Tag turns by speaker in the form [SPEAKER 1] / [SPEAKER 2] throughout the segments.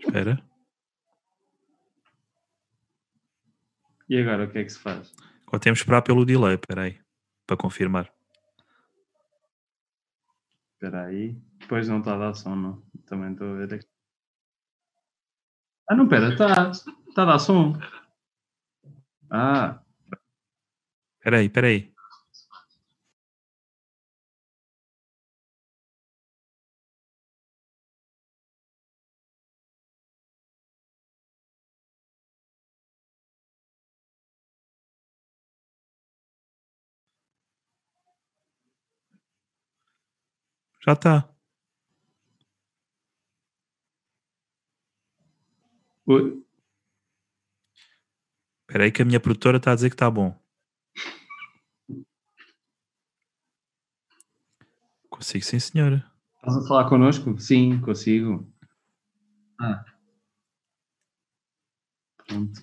[SPEAKER 1] Espera.
[SPEAKER 2] E agora o que é que se faz?
[SPEAKER 1] Agora temos que esperar pelo delay, espera aí, para confirmar.
[SPEAKER 2] Espera aí. Depois não está a dar som, não. Também estou a ver aqui. Ah, não, pera, está tá a dar som. Ah,
[SPEAKER 1] Espera aí, espera aí. Já está.
[SPEAKER 2] o-
[SPEAKER 1] Espera aí que a minha produtora está a dizer que está bom. Consigo, sim, senhora.
[SPEAKER 2] estás a falar connosco? Sim, consigo. Ah. Pronto.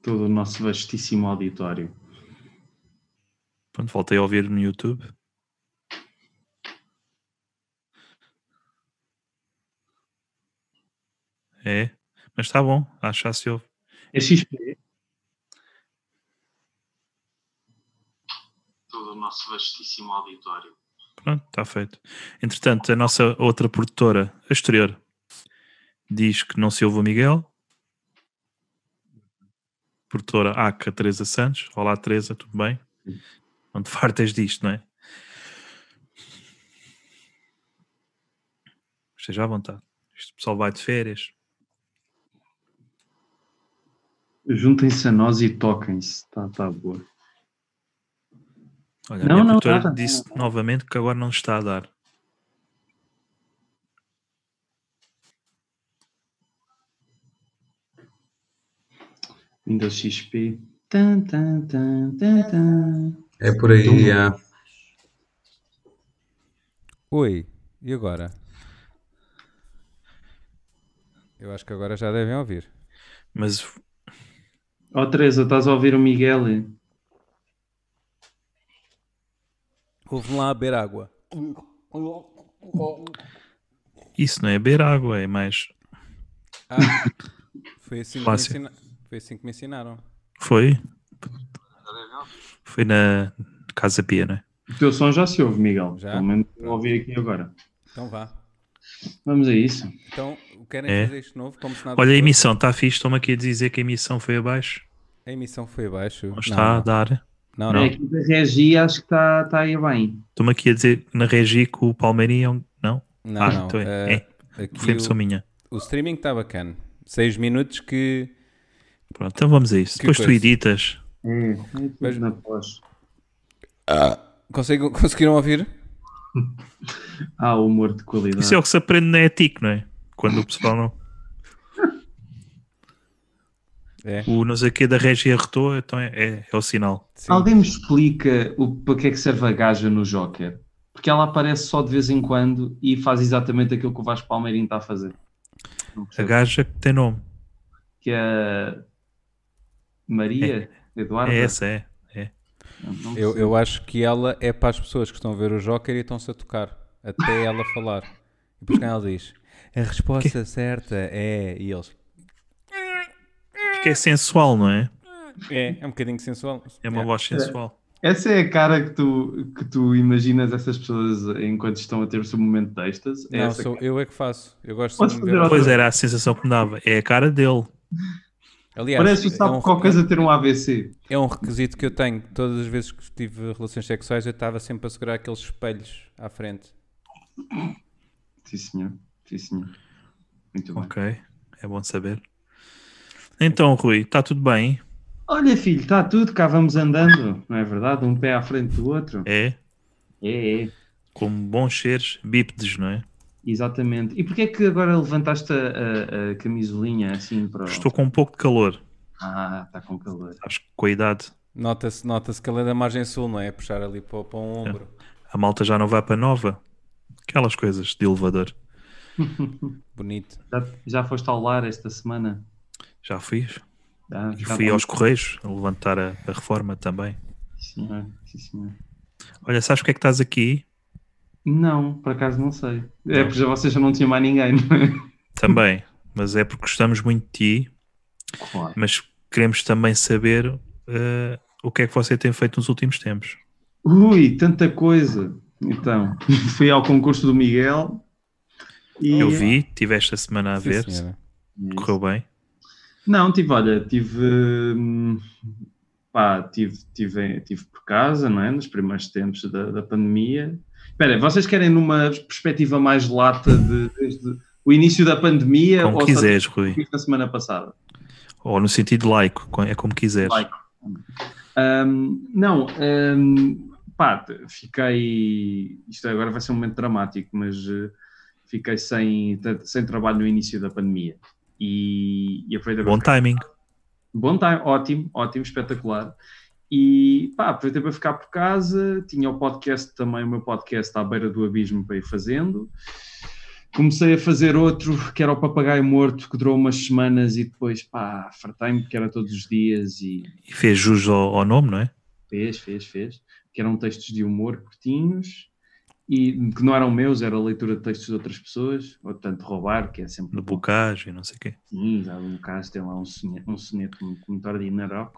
[SPEAKER 2] Todo o nosso vastíssimo auditório.
[SPEAKER 1] Pronto, voltei a ouvir no YouTube. É, mas está bom, acho que já se ouve.
[SPEAKER 2] É XP. Todo o nosso vastíssimo auditório.
[SPEAKER 1] Pronto, está feito. Entretanto, a nossa outra produtora, a exterior, diz que não se ouve o Miguel. Produtora ACA Teresa Santos. Olá, Teresa, tudo bem? Não te fartas disto, não é? Esteja à vontade. Este pessoal vai de férias.
[SPEAKER 2] Juntem-se a nós e toquem-se. Está tá boa.
[SPEAKER 1] Olha, a
[SPEAKER 2] Não,
[SPEAKER 1] minha
[SPEAKER 2] não,
[SPEAKER 1] produtora
[SPEAKER 2] nada,
[SPEAKER 1] disse novamente que agora não está a dar.
[SPEAKER 2] Windows XP. Tan, tan, tan, tan, tan.
[SPEAKER 3] É por aí,
[SPEAKER 2] Então-
[SPEAKER 3] já.
[SPEAKER 4] Oi, e agora? Eu acho que agora já devem ouvir.
[SPEAKER 1] Mas
[SPEAKER 2] Oh, Teresa, estás a ouvir o Miguel?
[SPEAKER 4] Ouve lá beber água.
[SPEAKER 1] isso não é beber água, é mais.
[SPEAKER 4] Ah, foi, assim que me
[SPEAKER 1] Fácil.
[SPEAKER 4] ensina... foi assim que me ensinaram.
[SPEAKER 1] Foi? Foi na Casa Pia, não é?
[SPEAKER 2] O teu som já se ouve, Miguel.
[SPEAKER 4] Já.
[SPEAKER 2] Pelo menos eu ouvi aqui agora.
[SPEAKER 4] Então vá.
[SPEAKER 2] Vamos a isso.
[SPEAKER 4] Então, querem
[SPEAKER 1] É.
[SPEAKER 4] fazer isto de novo? Como se nada
[SPEAKER 1] Olha, a
[SPEAKER 4] fosse?
[SPEAKER 1] emissão está fixe, estão-me aqui a dizer que a emissão foi abaixo.
[SPEAKER 4] A emissão foi abaixo.
[SPEAKER 1] Não está a dar.
[SPEAKER 4] Não,
[SPEAKER 2] É
[SPEAKER 4] não.
[SPEAKER 2] aqui da Regi, acho que está tá aí bem.
[SPEAKER 1] Estão-me aqui a dizer que na Regi que o Palmeirinho. é um- Não?
[SPEAKER 4] Não,
[SPEAKER 1] Ah,
[SPEAKER 4] não.
[SPEAKER 1] então é.
[SPEAKER 4] Eh,
[SPEAKER 1] É.
[SPEAKER 4] aqui
[SPEAKER 1] Foi
[SPEAKER 4] o,
[SPEAKER 1] impressão minha.
[SPEAKER 4] o streaming está bacana. Seis minutos que.
[SPEAKER 1] Pronto, então vamos a isso.
[SPEAKER 4] Que
[SPEAKER 1] Depois tu
[SPEAKER 4] coisa.
[SPEAKER 1] editas.
[SPEAKER 2] É, é tudo
[SPEAKER 4] Mas-
[SPEAKER 2] na pós.
[SPEAKER 4] Conseguiram, conseguiram ouvir?
[SPEAKER 2] Há humor de qualidade.
[SPEAKER 1] Isso é o que se aprende na ETIC, não é? Quando o pessoal não.
[SPEAKER 4] É.
[SPEAKER 1] O não sei o quê da Regi arretou, então é, é, é o sinal.
[SPEAKER 4] Sim.
[SPEAKER 2] Alguém me explica o, para que é que serve a gaja no Joker? Porque ela aparece só de vez em quando e faz exatamente aquilo que o Vasco Palmeirinho está a fazer. Não
[SPEAKER 1] A
[SPEAKER 2] percebo.
[SPEAKER 1] gaja que tem nome.
[SPEAKER 2] Que é Maria Eduarda.
[SPEAKER 1] É essa, é. é.
[SPEAKER 2] Não, não
[SPEAKER 4] Eu,
[SPEAKER 2] percebo.
[SPEAKER 4] eu acho que ela é para as pessoas que estão a ver o Joker e estão-se a tocar. Até ela falar. E depois quem ela diz? A resposta certa é. E eles.
[SPEAKER 1] Porque é sensual, não é?
[SPEAKER 4] É, é um bocadinho sensual.
[SPEAKER 1] É uma voz sensual.
[SPEAKER 2] Essa é a cara que tu, que tu imaginas essas pessoas enquanto estão a ter o seu momento de êxtase? É
[SPEAKER 4] Não,
[SPEAKER 2] essa
[SPEAKER 4] sou,
[SPEAKER 2] cara?
[SPEAKER 4] eu é que faço. Eu gosto
[SPEAKER 2] Podes
[SPEAKER 4] de
[SPEAKER 2] fazer
[SPEAKER 4] ver.
[SPEAKER 2] outra-
[SPEAKER 1] Pois era a sensação que me dava. É a cara dele.
[SPEAKER 4] Aliás,
[SPEAKER 2] Parece o
[SPEAKER 4] é
[SPEAKER 2] sapo
[SPEAKER 4] um-
[SPEAKER 2] qualquer coisa a ter um AVC.
[SPEAKER 4] É um requisito que eu tenho. Todas as vezes que tive relações sexuais, eu estava sempre a segurar aqueles espelhos à frente.
[SPEAKER 2] Sim, senhor. Sim, senhor. Muito bem.
[SPEAKER 1] Ok, é bom saber. Então, Rui, está tudo bem?
[SPEAKER 2] Olha, filho, está tudo, cá vamos andando, não é verdade? Um pé à frente do outro.
[SPEAKER 1] É,
[SPEAKER 2] É, é,
[SPEAKER 1] como bons seres bípedes, não é?
[SPEAKER 2] exatamente. E porquê é que agora levantaste a, a- a camisolinha assim para.
[SPEAKER 1] Estou com um pouco de calor,
[SPEAKER 2] Ah, está com calor.
[SPEAKER 1] acho que com a idade.
[SPEAKER 4] Nota-se nota que ele é da margem sul, não é? Puxar ali para, para um ombro.
[SPEAKER 1] A malta já não vai para nova. Aquelas coisas de elevador.
[SPEAKER 4] Bonito.
[SPEAKER 2] Já, já foste ao lar esta semana?
[SPEAKER 1] Já fiz?
[SPEAKER 2] Dá-
[SPEAKER 1] E
[SPEAKER 2] dá
[SPEAKER 1] fui
[SPEAKER 2] bom.
[SPEAKER 1] aos Correios a levantar a, a reforma também.
[SPEAKER 2] Sim, senhor. Sim, senhor.
[SPEAKER 1] Olha, sabes porque é que estás aqui?
[SPEAKER 2] Não, por acaso não sei. É porque já vocês já não tinham mais ninguém. não é?
[SPEAKER 1] Também, mas é porque gostamos muito de ti,
[SPEAKER 2] Claro.
[SPEAKER 1] mas queremos também saber eh, o que é que você tem feito nos últimos tempos.
[SPEAKER 2] Ui, tanta coisa. Então, fui ao concurso do Miguel e
[SPEAKER 1] Eu vi, tive esta semana a
[SPEAKER 4] Sim,
[SPEAKER 1] ver,
[SPEAKER 4] senhora.
[SPEAKER 1] correu bem.
[SPEAKER 2] Não, tive, olha, tive, hum, pá, tive, tive, tive por casa, não é? Nos primeiros tempos da, da pandemia. Espera, vocês querem numa perspectiva mais lata de, desde o início da pandemia
[SPEAKER 1] Como
[SPEAKER 2] ou
[SPEAKER 1] quiseres,
[SPEAKER 2] só
[SPEAKER 1] Rui.
[SPEAKER 2] desde a semana passada?
[SPEAKER 1] Ou no sentido laico, co- é como quiseres.
[SPEAKER 2] Laico. Hum, não, hum, pá, t- fiquei. Isto agora vai ser um momento dramático, mas eh, fiquei sem, t- sem trabalho no início da pandemia. E, e aproveitei para
[SPEAKER 1] Bom timing.
[SPEAKER 2] Bom time, ótimo, ótimo, espetacular. E pá, aproveitei para ficar por casa, tinha o podcast também, o meu podcast à beira do abismo para ir fazendo. Comecei a fazer outro, que era o Papagaio Morto, que durou umas semanas e depois, pá, fartei-me, porque era todos os dias e
[SPEAKER 1] E fez jus ao, ao nome, não é?
[SPEAKER 2] fez, fez, fez. Que eram textos de humor curtinhos e que não eram meus, era a leitura de textos de outras pessoas, ou tanto roubar, que é sempre
[SPEAKER 1] No
[SPEAKER 2] bom.
[SPEAKER 1] Bocage e não sei o quê.
[SPEAKER 2] Sim, já no caso tem lá um soneto, um soneto muito, muito ordinário.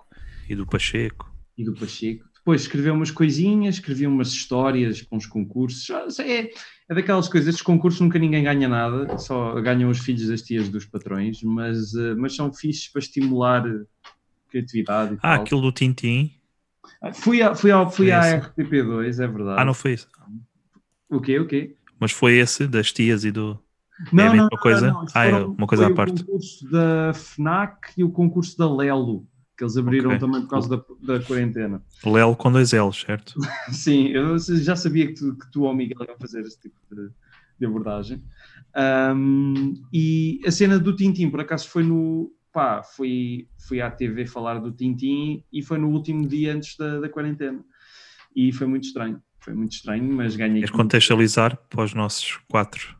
[SPEAKER 1] E do Pacheco.
[SPEAKER 2] e do Pacheco. Depois escreveu umas coisinhas, escreveu umas histórias com os concursos. Já- É, é daquelas coisas, estes concursos nunca ninguém ganha nada, só ganham os filhos das tias dos patrões, mas, eh, mas são fixes para estimular eh, criatividade e
[SPEAKER 1] Ah,
[SPEAKER 2] tal. Ah,
[SPEAKER 1] aquilo do Tintim.
[SPEAKER 2] Fui, a, fui, ao, fui
[SPEAKER 1] Foi
[SPEAKER 2] à
[SPEAKER 1] esse.
[SPEAKER 2] RTP2, é verdade.
[SPEAKER 1] Ah, não foi isso.
[SPEAKER 2] O quê, o quê?
[SPEAKER 1] Mas foi esse das tias e do. a mesma coisa?
[SPEAKER 2] isso
[SPEAKER 1] Ah, é
[SPEAKER 2] foram-
[SPEAKER 1] uma coisa
[SPEAKER 2] foi
[SPEAKER 1] à parte.
[SPEAKER 2] o concurso da FNAC e o concurso da Lelo, que eles abriram
[SPEAKER 1] Ok.
[SPEAKER 2] também por causa da, da quarentena.
[SPEAKER 1] Lelo com dois L's, certo?
[SPEAKER 2] Sim, eu já sabia que tu, que tu ou o Miguel iam fazer esse tipo de, de abordagem. Ahm, e a cena do Tintim, por acaso, foi no. Pá, fui, fui à TV falar do Tintim e foi no último dia antes da, da quarentena. E foi muito estranho. Foi muito estranho, mas ganhei.
[SPEAKER 1] Queres contextualizar para os nossos quatro?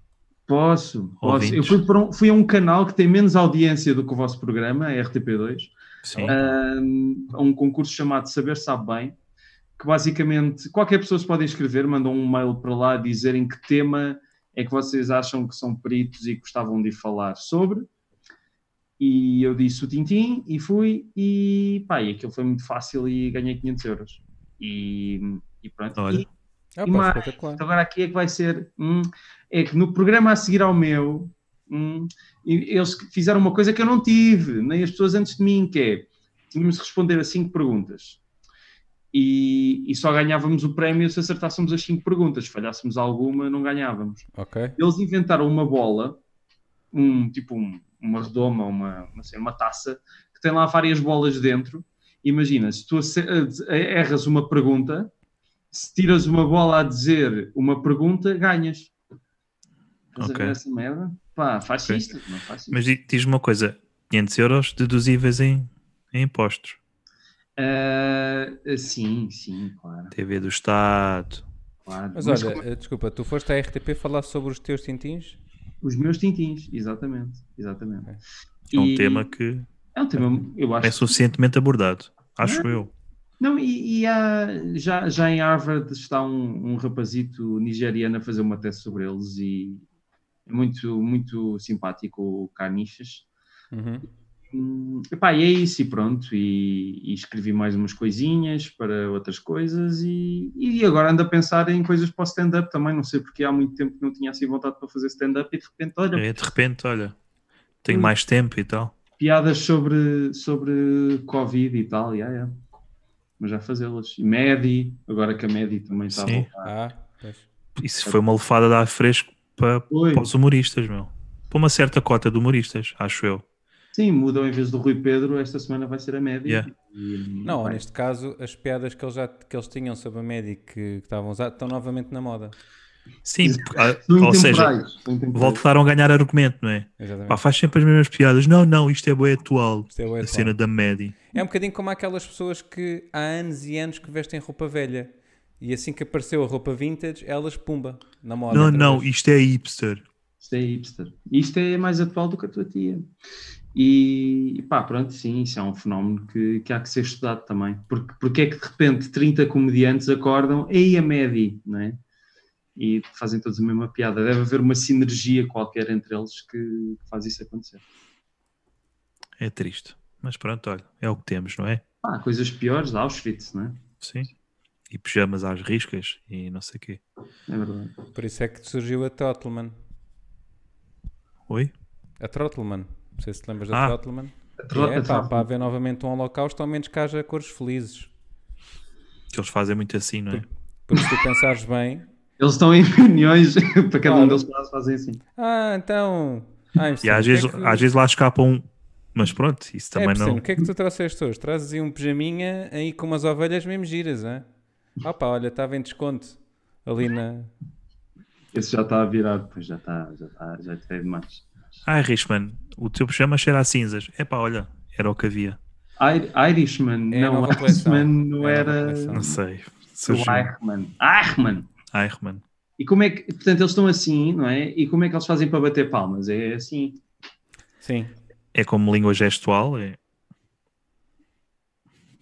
[SPEAKER 2] Posso, posso. Eu
[SPEAKER 1] Ouvintes.
[SPEAKER 2] fui, para um- fui a um canal que tem menos audiência do que o vosso programa, a RTP2
[SPEAKER 1] Sim.
[SPEAKER 2] um, a um concurso chamado Saber Sabe Bem, que basicamente qualquer pessoa se pode inscrever, mandam um mail para lá a dizerem que tema é que vocês acham que são peritos e gostavam de ir falar sobre. E eu disse o Tintim e fui e pá, e aquilo foi muito fácil e ganhei 500 euros. E, e pronto.
[SPEAKER 1] Olha.
[SPEAKER 2] E
[SPEAKER 4] Ah,
[SPEAKER 2] E mais-
[SPEAKER 4] pá, espetacular.
[SPEAKER 2] então Agora aqui é que vai ser. hum, é que no programa a seguir ao meu, hum, e- eles fizeram uma coisa que eu não tive, nem as pessoas antes de mim, que é tínhamos de responder a cinco perguntas. E, e só ganhávamos o prémio se acertássemos as cinco perguntas. Se falhássemos alguma, não ganhávamos.
[SPEAKER 4] Ok.
[SPEAKER 2] Eles inventaram uma bola, um tipo um- uma redoma, uma, uma, assim, uma taça, que tem lá várias bolas dentro. Imagina, se tu ace- eh, erras uma pergunta, se tiras uma bola a dizer uma pergunta, ganhas. Estás
[SPEAKER 1] Ok.
[SPEAKER 2] a ver essa merda? Pá, faz
[SPEAKER 1] Ok.
[SPEAKER 2] isto, não faz isto.
[SPEAKER 1] Mas di- diz-me uma coisa: 500 euros deduzíveis em, em impostos.
[SPEAKER 2] Ah, sim, sim, claro.
[SPEAKER 1] TV do Estado.
[SPEAKER 2] claro.
[SPEAKER 4] Mas
[SPEAKER 2] Mas
[SPEAKER 4] olha,
[SPEAKER 2] como-
[SPEAKER 4] eh, desculpa, tu foste à RTP falar sobre os teus tintins?
[SPEAKER 2] os meus tintins, exatamente, exatamente.
[SPEAKER 1] É um
[SPEAKER 2] E-
[SPEAKER 1] tema que não
[SPEAKER 2] é um tema, eu acho
[SPEAKER 1] é suficientemente abordado. Acho
[SPEAKER 2] Não.
[SPEAKER 1] eu.
[SPEAKER 2] Não, e, e há, já, já em Harvard está um, um rapazito nigeriano a fazer uma tese sobre eles e é muito, muito simpático o Canichas.
[SPEAKER 4] Uhum.
[SPEAKER 2] Hum, epá, e é isso, e pronto. E, e escrevi mais umas coisinhas para outras coisas e, e agora ando a pensar em coisas para o stand-up também. Não sei porque há muito tempo que não tinha assim vontade para fazer stand-up e de repente, olha,
[SPEAKER 1] É, de repente, olha, tenho
[SPEAKER 2] Hum.
[SPEAKER 1] mais tempo e tal.
[SPEAKER 2] piadas sobre, sobre Covid e tal, yeah, yeah. mas já fazê-las. E Medi, agora que a Medi também está a
[SPEAKER 1] Sim.
[SPEAKER 2] voltar.
[SPEAKER 4] Ah, pois.
[SPEAKER 1] Isso foi uma lefada de ar fresco para,
[SPEAKER 2] Oi.
[SPEAKER 1] para os humoristas, meu. Para uma certa cota de humoristas, acho eu.
[SPEAKER 2] Sim, mudam em vez do Rui Pedro, esta semana vai ser a média.
[SPEAKER 1] Yeah.
[SPEAKER 2] E-
[SPEAKER 4] Não,
[SPEAKER 2] vai.
[SPEAKER 4] neste caso, as piadas que eles, já, que eles tinham sobre a médica que que estavam a usar estão novamente na moda.
[SPEAKER 1] Sim, ah,
[SPEAKER 2] São
[SPEAKER 1] ou seja,
[SPEAKER 2] intemporais, são intemporais.
[SPEAKER 1] voltaram a ganhar argumento, não é?
[SPEAKER 4] Exatamente.
[SPEAKER 1] Pá, faz sempre as mesmas piadas. Não, não, isto é bem atual.
[SPEAKER 4] Isto é bué
[SPEAKER 1] a
[SPEAKER 4] atual.
[SPEAKER 1] cena da Maddie.
[SPEAKER 4] É um bocadinho como aquelas pessoas que há anos e anos que vestem roupa velha. E assim que apareceu a roupa vintage, elas pumba na moda.
[SPEAKER 1] Não,
[SPEAKER 4] outra
[SPEAKER 1] não,
[SPEAKER 4] vez.
[SPEAKER 1] isto é hipster.
[SPEAKER 2] Isto é hipster. Isto é mais atual do que a tua tia. E pá, pronto, sim, isso é um fenómeno que, que há que ser estudado também. Porque, porque é que de repente 30 comediantes acordam, ei a Medi, não é? E fazem todos a mesma piada. Deve haver uma sinergia qualquer entre eles que faz isso acontecer.
[SPEAKER 1] É triste. Mas pronto, olha, é o que temos, não é?
[SPEAKER 2] Pá, coisas piores, Auschwitz, não é?
[SPEAKER 1] Sim. E pijamas às riscas e não sei o quê.
[SPEAKER 2] É verdade.
[SPEAKER 4] Por isso é que surgiu a Trottleman.
[SPEAKER 1] Oi?
[SPEAKER 4] A Trottleman. Não sei se te lembras
[SPEAKER 1] Ah.
[SPEAKER 4] da Trottleman.
[SPEAKER 2] A
[SPEAKER 4] Que
[SPEAKER 2] tro-
[SPEAKER 4] é,
[SPEAKER 2] a
[SPEAKER 4] pá,
[SPEAKER 2] tro-
[SPEAKER 4] para haver novamente um holocausto, ao menos que haja cores felizes.
[SPEAKER 1] Que eles fazem muito assim, não é?
[SPEAKER 4] Porque se tu pensares bem,
[SPEAKER 2] Eles estão em reuniões, para cada um
[SPEAKER 4] Claro.
[SPEAKER 2] deles faz- fazem assim.
[SPEAKER 4] ah, então. Ah,
[SPEAKER 1] E às vezes, às vezes lá escapa um. Mas pronto, isso também
[SPEAKER 4] é,
[SPEAKER 1] não.
[SPEAKER 4] O que é que tu trouxeste hoje? Trazes aí um pijaminha aí com umas ovelhas mesmo giras, hein? Ah pá, olha, estava em desconto ali na.
[SPEAKER 2] Esse já está a virar, pois já está, já está, já está demais.
[SPEAKER 1] Ai, Richman, o teu pijama cheira a cinzas. Epá, olha, era o que havia.
[SPEAKER 2] Ir- Irishman,
[SPEAKER 4] É a
[SPEAKER 2] não,
[SPEAKER 4] nova coleção.
[SPEAKER 2] Irishman não
[SPEAKER 4] É a nova
[SPEAKER 2] era
[SPEAKER 4] coleção.
[SPEAKER 1] Não sei. Surgiu.
[SPEAKER 2] o Eichmann. Eichmann!
[SPEAKER 1] Eichmann.
[SPEAKER 2] E como é que, portanto, eles estão assim, não é? E como é que eles fazem para bater palmas? É assim.
[SPEAKER 4] Sim.
[SPEAKER 1] É como língua gestual. É...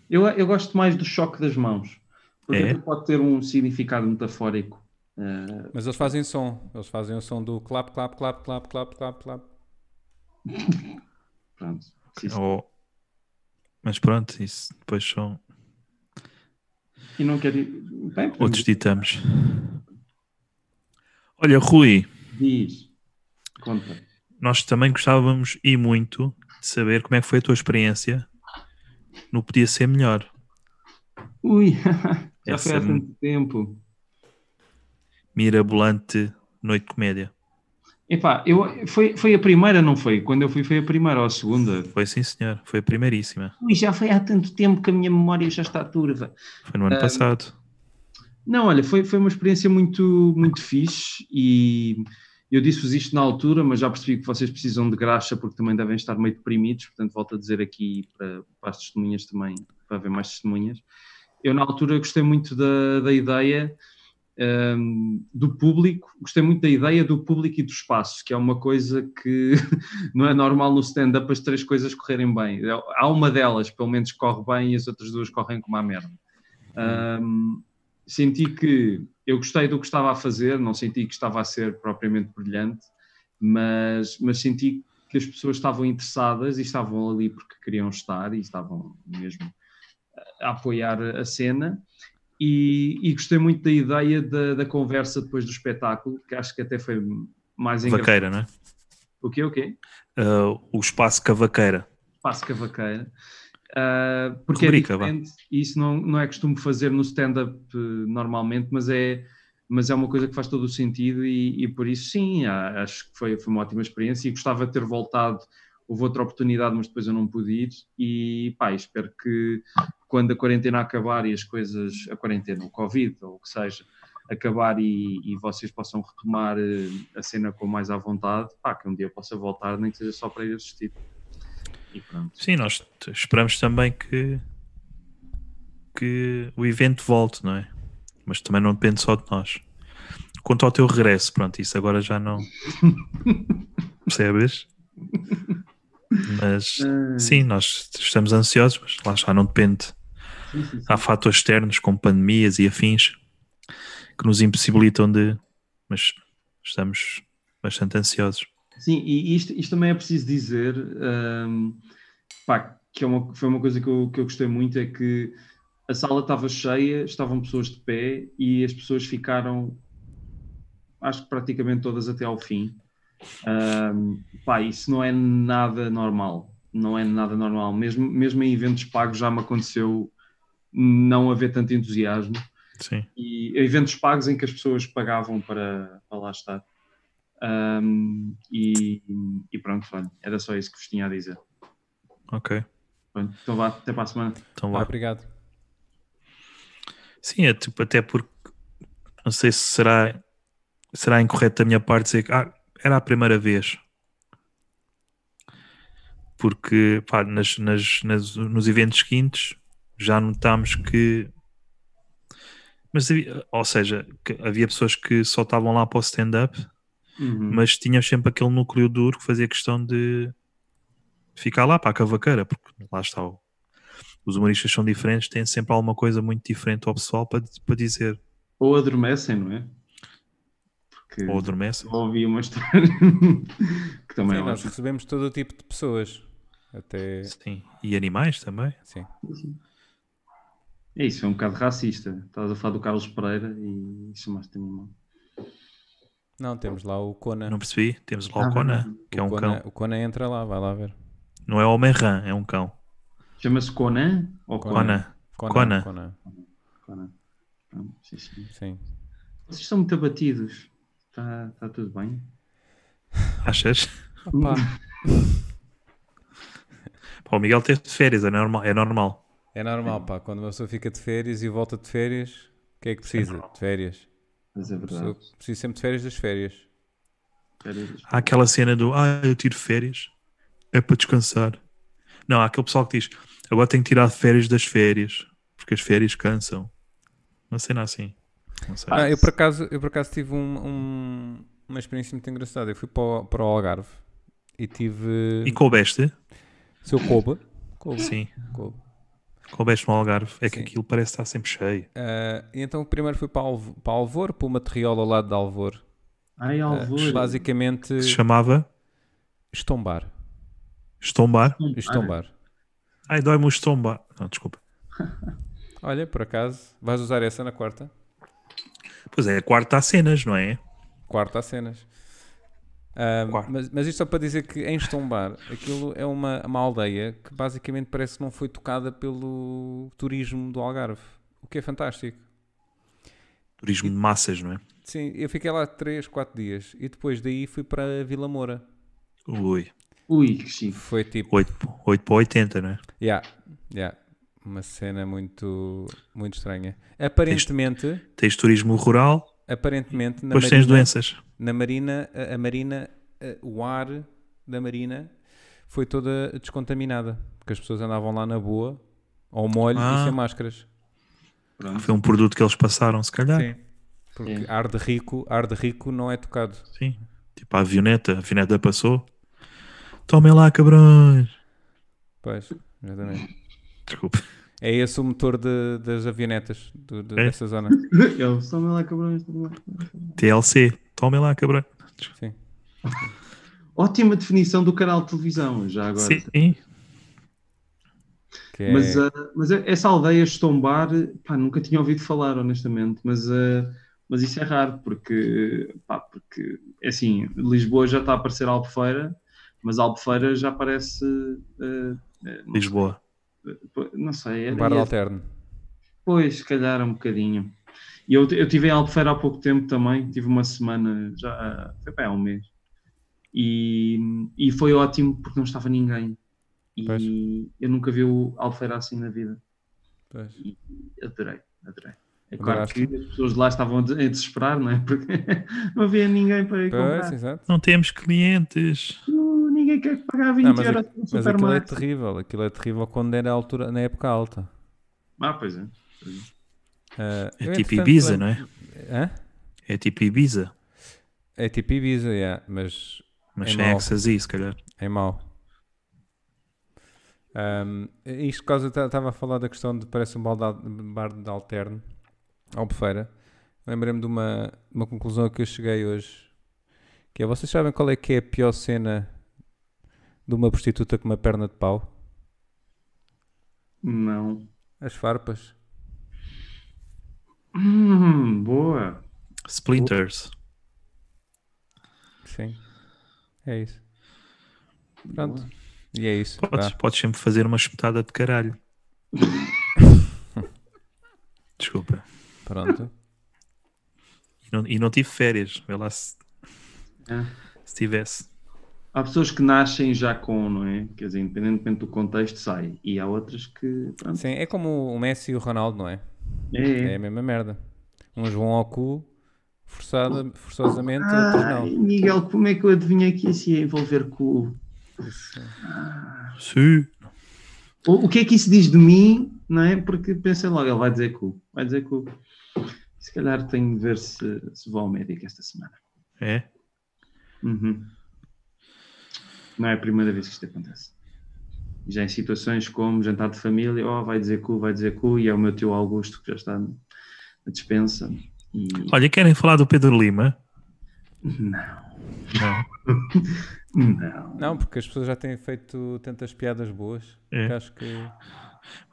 [SPEAKER 2] Eu, eu gosto mais do choque das mãos, porque
[SPEAKER 1] É?
[SPEAKER 2] aquilo pode ter um significado metafórico. Ah,
[SPEAKER 4] Mas eles fazem som. Eles fazem o som do clap, clap, clap, clap, clap, clap, clap.
[SPEAKER 2] pronto. Sim, sim.
[SPEAKER 1] Ou... Mas pronto, isso depois são
[SPEAKER 2] E não quero. ir- Bem, portanto,
[SPEAKER 1] outros ditames. Olha, Rui,
[SPEAKER 2] Diz. Conta.
[SPEAKER 1] nós também gostávamos e muito de saber como é que foi a tua experiência. Não podia ser melhor.
[SPEAKER 2] Ui, já
[SPEAKER 1] Essa
[SPEAKER 2] foi assim. há
[SPEAKER 1] é
[SPEAKER 2] tanto tempo.
[SPEAKER 1] Mirabolante Noite de Comédia.
[SPEAKER 2] Epá, eu, foi, foi a primeira, não foi? Quando eu fui, foi a primeira ou a segunda.
[SPEAKER 1] Foi sim, senhor. Foi a primeiríssima.
[SPEAKER 2] Ui, já foi há tanto tempo que a minha memória já está turva.
[SPEAKER 1] Foi
[SPEAKER 2] Ah,
[SPEAKER 1] no ano passado.
[SPEAKER 2] Não, olha, foi, foi uma experiência muito, muito fixe e eu disse-vos isto na altura, mas já percebi que vocês precisam de graxa porque também devem estar meio deprimidos, portanto volto a dizer aqui para, para as testemunhas também, para haver mais testemunhas. Eu na altura gostei muito da, da ideia hum, do público, gostei muito da ideia do público e do espaço, que é uma coisa que não é normal no stand-up as três coisas correrem bem. Há uma delas, pelo menos, que corre bem e as outras duas correm como a merda. Hum, senti que eu gostei do que estava a fazer, não senti que estava a ser propriamente brilhante, mas, mas senti que as pessoas estavam interessadas e estavam ali porque queriam estar e estavam mesmo a apoiar a cena. E, e gostei muito da ideia da, da conversa depois do espetáculo, que acho que até foi mais engraçado.
[SPEAKER 1] Vaqueira, não é?
[SPEAKER 2] O quê, o quê?
[SPEAKER 1] Ah, o espaço Cavaqueira.
[SPEAKER 2] passo cavaqueira. Uh, porque
[SPEAKER 1] Rubrica,
[SPEAKER 2] é
[SPEAKER 1] vá.
[SPEAKER 2] diferente, e isso não, não é costume fazer no stand-up eh, normalmente, mas é, mas é uma coisa que faz todo o sentido e, e por isso sim, a- acho que foi, foi uma ótima experiência e gostava de ter voltado, houve outra oportunidade, mas depois eu não pude ir e pá, espero que quando a quarentena acabar e as coisas, a quarentena, o Covid ou o que seja, acabar e, e vocês possam retomar eh, a cena com mais à vontade, pá, que um dia eu possa voltar, nem que seja só para ir assistir. E pronto.
[SPEAKER 1] Sim, nós t- esperamos também que, que o evento volte, não é? Mas também não depende só de nós. Quanto ao teu regresso, pronto, isso agora já não. Percebes? Mas sim, nós estamos ansiosos, mas lá já não depende.
[SPEAKER 2] Ah,
[SPEAKER 1] Há fatores externos, como pandemias e afins, que nos impossibilitam de. Mas estamos bastante ansiosos.
[SPEAKER 2] Sim, e isto, isto também é preciso dizer, hum, pá, que é uma, foi uma coisa que eu, que eu gostei muito, é que a sala estava cheia, estavam pessoas de pé e as pessoas ficaram, acho que praticamente todas até ao fim. Hum, pá, isso não é nada normal, não é nada normal. Mesmo, mesmo em eventos pagos já me aconteceu não haver tanto entusiasmo
[SPEAKER 1] Sim.
[SPEAKER 2] e eventos pagos em que as pessoas pagavam para, para lá estar. Ahm, e, e pronto, olha, era só isso que vos tinha a dizer.
[SPEAKER 1] Ok.
[SPEAKER 2] Pronto, então vá, até para a semana.
[SPEAKER 1] Então
[SPEAKER 4] Ah,
[SPEAKER 1] vá.
[SPEAKER 4] obrigado.
[SPEAKER 1] Sim, é tipo, até porque não sei se será, será incorreto da minha parte dizer que ah, era a primeira vez. Porque pá, nas, nas, nas- nos eventos seguintes já notámos que. Mas, havia- ou seja, que havia pessoas que só estavam lá para o stand-up,
[SPEAKER 2] Uhum.
[SPEAKER 1] mas tinham sempre aquele núcleo duro que fazia questão de, ficar lá para a cavaqueira, porque lá está o- os humoristas são diferentes, têm sempre alguma coisa muito diferente ao pessoal para, para dizer.
[SPEAKER 2] Ou adormecem, não é? Porque
[SPEAKER 1] Ou adormecem.
[SPEAKER 2] ouvi uma história que também é
[SPEAKER 4] Sim, nós
[SPEAKER 2] ótimo.
[SPEAKER 4] recebemos todo o tipo de pessoas. Até.
[SPEAKER 1] Sim. E animais também.
[SPEAKER 4] Sim.
[SPEAKER 2] É isso, é um bocado racista. Estás a falar do Carlos Pereira e chamaste-me mal.
[SPEAKER 4] Não, temos lá o Conan.
[SPEAKER 1] Não percebi. Temos lá
[SPEAKER 2] Ah,
[SPEAKER 1] o Conan, que é um
[SPEAKER 4] o, Conan
[SPEAKER 1] cão.
[SPEAKER 4] o Conan entra lá, vai lá ver.
[SPEAKER 1] Não é homem rã, é um cão.
[SPEAKER 2] Chama-se Conan ou Conan?
[SPEAKER 1] Conan. Conan.
[SPEAKER 4] Conan.
[SPEAKER 2] Conan. Ah, sim, sim.
[SPEAKER 4] Sim.
[SPEAKER 2] Vocês estão muito abatidos. Está está tudo bem?
[SPEAKER 1] Achas?
[SPEAKER 4] Opa,
[SPEAKER 1] Pá, o Miguel teve de férias, é normal. É normal.
[SPEAKER 4] é normal, pá. Quando uma pessoa fica de férias e volta de férias, o que é que precisa? De férias.
[SPEAKER 2] Mas é
[SPEAKER 4] A pessoa
[SPEAKER 2] verdade.
[SPEAKER 4] precisa sempre de férias das férias.
[SPEAKER 2] Espera aí.
[SPEAKER 1] Há aquela cena do ah, eu tiro férias, é para descansar. Não, há aquele pessoal que diz agora tenho que tirar férias das férias, porque as férias cansam. Uma cena assim. Não sei.
[SPEAKER 4] Ah, eu por acaso, eu por acaso tive um- um- uma experiência muito engraçada. Eu fui para o, para o Algarve e tive.
[SPEAKER 1] E coubeste?
[SPEAKER 4] Seu Kobe. Kobe.
[SPEAKER 1] Sim.
[SPEAKER 4] Kobe.
[SPEAKER 1] Coubeste no Algarve. É que
[SPEAKER 4] Sim.
[SPEAKER 1] aquilo parece estar sempre cheio.
[SPEAKER 4] Ah, e então primeiro fui para, Alvo, para Alvor, para uma terriola ao lado de Alvor.
[SPEAKER 2] Ai,
[SPEAKER 4] Ah,
[SPEAKER 2] Alvor.
[SPEAKER 4] basicamente
[SPEAKER 1] Que se chamava
[SPEAKER 4] estombar.
[SPEAKER 1] Estombar.
[SPEAKER 2] Hum,
[SPEAKER 4] Estombar.
[SPEAKER 1] Ai, dói-me o estombar. Não, desculpa.
[SPEAKER 4] Olha, por acaso, vais usar essa na quarta?
[SPEAKER 1] Pois é, quarta há cenas, não é?
[SPEAKER 4] Quarta há cenas. Ah,
[SPEAKER 1] Quarta.
[SPEAKER 4] mas, mas isto só para dizer que em Estombar, aquilo é uma, uma aldeia que basicamente parece que não foi tocada pelo turismo do Algarve, o que é fantástico.
[SPEAKER 1] Turismo de massas, não é?
[SPEAKER 4] Sim, eu fiquei lá 3, 4 dias e depois daí fui para Vila Moura.
[SPEAKER 1] Ui.
[SPEAKER 2] Ui, que chique.
[SPEAKER 4] Foi tipo,
[SPEAKER 1] 8, para 80, não é?
[SPEAKER 4] yeah, yeah, uma cena muito, muito estranha. Aparentemente,
[SPEAKER 1] Tens turismo rural,
[SPEAKER 4] aparentemente na
[SPEAKER 1] depois tens
[SPEAKER 4] Marina-
[SPEAKER 1] doenças.
[SPEAKER 4] na marina, a, a marina, a- o ar da marina foi toda descontaminada, porque as pessoas andavam lá na boa, ao molho e
[SPEAKER 1] Ah.
[SPEAKER 4] sem máscaras.
[SPEAKER 2] Pronto.
[SPEAKER 1] Foi um produto que eles passaram, se calhar. Sim.
[SPEAKER 4] Porque
[SPEAKER 2] Ah. Sim.
[SPEAKER 4] ar de rico, ar de rico não é tocado.
[SPEAKER 1] Tipo a avioneta, a avioneta passou. Tomem lá, cabrões.
[SPEAKER 4] Pois, exatamente.
[SPEAKER 1] Desculpa.
[SPEAKER 4] É esse o motor de- das avionetas do- de-
[SPEAKER 1] É?
[SPEAKER 4] dessa zona.
[SPEAKER 2] Eles estão lá, cabrões. estão lá.
[SPEAKER 1] TLC, tomem lá, cabrões.
[SPEAKER 4] Sim.
[SPEAKER 2] Ótima definição do canal de televisão, já agora.
[SPEAKER 1] Sim.
[SPEAKER 4] Que é-
[SPEAKER 2] Mas, ah, mas essa aldeia Estombar, pá, nunca tinha ouvido falar, honestamente, mas, ah, mas isso é raro, porque, pá, porque é assim, Lisboa já está a parecer Albufeira, mas Albufeira já parece, ah, ah, não-
[SPEAKER 1] Lisboa.
[SPEAKER 2] não sei, é,
[SPEAKER 4] um
[SPEAKER 2] era,
[SPEAKER 4] bar
[SPEAKER 2] ia-
[SPEAKER 4] alterno.
[SPEAKER 2] pois, se calhar um bocadinho. E eu, eu tive em Albufeira há pouco tempo também, tive uma semana, já, foi bem, há um mês, e, e foi ótimo porque não estava ninguém, e
[SPEAKER 4] Pois.
[SPEAKER 2] eu nunca vi o Albufeira assim na vida.
[SPEAKER 4] Pois.
[SPEAKER 2] Adorei, adorei. É claro
[SPEAKER 4] Adoraste?
[SPEAKER 2] que as pessoas de lá estavam a des- a desesperar, não é? Porque não havia ninguém para ir
[SPEAKER 4] Pois,
[SPEAKER 2] comprar.
[SPEAKER 4] exato.
[SPEAKER 1] Não temos clientes.
[SPEAKER 2] Uh, ninguém quer pagar 20
[SPEAKER 4] Não, mas,
[SPEAKER 2] euros um
[SPEAKER 4] aqu-
[SPEAKER 2] no
[SPEAKER 4] mas aquilo é
[SPEAKER 2] supermercado.
[SPEAKER 4] terrível. Aquilo é terrível quando era a altura, na época alta.
[SPEAKER 2] Ah, pois é.
[SPEAKER 4] Ah,
[SPEAKER 1] É
[SPEAKER 4] eu,
[SPEAKER 1] tipo
[SPEAKER 4] entretanto,
[SPEAKER 1] Ibiza,
[SPEAKER 4] lembro-
[SPEAKER 1] não é?
[SPEAKER 4] Hã?
[SPEAKER 1] É tipo Ibiza,
[SPEAKER 4] É tipo Ibiza, yeah, mas
[SPEAKER 1] mas
[SPEAKER 4] É
[SPEAKER 1] sem
[SPEAKER 4] mau.
[SPEAKER 1] ecstasy, se calhar.
[SPEAKER 4] É mau. Ahm, isto por causa estava a falar da questão de parece um balde al- bar de alterno, Albufeira. Lembrei-me de uma, uma conclusão a que eu cheguei hoje, que é vocês sabem qual é que é a pior cena de uma prostituta com uma perna de pau?
[SPEAKER 2] Não.
[SPEAKER 4] As farpas.
[SPEAKER 2] Hum, boa.
[SPEAKER 1] Splinters.
[SPEAKER 4] Sim. É isso. Pronto. E é isso.
[SPEAKER 1] Podes,
[SPEAKER 4] Vá.
[SPEAKER 1] podes sempre fazer uma chupetada de caralho. Desculpa.
[SPEAKER 4] Pronto.
[SPEAKER 1] E não, e não tive férias. Vê lá se,
[SPEAKER 2] É.
[SPEAKER 1] se tivesse.
[SPEAKER 2] Há pessoas que nascem já com, não é? Quer dizer, independentemente do contexto, sai. E há outras que. Pronto.
[SPEAKER 4] Sim, é como o Messi e o Ronaldo, não é?
[SPEAKER 2] É,
[SPEAKER 4] É
[SPEAKER 2] é.
[SPEAKER 4] a mesma merda. Uns vão ao cu forçada, forçosamente, outros
[SPEAKER 2] Ai,
[SPEAKER 4] não.
[SPEAKER 2] Miguel, como é que eu adivinhei que isso ia envolver com. o-
[SPEAKER 4] Isso.
[SPEAKER 1] Sim.
[SPEAKER 2] O, o que é que isso diz de mim, não é? Porque pensei logo, ele vai dizer cu, vai dizer cu. Se calhar tenho de ver se, se vou ao médico esta semana.
[SPEAKER 1] É.
[SPEAKER 2] Uhum. Não é a primeira vez que isto acontece. já em situações como jantar de família, oh, vai dizer cu, vai dizer cu, e é o meu tio Augusto que já está na dispensa. E...
[SPEAKER 1] Olha, querem falar do Pedro Lima?
[SPEAKER 2] Não,
[SPEAKER 1] Não. É.
[SPEAKER 2] não.
[SPEAKER 4] Não, porque as pessoas já têm feito tantas piadas boas
[SPEAKER 1] É.
[SPEAKER 4] que acho que.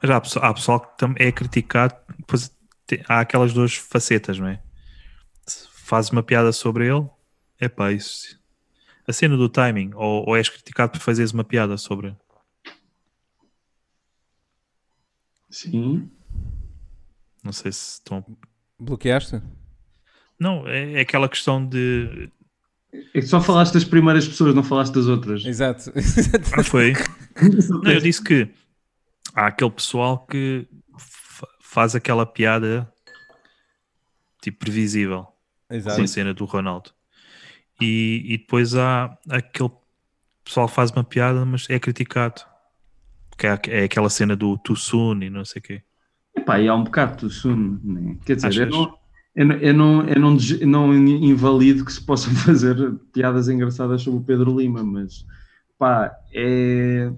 [SPEAKER 1] Mas há, pesso- há pessoal que tam- é criticado, depois te- há aquelas duas facetas, não é? Se fazes uma piada sobre ele, é pá, isso. A cena do timing, ou, ou és criticado por fazeres uma piada sobre ele.
[SPEAKER 2] Sim.
[SPEAKER 1] Não sei se estão.
[SPEAKER 4] Bloqueaste?
[SPEAKER 1] Não, é, é aquela questão de.
[SPEAKER 2] É que só falaste das primeiras pessoas, não falaste das outras.
[SPEAKER 4] Exato. Exato.
[SPEAKER 1] Não ah, foi? Não, eu disse que há aquele pessoal que fa- faz aquela piada tipo previsível.
[SPEAKER 4] Exato.
[SPEAKER 1] com a cena do Ronaldo. E, e depois há aquele pessoal que faz uma piada, mas é criticado. Porque há- é aquela cena do too soon e não sei o quê.
[SPEAKER 2] Epá, e há um bocado de sumo, né? quer dizer, eu
[SPEAKER 1] Achas?
[SPEAKER 2] não, eu, não- eu não, eu não des- eu não invalido que se possam fazer piadas engraçadas sobre o Pedro Lima, mas pá, é,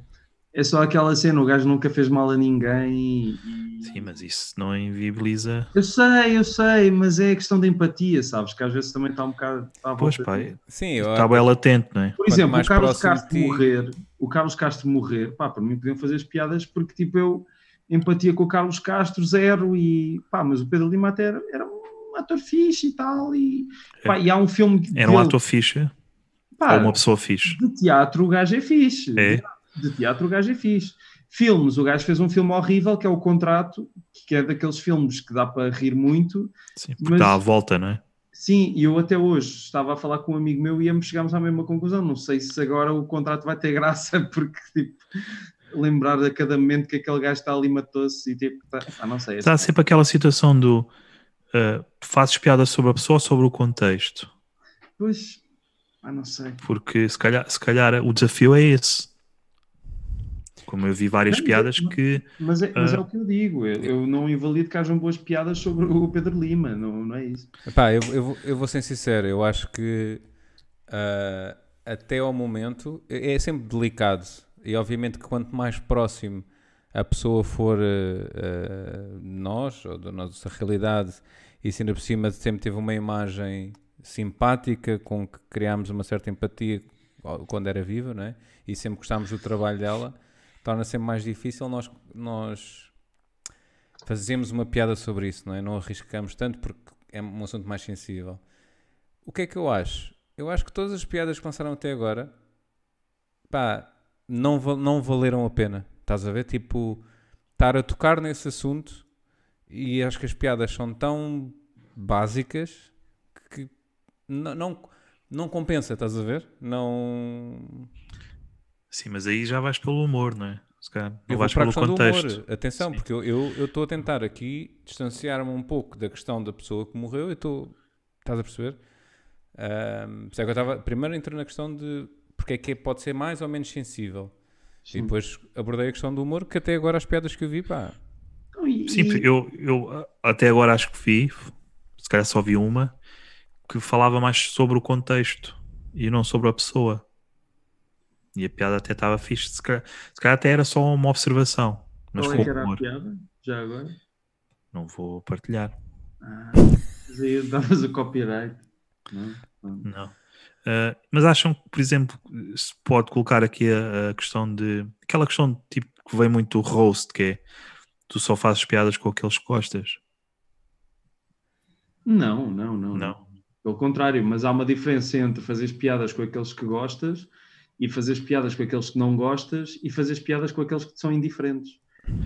[SPEAKER 2] é só aquela cena, o gajo nunca fez mal a ninguém. e-
[SPEAKER 1] Sim, mas isso não inviabiliza.
[SPEAKER 2] Eu sei, eu sei, mas é a questão da empatia, sabes? Que às vezes também está um bocado. Está à
[SPEAKER 1] Pois
[SPEAKER 2] volta
[SPEAKER 1] pá,
[SPEAKER 2] disso.
[SPEAKER 4] Sim, eu,
[SPEAKER 1] está bem latente, não é?
[SPEAKER 2] Por
[SPEAKER 4] quanto
[SPEAKER 2] exemplo, o
[SPEAKER 4] mais
[SPEAKER 2] Carlos
[SPEAKER 4] próximo de
[SPEAKER 2] Castro
[SPEAKER 4] ti-
[SPEAKER 2] morrer, o Carlos Castro morrer, pá, para mim podiam fazer as piadas porque tipo eu empatia com o Carlos Castro zero e pá, mas o Pedro Lima até era, era um ator fixe e tal e, pá, e há um filme
[SPEAKER 1] Era um
[SPEAKER 2] dele,
[SPEAKER 1] ator fixe
[SPEAKER 2] pá,
[SPEAKER 1] ou uma pessoa fixe.
[SPEAKER 2] de teatro o gajo é fixe.
[SPEAKER 1] É.
[SPEAKER 2] De teatro o gajo é fixe. Filmes, o gajo fez um filme horrível que é o Contrato, que é daqueles filmes que dá para rir muito.
[SPEAKER 1] Sim, porque
[SPEAKER 2] Mas-
[SPEAKER 1] dá a volta, não é?
[SPEAKER 2] Sim, e eu até hoje estava a falar com um amigo meu e ambos chegámos à mesma conclusão. Não sei se agora o contrato vai ter graça, porque tipo, lembrar a cada momento que aquele gajo está ali matou-se e tipo, tá- ah, não sei.
[SPEAKER 1] Está sempre aquela situação do ah, fazes piada sobre a pessoa ou sobre o contexto.
[SPEAKER 2] Pois, ah, não sei.
[SPEAKER 1] Porque se calhar, se calhar o desafio é esse. Como eu vi várias
[SPEAKER 2] Não,
[SPEAKER 1] piadas
[SPEAKER 2] não-
[SPEAKER 1] que
[SPEAKER 2] Mas é, mas é
[SPEAKER 1] Ah.
[SPEAKER 2] o que eu digo. Eu, eu não invalido que hajam boas piadas sobre o Pedro Lima, não, não é isso.
[SPEAKER 4] Epá, eu, eu, vou- eu vou ser sincero, eu acho que ah, até ao momento é é sempre delicado. E obviamente que quanto mais próximo a pessoa for ah, ah, de nós, ou da nossa realidade, e se ainda por cima sempre teve uma imagem simpática com que criámos uma certa empatia quando era viva, não é? e sempre gostámos do trabalho dela, torna sempre mais difícil nós, nós fazemos uma piada sobre isso, não é? Não arriscamos tanto porque é um assunto mais sensível. O que é que eu acho? Eu acho que todas as piadas que lançaram até agora, pá, não, val- não valeram a pena. Estás a ver? Tipo, estar a tocar nesse assunto e acho que as piadas são tão básicas que n- não, não compensa, estás a ver? Não.
[SPEAKER 1] Sim, mas aí já vais pelo humor, não é? Se calhar não
[SPEAKER 4] Eu vou
[SPEAKER 1] vais
[SPEAKER 4] para a
[SPEAKER 1] pelo
[SPEAKER 4] questão
[SPEAKER 1] contexto.
[SPEAKER 4] do humor. Atenção, porque eu eu eu estou a tentar aqui distanciar-me um pouco da questão da pessoa que morreu. Eu estou. Estás a perceber? Ahm, por isso é que eu estava. Primeiro entrei na questão de porque é que pode ser mais ou menos sensível. E depois abordei a questão do humor, que até agora as piadas que eu vi, pá.
[SPEAKER 2] Então, e-
[SPEAKER 1] Sim,
[SPEAKER 2] e-
[SPEAKER 1] eu, eu ah, até agora acho que vi, se calhar só vi uma, que falava mais sobre o contexto e não sobre a pessoa. E a piada até estava fixe, se calhar, se calhar até era só uma observação, mas
[SPEAKER 2] qual
[SPEAKER 1] foi
[SPEAKER 2] é que
[SPEAKER 1] o
[SPEAKER 2] era a
[SPEAKER 1] humor.
[SPEAKER 2] piada? Já agora?
[SPEAKER 1] Não vou partilhar,
[SPEAKER 2] Ah, mas aí davas o copyright. Não? é? Não.
[SPEAKER 1] não. Ah, mas acham que, por exemplo, se pode colocar aqui a, a questão de. aquela questão de tipo que vem muito do roast, que é tu só fazes piadas com aqueles que gostas?
[SPEAKER 2] Não, não, não.
[SPEAKER 1] Não.
[SPEAKER 2] Pelo contrário, mas há uma diferença entre fazeres piadas com aqueles que gostas e fazeres piadas com aqueles que não gostas e fazeres piadas com aqueles que te são indiferentes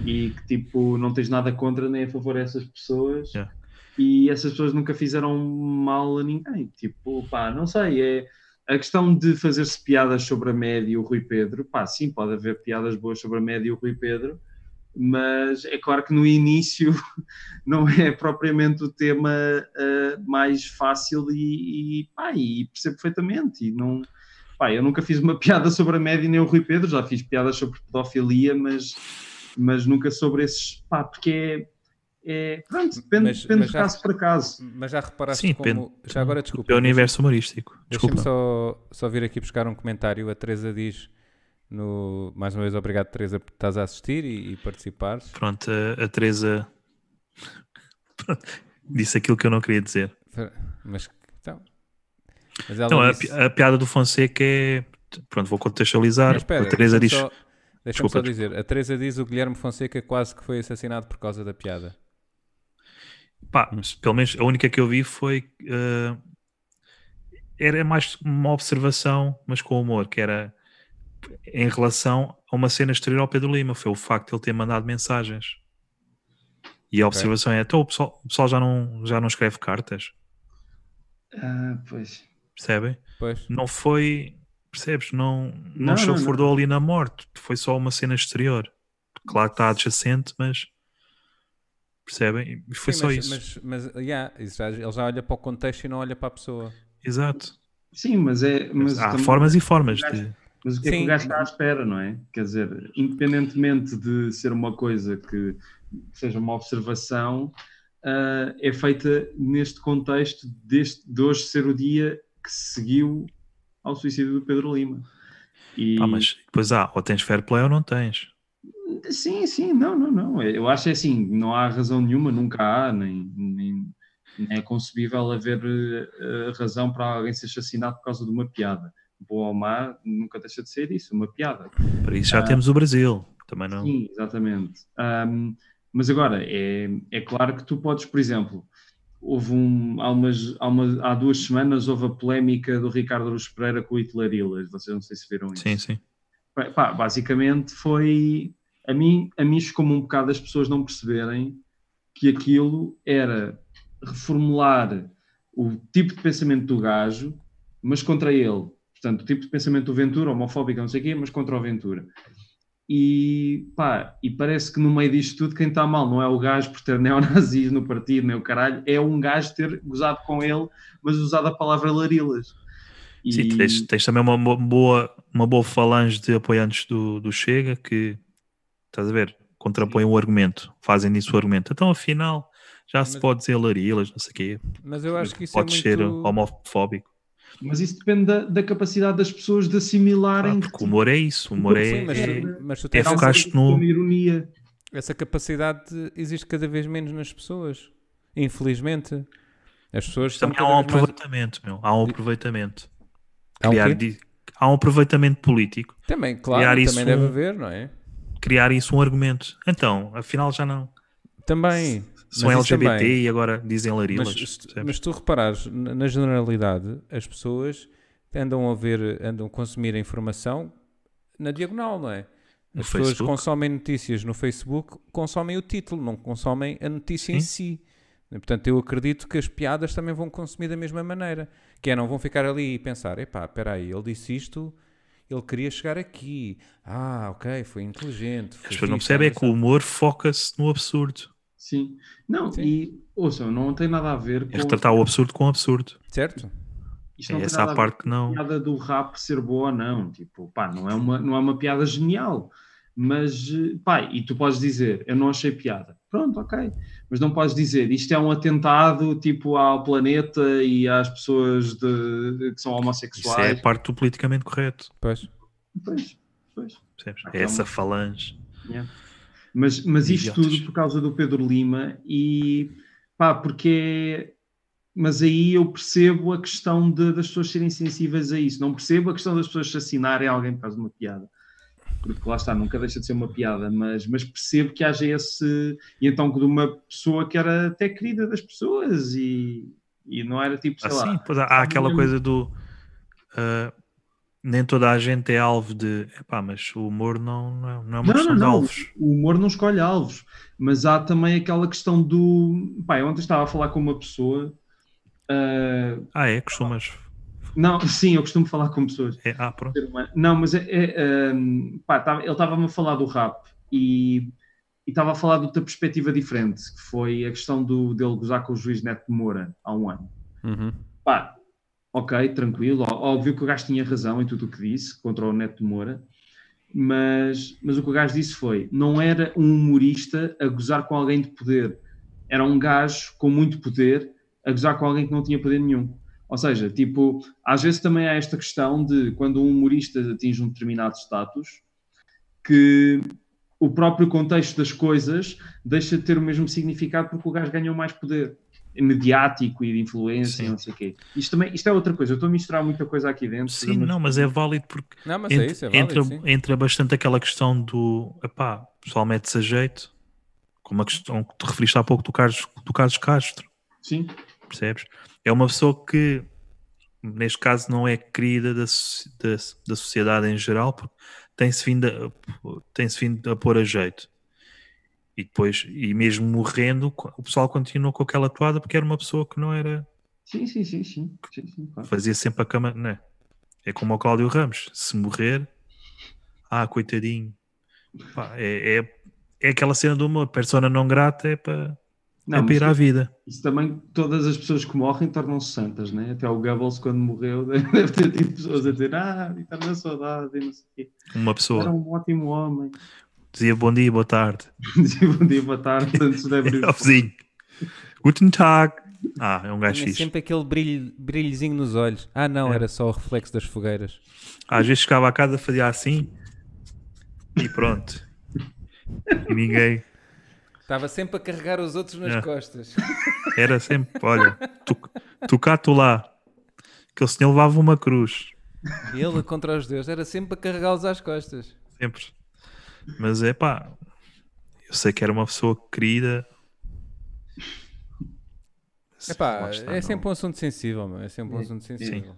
[SPEAKER 2] e que tipo não tens nada contra nem a favor dessas pessoas
[SPEAKER 1] Yeah.
[SPEAKER 2] e essas pessoas nunca fizeram mal a ninguém. Tipo, pá, não sei, é a questão de fazer-se piadas sobre a média e o Rui Pedro, pá, sim, pode haver piadas boas sobre a média e o Rui Pedro, mas é claro que no início não é propriamente o tema ah, mais fácil e, e, pá, e percebo perfeitamente. E não, pá, eu nunca fiz uma piada sobre a média nem o Rui Pedro, já fiz piadas sobre pedofilia, mas, mas nunca sobre esses, pá, porque é, é pronto, depende,
[SPEAKER 4] Mas-
[SPEAKER 2] depende
[SPEAKER 4] mas
[SPEAKER 2] de
[SPEAKER 4] já-
[SPEAKER 2] caso para caso.
[SPEAKER 4] Mas já reparaste
[SPEAKER 1] Sim,
[SPEAKER 4] como. Já agora, desculpa.
[SPEAKER 1] É o universo humorístico.
[SPEAKER 4] Deixa-me
[SPEAKER 1] Desculpa.
[SPEAKER 4] só, só vir aqui buscar um comentário. A Teresa diz: No, mais uma vez, obrigado, Teresa, por estás a assistir e, e participares.
[SPEAKER 1] Pronto, a, a Teresa disse aquilo que eu não queria dizer.
[SPEAKER 4] Mas, então, mas
[SPEAKER 1] Não,
[SPEAKER 4] ela
[SPEAKER 1] a,
[SPEAKER 4] disse-
[SPEAKER 1] pi- a piada do Fonseca é. Pronto, vou contextualizar.
[SPEAKER 4] Mas espera,
[SPEAKER 1] a Teresa diz.
[SPEAKER 4] deixa-me só- Deixa-me
[SPEAKER 1] Desculpa,
[SPEAKER 4] só dizer, a Teresa diz o Guilherme Fonseca quase que foi assassinado por causa da piada.
[SPEAKER 1] Pá, mas pelo menos a única que eu vi foi. eh, era mais uma observação, mas com humor, que era em relação a uma cena exterior ao Pedro Lima. Foi o facto de ele ter mandado mensagens. E a observação é: então o pessoal, o pessoal já, não, já não escreve cartas,
[SPEAKER 2] Ah, pois.
[SPEAKER 1] percebem?
[SPEAKER 4] Pois,
[SPEAKER 1] Não foi. Percebes? Não, não,
[SPEAKER 2] Não, não,
[SPEAKER 1] chafurdou ali na morte. Foi só uma cena exterior. Claro que está adjacente, mas. Percebem? E foi
[SPEAKER 4] Sim,
[SPEAKER 1] só
[SPEAKER 4] mas,
[SPEAKER 1] isso.
[SPEAKER 4] Mas, mas yeah, isso já- ele já olha para o contexto e não olha para a pessoa.
[SPEAKER 1] Exato.
[SPEAKER 2] Sim, mas é. Mas
[SPEAKER 1] Há
[SPEAKER 2] também-
[SPEAKER 1] formas e formas de.
[SPEAKER 2] Mas o que é que
[SPEAKER 4] Sim.
[SPEAKER 2] o gajo está à espera, não é? Quer dizer, independentemente de ser uma coisa que seja uma observação, ah, é feita neste contexto deste, de hoje ser o dia que seguiu ao suicídio do Pedro Lima. E,
[SPEAKER 1] Pá, Ah, mas depois há, ou tens fair play ou não tens.
[SPEAKER 2] Sim, sim, não, não, não. Eu acho é assim, não há razão nenhuma, nunca há, nem, nem, nem é concebível haver eh, razão para alguém ser assassinado por causa de uma piada. Boa ou má, nunca deixa de ser isso, uma piada.
[SPEAKER 1] Para isso já temos o Brasil. Também não.
[SPEAKER 2] Ah. Sim, exatamente. Ahm, mas agora, é, é claro que tu podes, por exemplo, houve um, há, umas, há, uma- há duas semanas houve a polémica do Ricardo Aruz Pereira com o Hitler Illas, vocês não sei se viram isso.
[SPEAKER 1] Sim, sim.
[SPEAKER 2] Bem, pá, basicamente foi. A mim, a mim chocou-me um bocado as pessoas não perceberem que aquilo era reformular o tipo de pensamento do gajo, mas contra ele. Portanto, o tipo de pensamento do Ventura, homofóbico, não sei o quê, mas contra o Ventura. E pá, e parece que no meio disto tudo quem está mal não é o gajo por ter neonazis no partido, nem o caralho, é um gajo ter gozado com ele, mas usado a palavra larilas. E-
[SPEAKER 1] Sim, tens, tens também uma bo- boa, uma boa falange de apoiantes do, do Chega que, estás a ver, contrapõem o argumento, fazem disso o argumento. Então, afinal, já se
[SPEAKER 4] Mas-
[SPEAKER 1] pode dizer larilas, não sei o quê.
[SPEAKER 4] Mas eu acho que isso
[SPEAKER 1] Pode
[SPEAKER 4] é
[SPEAKER 1] ser
[SPEAKER 4] muito...
[SPEAKER 1] homofóbico.
[SPEAKER 2] Mas isso depende da, da capacidade das pessoas de assimilarem.
[SPEAKER 1] Ah, porque o humor é isso, o humor é,
[SPEAKER 4] Sim, mas,
[SPEAKER 1] é-
[SPEAKER 4] mas tu tens
[SPEAKER 2] Há um
[SPEAKER 1] ficar-
[SPEAKER 4] essa,
[SPEAKER 1] focaste no-
[SPEAKER 2] uma ironia.
[SPEAKER 4] essa capacidade existe cada vez menos nas pessoas. Infelizmente. As pessoas estão
[SPEAKER 1] também há um
[SPEAKER 4] cada vez mais...
[SPEAKER 1] aproveitamento, meu, há um aproveitamento.
[SPEAKER 4] Há um
[SPEAKER 1] Criar
[SPEAKER 4] quê?
[SPEAKER 1] di- há um aproveitamento político,
[SPEAKER 4] Também, claro,
[SPEAKER 1] criar
[SPEAKER 4] também
[SPEAKER 1] isso
[SPEAKER 4] deve
[SPEAKER 1] um-
[SPEAKER 4] haver, não é?
[SPEAKER 1] criar isso um argumento. Então, afinal já não
[SPEAKER 4] Também.
[SPEAKER 1] são
[SPEAKER 4] mas isso
[SPEAKER 1] LGBT
[SPEAKER 4] também.
[SPEAKER 1] e agora dizem larilas.
[SPEAKER 4] Mas, se-
[SPEAKER 1] percebes?
[SPEAKER 4] mas tu reparares, na na generalidade, as pessoas andam a ver, andam a consumir a informação na diagonal, não é?
[SPEAKER 1] No
[SPEAKER 4] As pessoas
[SPEAKER 1] Facebook.
[SPEAKER 4] consomem notícias no Facebook, consomem o título, não consomem a notícia em si. Portanto, eu acredito que as piadas também vão consumir da mesma maneira. Que é, não vão ficar ali e pensar, epá, espera aí, ele disse isto, ele queria chegar aqui. Ah, ok, foi inteligente.
[SPEAKER 1] As pessoas não percebem é que o humor foca-se no absurdo.
[SPEAKER 2] Sim. Não,
[SPEAKER 4] Sim.
[SPEAKER 2] e ouçam, não tem nada a ver com.
[SPEAKER 1] É retratar o absurdo com o absurdo.
[SPEAKER 4] Certo?
[SPEAKER 2] isto
[SPEAKER 1] É
[SPEAKER 2] não tem
[SPEAKER 1] essa
[SPEAKER 2] nada
[SPEAKER 1] a
[SPEAKER 2] ver
[SPEAKER 1] parte
[SPEAKER 2] com
[SPEAKER 1] que não.
[SPEAKER 2] piada do rap ser boa ou não. Tipo, pá, não é uma, não é uma piada genial. Mas, eh, pá, e tu podes dizer, eu não achei piada. Pronto, ok. Mas não podes dizer, isto é um atentado, tipo, ao planeta e às pessoas de, de- que são
[SPEAKER 1] Isso é
[SPEAKER 2] homossexuais.
[SPEAKER 1] a parte do politicamente correto.
[SPEAKER 4] Pois.
[SPEAKER 2] Pois, pois.
[SPEAKER 1] percebes?
[SPEAKER 4] Então,
[SPEAKER 2] Ah,
[SPEAKER 1] É essa
[SPEAKER 2] calma.
[SPEAKER 1] falange.
[SPEAKER 2] Mas, mas isto
[SPEAKER 1] Idiotas.
[SPEAKER 2] tudo por causa do Pedro Lima e pá, porque é. Mas aí eu percebo a questão de- das pessoas serem sensíveis a isso. Não percebo a questão das pessoas assassinarem alguém por causa de uma piada. Porque lá está, nunca deixa de ser uma piada, mas, mas percebo que haja esse. E então, de uma pessoa que era até querida das pessoas e, e não era tipo, sei
[SPEAKER 1] Assim,
[SPEAKER 2] lá.
[SPEAKER 1] pois há, há aquela
[SPEAKER 2] Hum.
[SPEAKER 1] coisa do. ah, nem toda a gente é alvo de. Epá, mas o humor não, não é- não é uma
[SPEAKER 2] Não,
[SPEAKER 1] questão
[SPEAKER 2] não,
[SPEAKER 1] de
[SPEAKER 2] não.
[SPEAKER 1] alvos.
[SPEAKER 2] o humor não escolhe alvos, mas há também aquela questão do. Pá, eu ontem estava a falar com uma pessoa. ah,
[SPEAKER 1] Ah, é, costumas.
[SPEAKER 2] Não, sim, eu costumo falar com pessoas.
[SPEAKER 1] É, ah, pronto.
[SPEAKER 2] Ser humano. Não, mas é, é, hum, pá, tava- ele estava-me a falar do rap e estava a falar de outra perspectiva diferente, que foi a questão do, dele gozar com o juiz Neto de Moura há um ano.
[SPEAKER 4] Uhum.
[SPEAKER 2] Pá, ok, tranquilo, ó- óbvio que o gajo tinha razão em tudo o que disse contra o Neto de Moura, mas, mas o que o gajo disse foi: não era um humorista a gozar com alguém de poder, era um gajo com muito poder a gozar com alguém que não tinha poder nenhum. Ou seja, tipo, às vezes também há esta questão de quando um humorista atinge um determinado status, que o próprio contexto das coisas deixa de ter o mesmo significado porque o gajo ganhou mais poder mediático e de influência,
[SPEAKER 1] Sim.
[SPEAKER 2] não sei o quê. Isto, também, isto é outra coisa, eu estou a misturar muita coisa aqui dentro.
[SPEAKER 1] Sim, não, mas é válido porque
[SPEAKER 4] Não, mas
[SPEAKER 1] entra,
[SPEAKER 4] é isso, é válido,
[SPEAKER 1] entra,
[SPEAKER 4] sim.
[SPEAKER 1] entra bastante aquela questão do epá, o pessoal mete-se a jeito, como a questão que te referiste há pouco do Carlos, do Carlos Castro,
[SPEAKER 2] Sim,
[SPEAKER 1] percebes? É uma pessoa que neste caso não é querida da, soci- da, da sociedade em geral, porque tem-se vindo, a- tem-se vindo a pôr a jeito. E depois, e mesmo morrendo, o pessoal continua com aquela toada porque era uma pessoa que não era
[SPEAKER 2] sim, sim, sim, sim, sim, sim, claro.
[SPEAKER 1] fazia sempre a cama, né? É como o Cláudio Ramos, se morrer, ah, coitadinho. Pá, é, é, é aquela cena de uma persona não grata é para
[SPEAKER 2] Não,
[SPEAKER 1] é para
[SPEAKER 2] mas
[SPEAKER 1] ir à vida.
[SPEAKER 2] Isso também, todas as pessoas que morrem tornam-se santas, né? Até o Goebbels, quando morreu, deve ter tido pessoas a dizer, ah, está na saudade, e não sei o quê.
[SPEAKER 1] Uma
[SPEAKER 2] Era
[SPEAKER 1] pessoa
[SPEAKER 2] um ótimo homem.
[SPEAKER 1] dizia bom dia, boa tarde.
[SPEAKER 2] Dizia bom dia, boa tarde, antes de abrir.
[SPEAKER 1] É o vizinho. Guten Tag. Ah, é um gajo
[SPEAKER 4] Tinha
[SPEAKER 1] fixe.
[SPEAKER 4] sempre aquele brilho, brilhozinho nos olhos. Ah, não,
[SPEAKER 1] É.
[SPEAKER 4] era só o reflexo das fogueiras.
[SPEAKER 1] Às vezes chegava a casa, fazia assim e pronto. E ninguém.
[SPEAKER 4] Estava sempre a carregar os outros nas
[SPEAKER 1] É.
[SPEAKER 4] costas.
[SPEAKER 1] Era sempre, olha, tu, tu cá, tu lá. Aquele senhor levava uma cruz.
[SPEAKER 4] Ele contra os deuses, era sempre a carregá-los às costas.
[SPEAKER 1] Sempre. Mas é pá, eu sei que era uma pessoa querida.
[SPEAKER 4] Epá,
[SPEAKER 1] Lá está,
[SPEAKER 4] é
[SPEAKER 1] não-
[SPEAKER 4] sempre um assunto sensível, meu. é sempre um
[SPEAKER 1] Hum.
[SPEAKER 4] assunto sensível.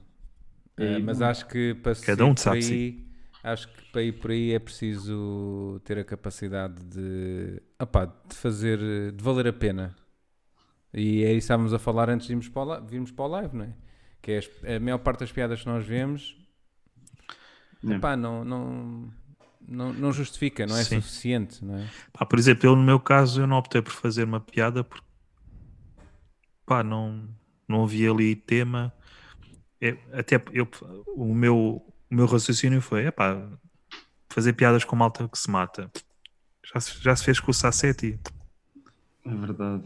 [SPEAKER 2] É,
[SPEAKER 4] Ah, mas acho que para se
[SPEAKER 1] Cada um
[SPEAKER 4] ir
[SPEAKER 1] sabe
[SPEAKER 4] por
[SPEAKER 1] se-
[SPEAKER 4] aí, acho que para ir por aí é preciso ter a capacidade de, opá, de fazer, de valer a pena. E é isso que estávamos a falar antes de irmos para o, li- virmos para o live, não é? Que é as- a maior parte das piadas que nós vemos,
[SPEAKER 2] É.
[SPEAKER 4] epá, não, não, não, não justifica, não é
[SPEAKER 1] Sim.
[SPEAKER 4] suficiente, não é?
[SPEAKER 1] Pá, por exemplo, eu no meu caso eu não optei por fazer uma piada porque pá, não, não havia ali tema. É, até eu, o, meu, o meu raciocínio foi: é pá, fazer piadas com malta que se mata. Já se, já se fez com o Sassetti,
[SPEAKER 2] É verdade.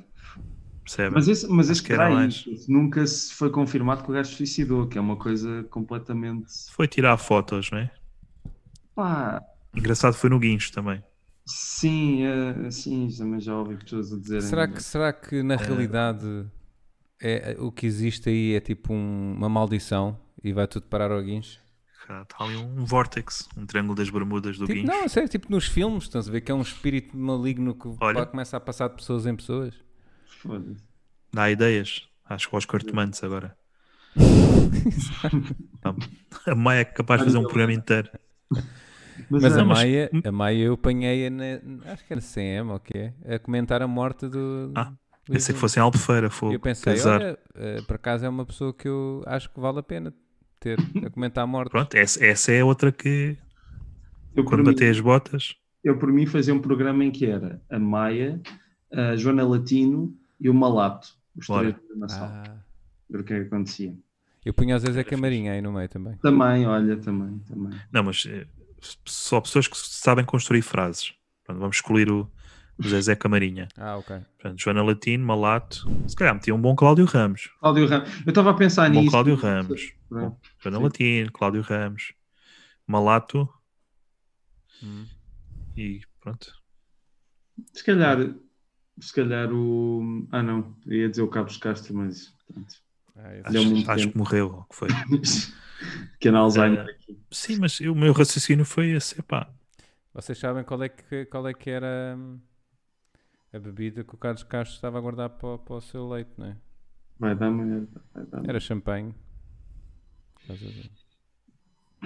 [SPEAKER 1] percebe?
[SPEAKER 2] Mas esse, mas esse
[SPEAKER 1] É que era
[SPEAKER 2] cara aí,
[SPEAKER 1] mais.
[SPEAKER 2] nunca se foi confirmado que o gajo se suicidou, que é uma coisa completamente.
[SPEAKER 1] Foi tirar fotos, não é?
[SPEAKER 2] Pá,
[SPEAKER 1] Engraçado foi no Guincho também.
[SPEAKER 2] sim, é, sim, também já ouvi pessoas a dizerem.
[SPEAKER 1] Hum.
[SPEAKER 4] Será que, será que na realidade é, o que existe aí é tipo um- uma maldição e vai tudo parar ao guincho?
[SPEAKER 1] Cara, Está ali um vórtex, um triângulo das bermudas do
[SPEAKER 4] Tipo,
[SPEAKER 1] Guincho.
[SPEAKER 4] não, é sério, tipo nos filmes, estás a ver que é um espírito maligno que
[SPEAKER 1] Olha.
[SPEAKER 4] pá, começa a passar de pessoas em pessoas.
[SPEAKER 2] Foda-se.
[SPEAKER 1] Dá ideias. Acho que o Oscar Tomantes agora. a Maia é capaz de fazer um programa inteiro.
[SPEAKER 2] Mas,
[SPEAKER 4] Mas
[SPEAKER 2] é,
[SPEAKER 4] a
[SPEAKER 1] mas- hum.
[SPEAKER 4] Maia, a Maia eu apanhei na, acho que era CM, ok? A comentar a morte do.
[SPEAKER 1] Ah,
[SPEAKER 4] do
[SPEAKER 1] Pensei que
[SPEAKER 4] Ivan.
[SPEAKER 1] fosse em Albufeira, fogo.
[SPEAKER 4] é. Eu pensei,
[SPEAKER 1] que azar.
[SPEAKER 4] olha, eh, por acaso é uma pessoa que eu acho que vale a pena ter a comentar a morte.
[SPEAKER 1] Pronto, essa, essa é outra que
[SPEAKER 2] eu, por
[SPEAKER 1] quando
[SPEAKER 2] mim,
[SPEAKER 1] bater as botas.
[SPEAKER 2] eu por mim fazia um programa em que era a Maia, a Joana Latino e o Malato, os
[SPEAKER 1] Bora.
[SPEAKER 2] três na sala,
[SPEAKER 4] Ah,
[SPEAKER 2] ver o que é que acontecia.
[SPEAKER 4] eu punho às vezes a camarinha aí no meio também.
[SPEAKER 2] Também, olha, também, também.
[SPEAKER 1] Não, mas eh, só pessoas que sabem construir frases. Pronto, vamos escolher o, o Zezé Camarinha.
[SPEAKER 4] Ah, ok.
[SPEAKER 1] Pronto, Joana Latino, Malato. Se calhar metia um bom Cláudio Ramos.
[SPEAKER 2] Cláudio Ramos. Eu estava a pensar
[SPEAKER 1] Um bom
[SPEAKER 2] nisso.
[SPEAKER 1] Cláudio Ramos.
[SPEAKER 2] Pronto.
[SPEAKER 1] Bom, Joana
[SPEAKER 2] Sim.
[SPEAKER 1] Latino, Cláudio Ramos. Malato
[SPEAKER 4] Hum.
[SPEAKER 1] e pronto.
[SPEAKER 2] Se calhar, se calhar o. Ah, não, eu ia dizer o Carlos Castro, mas. Pronto.
[SPEAKER 4] Ah, eu
[SPEAKER 2] Deu-me muito
[SPEAKER 1] Acho, acho
[SPEAKER 2] tempo.
[SPEAKER 1] que morreu. ou o que foi?
[SPEAKER 2] Pequeno Alzheimer
[SPEAKER 1] Eh,
[SPEAKER 2] aqui.
[SPEAKER 1] Sim, mas eu- o meu raciocínio foi esse, epá,
[SPEAKER 4] Vocês sabem qual é que, qual é que era hum, a bebida que o Carlos Castro estava a guardar para, o- para o seu leite, não é?
[SPEAKER 2] Vai dar merda. Vai dar merda.
[SPEAKER 4] Era champanhe. Estás a ver?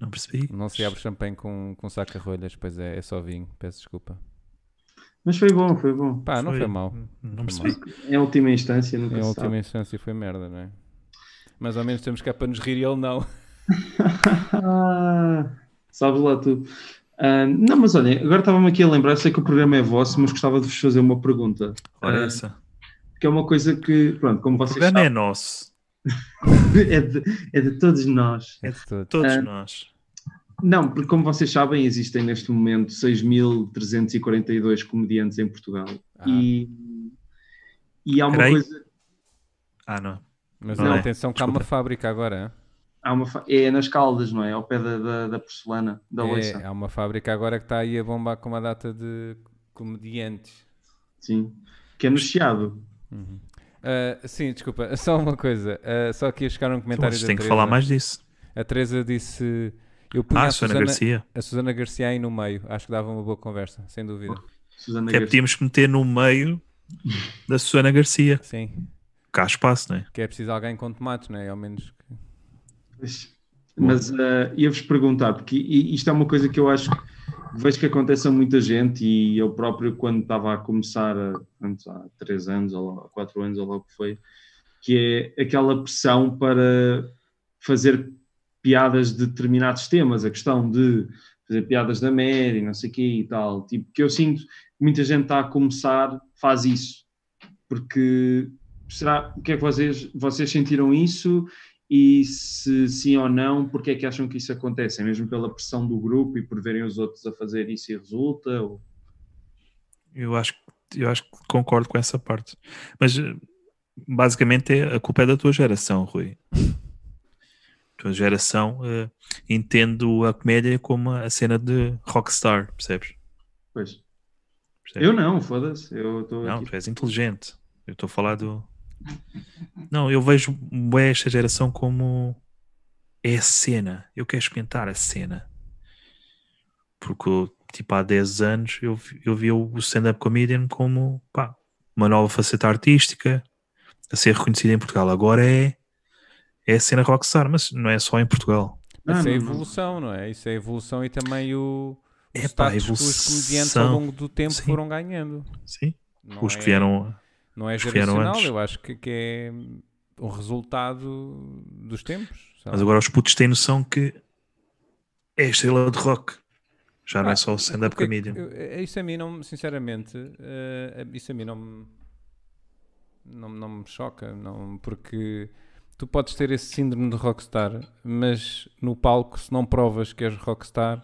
[SPEAKER 1] não percebi.
[SPEAKER 4] Não se abre champanhe com, um com saca-rolhas, pois é, é só vinho, peço desculpa.
[SPEAKER 2] Mas foi bom, foi bom.
[SPEAKER 4] Pá, Ah, não foi, mal.
[SPEAKER 1] Não percebi.
[SPEAKER 2] Em última instância, nunca
[SPEAKER 4] Em
[SPEAKER 2] se
[SPEAKER 4] última
[SPEAKER 2] sabe.
[SPEAKER 4] instância foi merda, não é? Mas ao menos temos cá para nos rir e ele não.
[SPEAKER 2] Ah, sabes lá tu. Ah, não, mas olha, agora estava-me aqui a lembrar, eu sei que o programa é vosso, mas gostava de vos fazer uma pergunta.
[SPEAKER 1] Ora,
[SPEAKER 2] Ah,
[SPEAKER 1] essa.
[SPEAKER 2] Que é uma coisa que, pronto, como
[SPEAKER 1] O
[SPEAKER 2] vocês
[SPEAKER 1] programa é nosso.
[SPEAKER 2] sabem, é de, é de todos nós.
[SPEAKER 4] É de todo.
[SPEAKER 1] Todos
[SPEAKER 2] Ah.
[SPEAKER 1] nós.
[SPEAKER 2] Não, porque como vocês sabem, existem neste momento 6.342 comediantes em Portugal.
[SPEAKER 4] Ah.
[SPEAKER 2] E, e há uma
[SPEAKER 1] Peraí.
[SPEAKER 2] coisa.
[SPEAKER 1] Ah, não.
[SPEAKER 4] Mas
[SPEAKER 1] Não é.
[SPEAKER 4] atenção, que há uma
[SPEAKER 1] Desculpa.
[SPEAKER 4] fábrica agora. hã?
[SPEAKER 2] Há uma fa- É nas Caldas, não é? Ao pé da, da, da porcelana, da
[SPEAKER 4] É,
[SPEAKER 2] Oiça.
[SPEAKER 4] há uma fábrica agora que está aí a bombar com uma data de comediantes.
[SPEAKER 2] Sim. Que é no Chiado.
[SPEAKER 4] Ah, sim, desculpa, só uma coisa. Ah, só aqui a chegar um
[SPEAKER 1] Então,
[SPEAKER 4] comentário
[SPEAKER 1] vocês
[SPEAKER 4] da
[SPEAKER 1] têm que
[SPEAKER 4] Teresa.
[SPEAKER 1] falar mais disso.
[SPEAKER 4] A Teresa disse. Eu punha
[SPEAKER 1] Ah,
[SPEAKER 4] a,
[SPEAKER 1] Susana
[SPEAKER 4] Susana,
[SPEAKER 1] Garcia.
[SPEAKER 4] a Susana Garcia aí no meio. Acho que dava uma boa conversa, sem dúvida.
[SPEAKER 2] Susana
[SPEAKER 1] Que é,
[SPEAKER 2] Garcia.
[SPEAKER 1] podíamos meter no meio da Susana Garcia.
[SPEAKER 4] Sim.
[SPEAKER 1] Cá há espaço, não é?
[SPEAKER 4] Que é preciso alguém com tomates, não é? Ao menos. que-
[SPEAKER 2] Pois. Mas eh, ia-vos perguntar, porque i- isto é uma coisa que eu acho que vejo que acontece a muita gente e eu próprio, quando estava a começar a- antes, há três anos ou lá- há quatro anos ou lá o que foi, que é aquela pressão para fazer piadas de determinados temas, a questão de fazer piadas da Mary, não sei o quê e tal. Tipo, que eu sinto que muita gente está a começar, faz isso. Porque será o que é que vocês, vocês sentiram isso? E se sim ou não, porque é que acham que isso acontece? É mesmo pela pressão do grupo e por verem os outros a fazer isso e resulta? Ou...
[SPEAKER 1] Eu acho, que- eu acho que concordo com essa parte. Mas eh, basicamente é, a culpa é da tua geração, Rui. Tua geração eh, entendo a comédia como a cena de rockstar, percebes?
[SPEAKER 2] Pois.
[SPEAKER 1] Percebes?
[SPEAKER 2] Eu não, foda-se. Eu estou
[SPEAKER 1] É. Não,
[SPEAKER 2] aqui.
[SPEAKER 1] tu és inteligente. Eu estou a falar do. Não, eu vejo bué esta geração como é a cena. Eu quero experimentar a cena. Porque, tipo, há 10 anos eu, vi- eu vi o stand-up comedian como pá, uma nova faceta artística a ser reconhecida em Portugal. Agora é, é a cena rockstar, mas não é só em Portugal.
[SPEAKER 2] Não,
[SPEAKER 4] Isso é
[SPEAKER 2] Ah, não, não.
[SPEAKER 4] evolução, não é? Isso é evolução e também o.
[SPEAKER 1] É
[SPEAKER 4] o
[SPEAKER 1] pá, a
[SPEAKER 4] status que os comediantes ao
[SPEAKER 1] evolução.
[SPEAKER 4] longo do tempo
[SPEAKER 1] Sim.
[SPEAKER 4] foram ganhando.
[SPEAKER 1] Sim,
[SPEAKER 4] Não
[SPEAKER 1] os
[SPEAKER 4] é-
[SPEAKER 1] que vieram
[SPEAKER 4] Não é
[SPEAKER 1] os que vieram
[SPEAKER 4] geracional,
[SPEAKER 1] antes.
[SPEAKER 4] eu acho que, que é um resultado dos tempos. sei lá.
[SPEAKER 1] Mas agora os putos têm noção que é a estrela de rock. Já não
[SPEAKER 4] Ah,
[SPEAKER 1] é só o stand-up
[SPEAKER 4] Porque
[SPEAKER 1] comedian.
[SPEAKER 4] eu- é- isso a mim não, me- sinceramente, eh, isso a mim não me, não, me- não me choca, não, porque tu podes ter esse síndrome de rockstar, mas no palco, se não provas que és rockstar,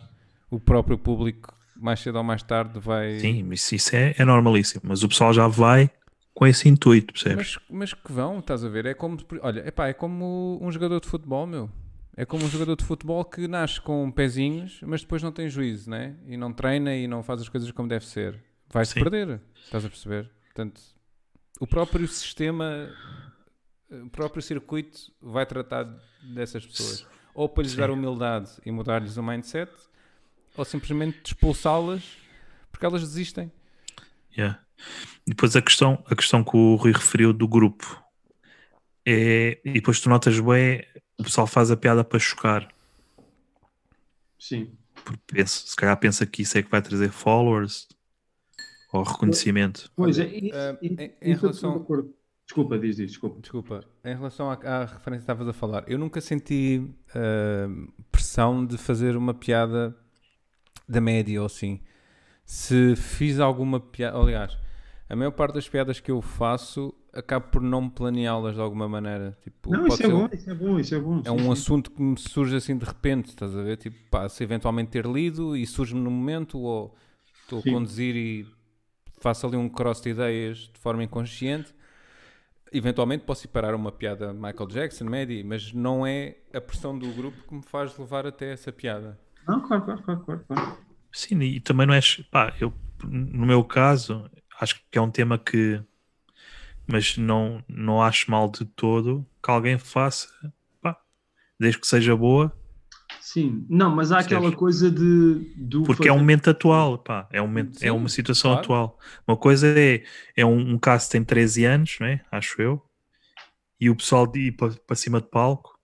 [SPEAKER 4] o próprio público, mais cedo ou mais tarde, vai.
[SPEAKER 1] Sim, isso, isso é, é normalíssimo. Mas o pessoal já vai com esse intuito, percebes?
[SPEAKER 4] Mas, mas que vão, estás a ver? É como, olha, epá, é como um jogador de futebol, meu. É como um jogador de futebol que nasce com pezinhos, mas depois não tem juízo, né? E não treina e não faz as coisas como deve ser. Vai-se
[SPEAKER 1] Sim.
[SPEAKER 4] perder, estás a perceber? Portanto, o próprio sistema, o próprio circuito vai tratar dessas pessoas. Ou para lhes dar humildade e mudar-lhes o mindset, ou simplesmente expulsá-las porque elas desistem.
[SPEAKER 1] Yeah. E depois a questão, a questão que o Rui referiu do grupo. É, e depois tu notas bem, o pessoal faz a piada para chocar.
[SPEAKER 2] Sim.
[SPEAKER 1] Porque pensa, se calhar pensa que isso é que vai trazer followers ou reconhecimento.
[SPEAKER 2] Pois
[SPEAKER 4] Olha,
[SPEAKER 2] é, isso,
[SPEAKER 4] eh,
[SPEAKER 2] isso-
[SPEAKER 4] em-
[SPEAKER 2] isso
[SPEAKER 4] em
[SPEAKER 2] eu tô de
[SPEAKER 4] relação-
[SPEAKER 2] acordo. Desculpa, diz, diz, desculpa.
[SPEAKER 4] Desculpa, em relação à, à referência que estavas a falar, eu nunca senti ah, pressão de fazer uma piada da média ou assim. Se fiz alguma piada, aliás, a maior parte das piadas que eu faço acabo por não planeá-las de alguma maneira. Tipo,
[SPEAKER 2] Não,
[SPEAKER 4] pode
[SPEAKER 2] isso é
[SPEAKER 4] ser-
[SPEAKER 2] bom, isso é bom, isso é bom.
[SPEAKER 4] é um assunto que me surge assim de repente, estás a ver? Tipo, pá, se eventualmente ter lido e surge-me no momento, ou estou a
[SPEAKER 2] Sim.
[SPEAKER 4] conduzir e faço ali um cross de ideias de forma inconsciente, eventualmente posso ir parar uma piada Michael Jackson, Maddie, mas não é a pressão do grupo que me faz levar até essa piada.
[SPEAKER 2] Não, claro, claro, claro, claro, claro.
[SPEAKER 1] Sim, e também não é. Pá, eu, no meu caso, acho que é um tema que. Mas não, não acho mal de todo que alguém faça. Pá, desde que seja boa,
[SPEAKER 2] Sim. Não, mas há aquela
[SPEAKER 1] Percebes?
[SPEAKER 2] coisa de. Do
[SPEAKER 1] porque é um
[SPEAKER 2] fazer-
[SPEAKER 1] momento atual. Pá, é, um momento,
[SPEAKER 4] Sim,
[SPEAKER 1] é uma situação
[SPEAKER 4] claro.
[SPEAKER 1] atual. Uma coisa é. É um, um caso que tem 13 anos, não é? acho eu, e o pessoal de ir para, para cima de palco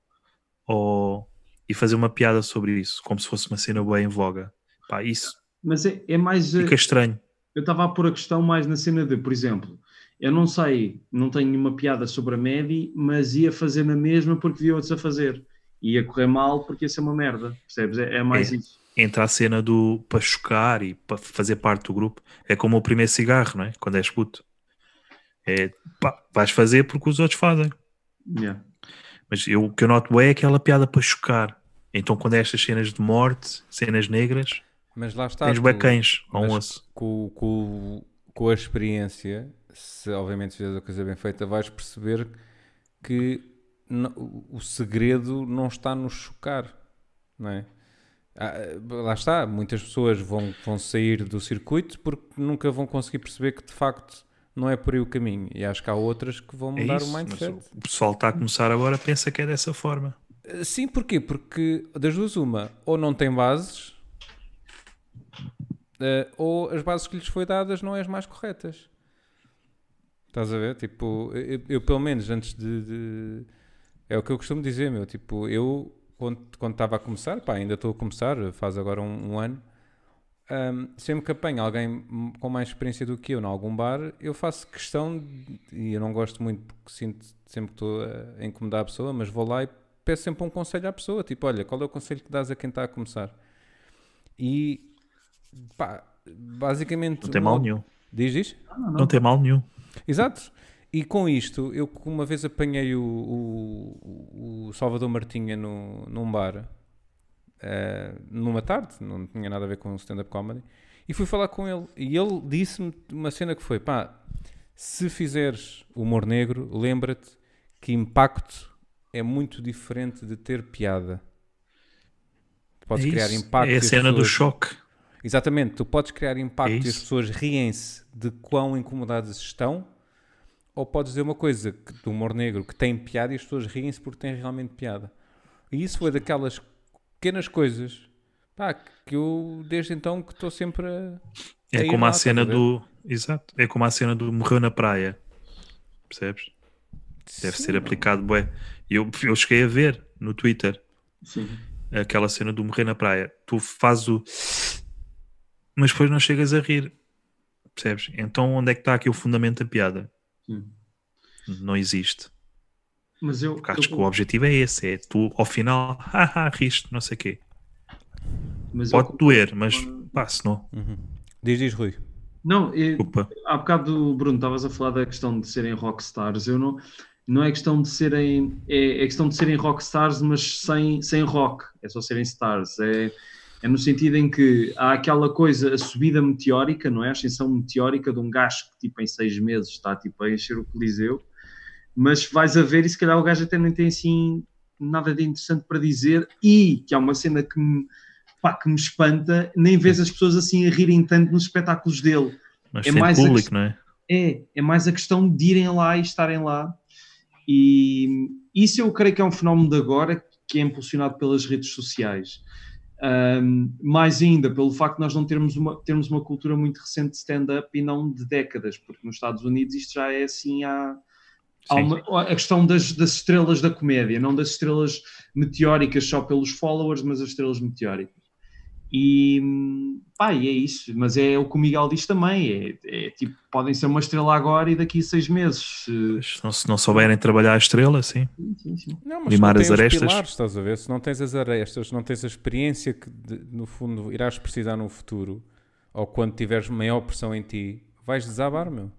[SPEAKER 1] ou, e fazer uma piada sobre isso, como se fosse uma cena boa em voga. Pá, isso
[SPEAKER 2] Mas é, é mais. eh,
[SPEAKER 1] fica estranho.
[SPEAKER 2] Eu estava a pôr a questão mais na cena de, por exemplo, eu não sei, não tenho nenhuma piada sobre a Medi, mas ia fazer na mesma porque vi outros a fazer. Ia correr mal porque ia ser uma merda, percebes? É, é mais
[SPEAKER 1] É.
[SPEAKER 2] isso.
[SPEAKER 1] entra a cena do para chocar e para fazer parte do grupo. É como o primeiro cigarro, não é? Quando és puto. É pá, vais fazer porque os outros fazem.
[SPEAKER 2] Yeah.
[SPEAKER 1] Mas eu, o que eu noto bem é aquela piada para chocar. Então, quando é estas cenas de morte, cenas negras,
[SPEAKER 4] Mas lá está.
[SPEAKER 1] tens
[SPEAKER 4] Tá, tu-
[SPEAKER 1] bacães a um
[SPEAKER 4] mas
[SPEAKER 1] osso.
[SPEAKER 4] Com, com, com a experiência, se obviamente fizeres a coisa bem feita, vais perceber que não- o- o segredo não está no chocar, não é? Ah, lá está, muitas pessoas vão, vão sair do circuito porque nunca vão conseguir perceber que de facto não é por aí o caminho. E acho que há outras que vão
[SPEAKER 1] É
[SPEAKER 4] mudar
[SPEAKER 1] isso,
[SPEAKER 4] o
[SPEAKER 1] mas
[SPEAKER 4] mindset.
[SPEAKER 1] o pessoal está a começar agora, pensa que é dessa forma.
[SPEAKER 4] Eh, Sim, porquê? Porque das duas, uma, ou não tem bases, eh, ou as bases que lhes foi dadas não é as mais corretas. Estás a ver? Tipo, eu, eu pelo menos antes de, de- É o que eu costumo dizer, meu. Tipo, eu quando quando estava a começar, pá, ainda estou a começar, faz agora um, um ano. ahm, sempre que apanho alguém com mais experiência do que eu em algum bar, eu faço questão, de- e eu não gosto muito porque sinto sempre que estou a incomodar a pessoa, mas vou lá e peço sempre um conselho à pessoa. Tipo, olha, qual é o conselho que dás a quem está a começar? E, pá, basicamente...
[SPEAKER 1] Não tem mal
[SPEAKER 4] um-
[SPEAKER 1] nenhum.
[SPEAKER 4] Diz, diz?
[SPEAKER 1] Não tem mal nenhum.
[SPEAKER 4] Exato. E com isto, eu uma vez apanhei o, o- o Salvador Martinha no, num bar, eh, numa tarde, não tinha nada a ver com stand-up comedy, e fui falar com ele. E ele disse-me uma cena que foi: pá, se fizeres humor negro, lembra-te que impacto é muito diferente de ter piada. Podes
[SPEAKER 1] é
[SPEAKER 4] criar
[SPEAKER 1] isso.
[SPEAKER 4] impacto.
[SPEAKER 1] É
[SPEAKER 4] e
[SPEAKER 1] a
[SPEAKER 4] as
[SPEAKER 1] cena do
[SPEAKER 4] pessoas-
[SPEAKER 1] choque.
[SPEAKER 4] Exatamente, tu podes criar impacto
[SPEAKER 1] É
[SPEAKER 4] e as
[SPEAKER 1] isso.
[SPEAKER 4] pessoas riem-se de quão incomodadas estão, ou podes dizer uma coisa que, do humor negro que tem piada e as pessoas riem-se porque tem realmente piada. E isso foi daquelas pequenas coisas pá, que eu desde então que estou sempre a. tá a
[SPEAKER 1] É
[SPEAKER 4] ir
[SPEAKER 1] como
[SPEAKER 4] lá,
[SPEAKER 1] a
[SPEAKER 4] estás
[SPEAKER 1] cena
[SPEAKER 4] ver?
[SPEAKER 1] do. Exato. É como a cena do morreu na praia. Percebes? Deve
[SPEAKER 4] Sim,
[SPEAKER 1] ser
[SPEAKER 4] não.
[SPEAKER 1] aplicado, bué. Eu, eu cheguei a ver no Twitter
[SPEAKER 2] Sim.
[SPEAKER 1] aquela cena do morrer na praia. Tu fazes o. Mas depois não chegas a rir. Percebes? Então onde é que está aqui o fundamento da piada?
[SPEAKER 2] Sim.
[SPEAKER 1] Não existe.
[SPEAKER 2] Mas eu,
[SPEAKER 1] Porque acho que
[SPEAKER 2] eu-
[SPEAKER 1] o objetivo é esse: é tu ao final, haha, riste, não sei o quê.
[SPEAKER 2] mas eu-
[SPEAKER 1] Pode doer, mas pá, se não,
[SPEAKER 4] Uhum. Diz, diz Rui.
[SPEAKER 2] não, eu-
[SPEAKER 1] desculpa.
[SPEAKER 2] há bocado, Bruno, estavas a falar da questão de serem rockstars. Eu não, não é questão de serem, é, é questão de serem rockstars, mas sem, sem rock, é só serem stars. É, é no sentido em que há aquela coisa, a subida meteórica, não é? A ascensão meteórica de um gajo que, tipo, em seis meses está tipo, a encher o Coliseu, mas vais a ver e se calhar o gajo até nem tem assim nada de interessante para dizer. E que há uma cena que me, pá, que me espanta, nem vês as pessoas assim a rirem tanto nos espetáculos dele.
[SPEAKER 1] Mas
[SPEAKER 2] É
[SPEAKER 1] tem
[SPEAKER 2] mais a
[SPEAKER 1] público,
[SPEAKER 2] questão-
[SPEAKER 1] não é?
[SPEAKER 2] É, é mais a questão de irem lá e estarem lá. E isso eu creio que é um fenómeno de agora que é impulsionado pelas redes sociais. Ahm, mais ainda, pelo facto de nós não termos uma, termos uma cultura muito recente de stand-up e não de décadas, porque nos Estados Unidos isto já é assim há, há
[SPEAKER 1] Sim.
[SPEAKER 2] uma- a questão das, das estrelas da comédia, não das estrelas meteóricas só pelos followers, mas as estrelas meteóricas. E pá, e é isso, mas é o que o Miguel diz também: é, é tipo, podem ser uma estrela agora e daqui a seis meses. se-
[SPEAKER 1] Pois, não, se não souberem trabalhar a estrela, sim.
[SPEAKER 4] Não, mas
[SPEAKER 1] Limar
[SPEAKER 4] tu
[SPEAKER 1] as
[SPEAKER 4] tens os
[SPEAKER 1] arestas.
[SPEAKER 4] pilares, estás a ver? Se não tens as arestas, não tens a experiência que, de- no fundo, irás precisar no futuro, ou quando tiveres maior pressão em ti, vais desabar, meu.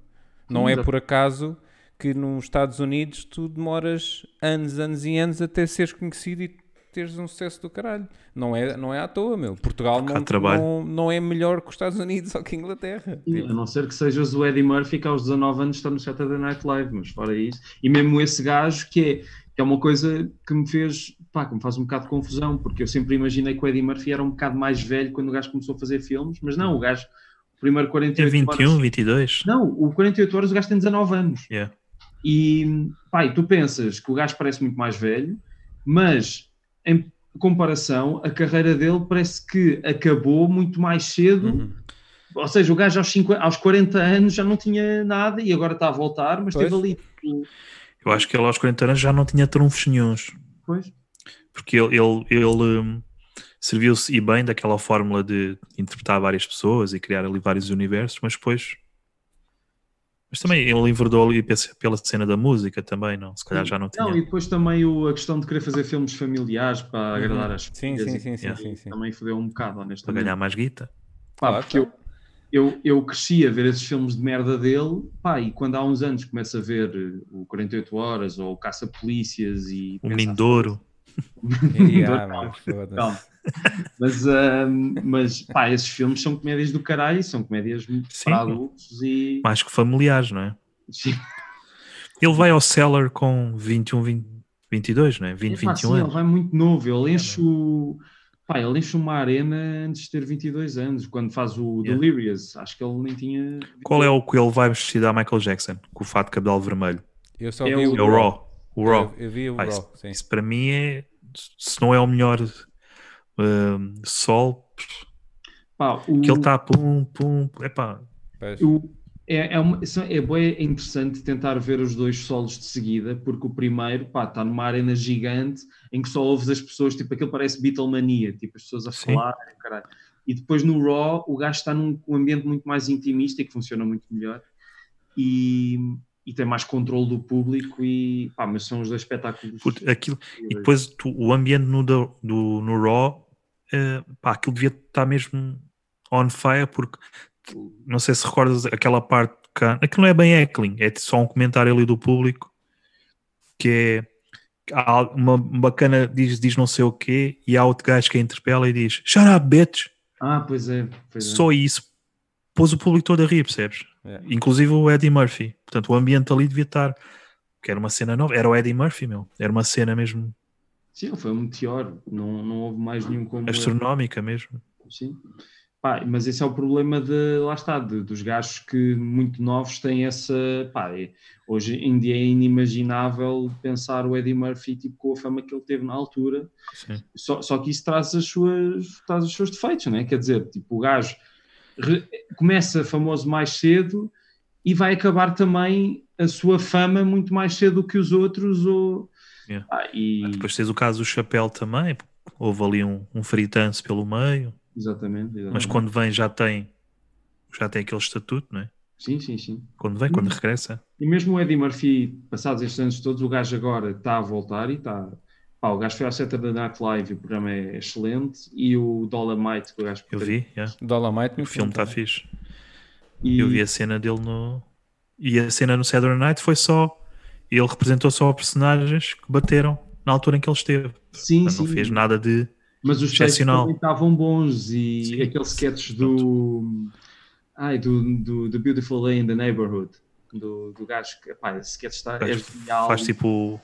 [SPEAKER 4] Não é
[SPEAKER 2] Exato.
[SPEAKER 4] por acaso que nos Estados Unidos tu demoras anos, anos e anos até seres conhecido e teres um sucesso do caralho. Não é, não é à toa, meu. Portugal
[SPEAKER 1] Porque há
[SPEAKER 4] não,
[SPEAKER 1] trabalho.
[SPEAKER 4] não, não é melhor que os Estados Unidos ou que a Inglaterra. Tipo,
[SPEAKER 2] A não ser que sejas o Eddie Murphy, que aos 19 anos está no Saturday Night Live, mas fora isso. E mesmo esse gajo, que é, que é uma coisa que me fez, pá, que me faz um bocado de confusão, porque eu sempre imaginei que o Eddie Murphy era um bocado mais velho quando o gajo começou a fazer filmes, mas não, o gajo, o primeiro
[SPEAKER 1] Tem
[SPEAKER 2] 48
[SPEAKER 1] 21,
[SPEAKER 2] horas.
[SPEAKER 1] 22.
[SPEAKER 2] Não, o 48 horas o gajo tem 19 anos.
[SPEAKER 1] Yeah.
[SPEAKER 2] E, pá, e tu pensas que o gajo parece muito mais velho, mas em comparação, a carreira dele parece que acabou muito mais cedo.
[SPEAKER 4] uhum.
[SPEAKER 2] Ou seja, o gajo aos, 50, aos 40 anos já não tinha nada e agora está a voltar, mas
[SPEAKER 4] Pois.
[SPEAKER 2] teve ali. tipo,
[SPEAKER 1] Eu acho que ele aos 40 anos já não tinha trunfos nenhuns.
[SPEAKER 2] Pois.
[SPEAKER 1] Porque ele, ele, ele, hum, serviu-se e bem daquela fórmula de interpretar várias pessoas e criar ali vários universos, mas depois. Mas também ele enverdou ali pe- pela cena da música também, não? Se calhar já não tinha.
[SPEAKER 2] Não, e depois também o, a questão de querer fazer filmes familiares para agradar as
[SPEAKER 4] Uhum. Sim,
[SPEAKER 2] filhas
[SPEAKER 4] sim,
[SPEAKER 2] e-
[SPEAKER 4] sim, sim,
[SPEAKER 2] e
[SPEAKER 4] sim, sim.
[SPEAKER 2] Também fodeu um bocado,
[SPEAKER 1] Para
[SPEAKER 2] honestamente.
[SPEAKER 1] ganhar mais guita.
[SPEAKER 2] Pá,
[SPEAKER 4] Claro,
[SPEAKER 2] Ah, porque eu, eu, eu cresci a ver esses filmes de merda dele, pá, e quando há uns anos começo a ver eh, o 48 Horas ou o Caça-Polícias e.
[SPEAKER 1] O
[SPEAKER 2] pensar-
[SPEAKER 1] menino de ouro.
[SPEAKER 4] E, ah,
[SPEAKER 2] Calma,
[SPEAKER 4] meu, foda-se.
[SPEAKER 2] calma. Mas, ahm, mas pá, esses filmes são comédias do caralho, e são comédias
[SPEAKER 1] Sim.
[SPEAKER 2] para adultos e.
[SPEAKER 1] Mais que familiares, não é?
[SPEAKER 2] Sim.
[SPEAKER 1] um, Ele vai ao cellar com 21, 20, 22, não é? 20,
[SPEAKER 2] Pá,
[SPEAKER 1] 21
[SPEAKER 2] sim,
[SPEAKER 1] anos.
[SPEAKER 2] assim, Ele vai muito novo, ele enche, o, pá, ele enche uma arena antes de ter 22 anos, quando faz o
[SPEAKER 1] Yeah.
[SPEAKER 2] Delirious. Acho que ele nem tinha.
[SPEAKER 1] Qual é o que ele vai vestir a Michael Jackson? Com o fato de cabedal vermelho.
[SPEAKER 4] Eu só
[SPEAKER 2] É
[SPEAKER 4] vi
[SPEAKER 2] o-
[SPEAKER 4] o,
[SPEAKER 1] É o Raw. O Raw.
[SPEAKER 4] Eu, eu vi o
[SPEAKER 1] Pá,
[SPEAKER 4] Raw, sim.
[SPEAKER 1] Isso para mim é. Se não é o melhor hum, sol,
[SPEAKER 2] Pá, o,
[SPEAKER 1] que ele está pum, pum. Epá,
[SPEAKER 4] Pois.
[SPEAKER 2] o- é, é, uma- são- é bué interessante tentar ver os dois solos de seguida, porque o primeiro pá, está numa arena gigante em que só ouves as pessoas, tipo, aquilo parece Beatlemania, tipo, as pessoas a
[SPEAKER 1] Sim.
[SPEAKER 2] falar, caralho. E depois no Raw, o gajo está num um ambiente muito mais intimista e que funciona muito melhor. E, e tem mais controle do público e pá, mas são os dois espetáculos.
[SPEAKER 1] puto, aquilo. E depois tu- o ambiente no, da- do, no Raw, eh, pá, aquilo devia estar mesmo on fire, porque tu- não sei se recordas aquela parte cá. Aquilo não é bem heckling, é só um comentário ali do público que é que há al- uma um bacana diz, diz não sei o quê, e há outro gajo que a interpela e diz Shut up, bitch!
[SPEAKER 2] Ah, pois é, pois é.
[SPEAKER 1] Só isso pôs o público todo a rir, percebes?
[SPEAKER 4] É.
[SPEAKER 1] Inclusive o Eddie Murphy. Portanto, o ambiente ali devia estar. Que era uma cena nova, era o Eddie Murphy, meu. Era uma cena mesmo
[SPEAKER 2] Sim, foi um meteoro, não, não houve mais nenhum como
[SPEAKER 1] astronómica mesmo.
[SPEAKER 2] Sim. Pá, mas esse é o problema de, lá está, de- dos gajos que muito novos têm essa. Pá, é- hoje em dia é inimaginável pensar o Eddie Murphy tipo, com a fama que ele teve na altura.
[SPEAKER 1] Sim.
[SPEAKER 2] Só, só que isso traz, as suas, traz os seus defeitos, né? Quer dizer, tipo, o gajo re- começa famoso mais cedo e vai acabar também a sua fama muito mais cedo que os outros. Ou...
[SPEAKER 1] Yeah.
[SPEAKER 2] Ah, e...
[SPEAKER 1] Depois tens o caso do chapéu também. Houve ali um, um fritance pelo meio,
[SPEAKER 2] Exatamente, exatamente.
[SPEAKER 1] mas quando vem já tem já tem aquele estatuto, não é?
[SPEAKER 2] Sim, sim, sim.
[SPEAKER 1] Quando vem,
[SPEAKER 2] Uhum.
[SPEAKER 1] quando regressa.
[SPEAKER 2] E mesmo o Eddie Murphy, passados estes anos todos, o gajo agora está a voltar e está. Pá, o gajo foi ao Saturday Night Live e o programa é excelente. E o Dolomite, que o gajo
[SPEAKER 1] Eu vi, yeah.
[SPEAKER 4] Dolomite,
[SPEAKER 1] o
[SPEAKER 4] muito
[SPEAKER 1] filme tá assim.
[SPEAKER 4] bom
[SPEAKER 1] está
[SPEAKER 4] também.
[SPEAKER 1] fixe.
[SPEAKER 2] tá E,
[SPEAKER 1] Eu vi a cena dele no. E a cena no Saturday Night foi só. Ele representou só personagens que bateram na altura em que ele esteve.
[SPEAKER 2] sim,
[SPEAKER 1] Portanto,
[SPEAKER 2] sim.
[SPEAKER 1] não fez nada de.
[SPEAKER 2] Mas os textos
[SPEAKER 1] excepcional.
[SPEAKER 2] também estavam bons. E
[SPEAKER 1] Sim.
[SPEAKER 2] aqueles sketches do. Ai, do, do, do Beautiful Day in the Neighborhood. Do, do gajo que. Pá, esse sketch está. É genial.
[SPEAKER 1] Faz tipo o,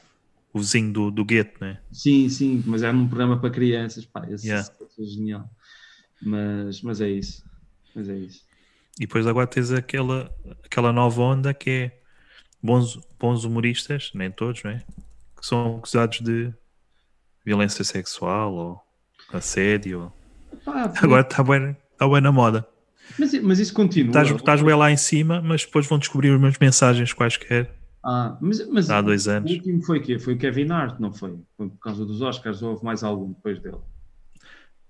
[SPEAKER 1] o vizinho do, do gueto, né?
[SPEAKER 2] Sim, sim, mas era um programa para crianças. Pá, esse
[SPEAKER 1] Yeah.
[SPEAKER 2] sketch é genial. Mas, mas é isso. Mas é isso.
[SPEAKER 1] E depois agora tens aquela, aquela nova onda que é bons, bons humoristas, nem todos, não é? Que são acusados de violência sexual ou assédio.
[SPEAKER 2] Pá, pá,
[SPEAKER 1] Agora está bem, tá bem na moda.
[SPEAKER 2] Mas, mas isso continua.
[SPEAKER 1] Estás- Estás bem lá em cima, mas depois vão descobrir umas mensagens quaisquer
[SPEAKER 2] Ah, mas, mas
[SPEAKER 1] há dois
[SPEAKER 2] o
[SPEAKER 1] anos.
[SPEAKER 2] último foi o quê? Foi o Kevin Hart, não foi? Foi por causa dos Oscars, ou houve mais algum depois dele?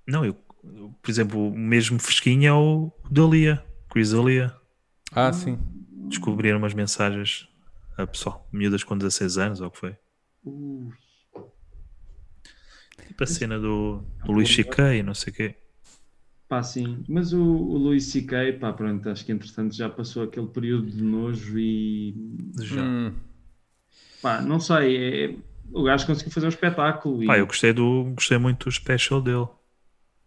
[SPEAKER 1] Não, eu, eu, por exemplo, o mesmo fresquinho é o Dalia, Chris Dalia.
[SPEAKER 4] Ah, sim.
[SPEAKER 1] Descobriram umas mensagens a pessoal, miúdas com 16 anos, ou o que foi?
[SPEAKER 2] Uh,
[SPEAKER 1] Tipo a cena do, do Luís Chiquei, não sei o quê.
[SPEAKER 2] pá, sim. Mas o, o Louis C.K., pá, pronto, acho que entretanto já passou aquele período de nojo e.
[SPEAKER 1] Já.
[SPEAKER 4] Hum,
[SPEAKER 2] pá, não sei. é- o gajo conseguiu fazer um espetáculo. E,
[SPEAKER 1] Pá, eu gostei, do, gostei muito do special dele.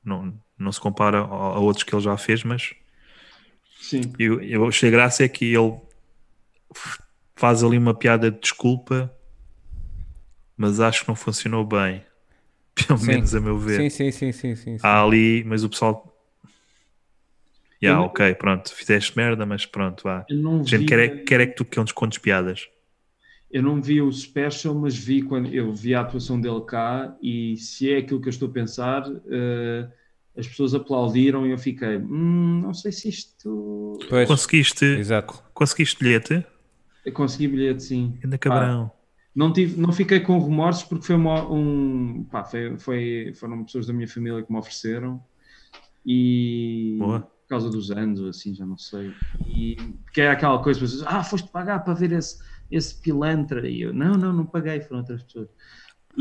[SPEAKER 1] Não, não se compara a, a outros que ele já fez, mas
[SPEAKER 2] Sim,
[SPEAKER 1] eu, eu achei graça é que ele f- faz ali uma piada de desculpa, mas acho que não funcionou bem. Pelo
[SPEAKER 4] Sim.
[SPEAKER 1] menos a meu ver. Ah,
[SPEAKER 4] Sim, sim, sim, sim, sim. sim.
[SPEAKER 1] Há ali, mas o pessoal. Ya,
[SPEAKER 2] Eu-
[SPEAKER 1] ok, pronto, fizeste merda, mas pronto, vá.
[SPEAKER 2] eu não
[SPEAKER 1] A gente
[SPEAKER 2] vi-
[SPEAKER 1] quer é, quer é que tu que uns contos piadas.
[SPEAKER 2] Eu não vi o special, mas vi quando eu vi a atuação dele cá e se é aquilo que eu estou a pensar, eh, as pessoas aplaudiram e eu fiquei, "Hum, não sei se isto
[SPEAKER 4] Pois,
[SPEAKER 1] Conseguiste,
[SPEAKER 4] exato.
[SPEAKER 1] conseguiste bilhete?
[SPEAKER 2] eu consegui é bilhete sim.
[SPEAKER 1] Ainda cabrão.
[SPEAKER 2] Não tive, não fiquei com remorsos porque foi uma- um, pá, foi, foi- foram pessoas da minha família que me ofereceram e
[SPEAKER 1] Boa.
[SPEAKER 2] por causa dos anos ou assim, já não sei. E que é aquela coisa, pessoas, ah, foste pagar para ver esse esse pilantra e eu, não, não, não paguei, foram outras pessoas.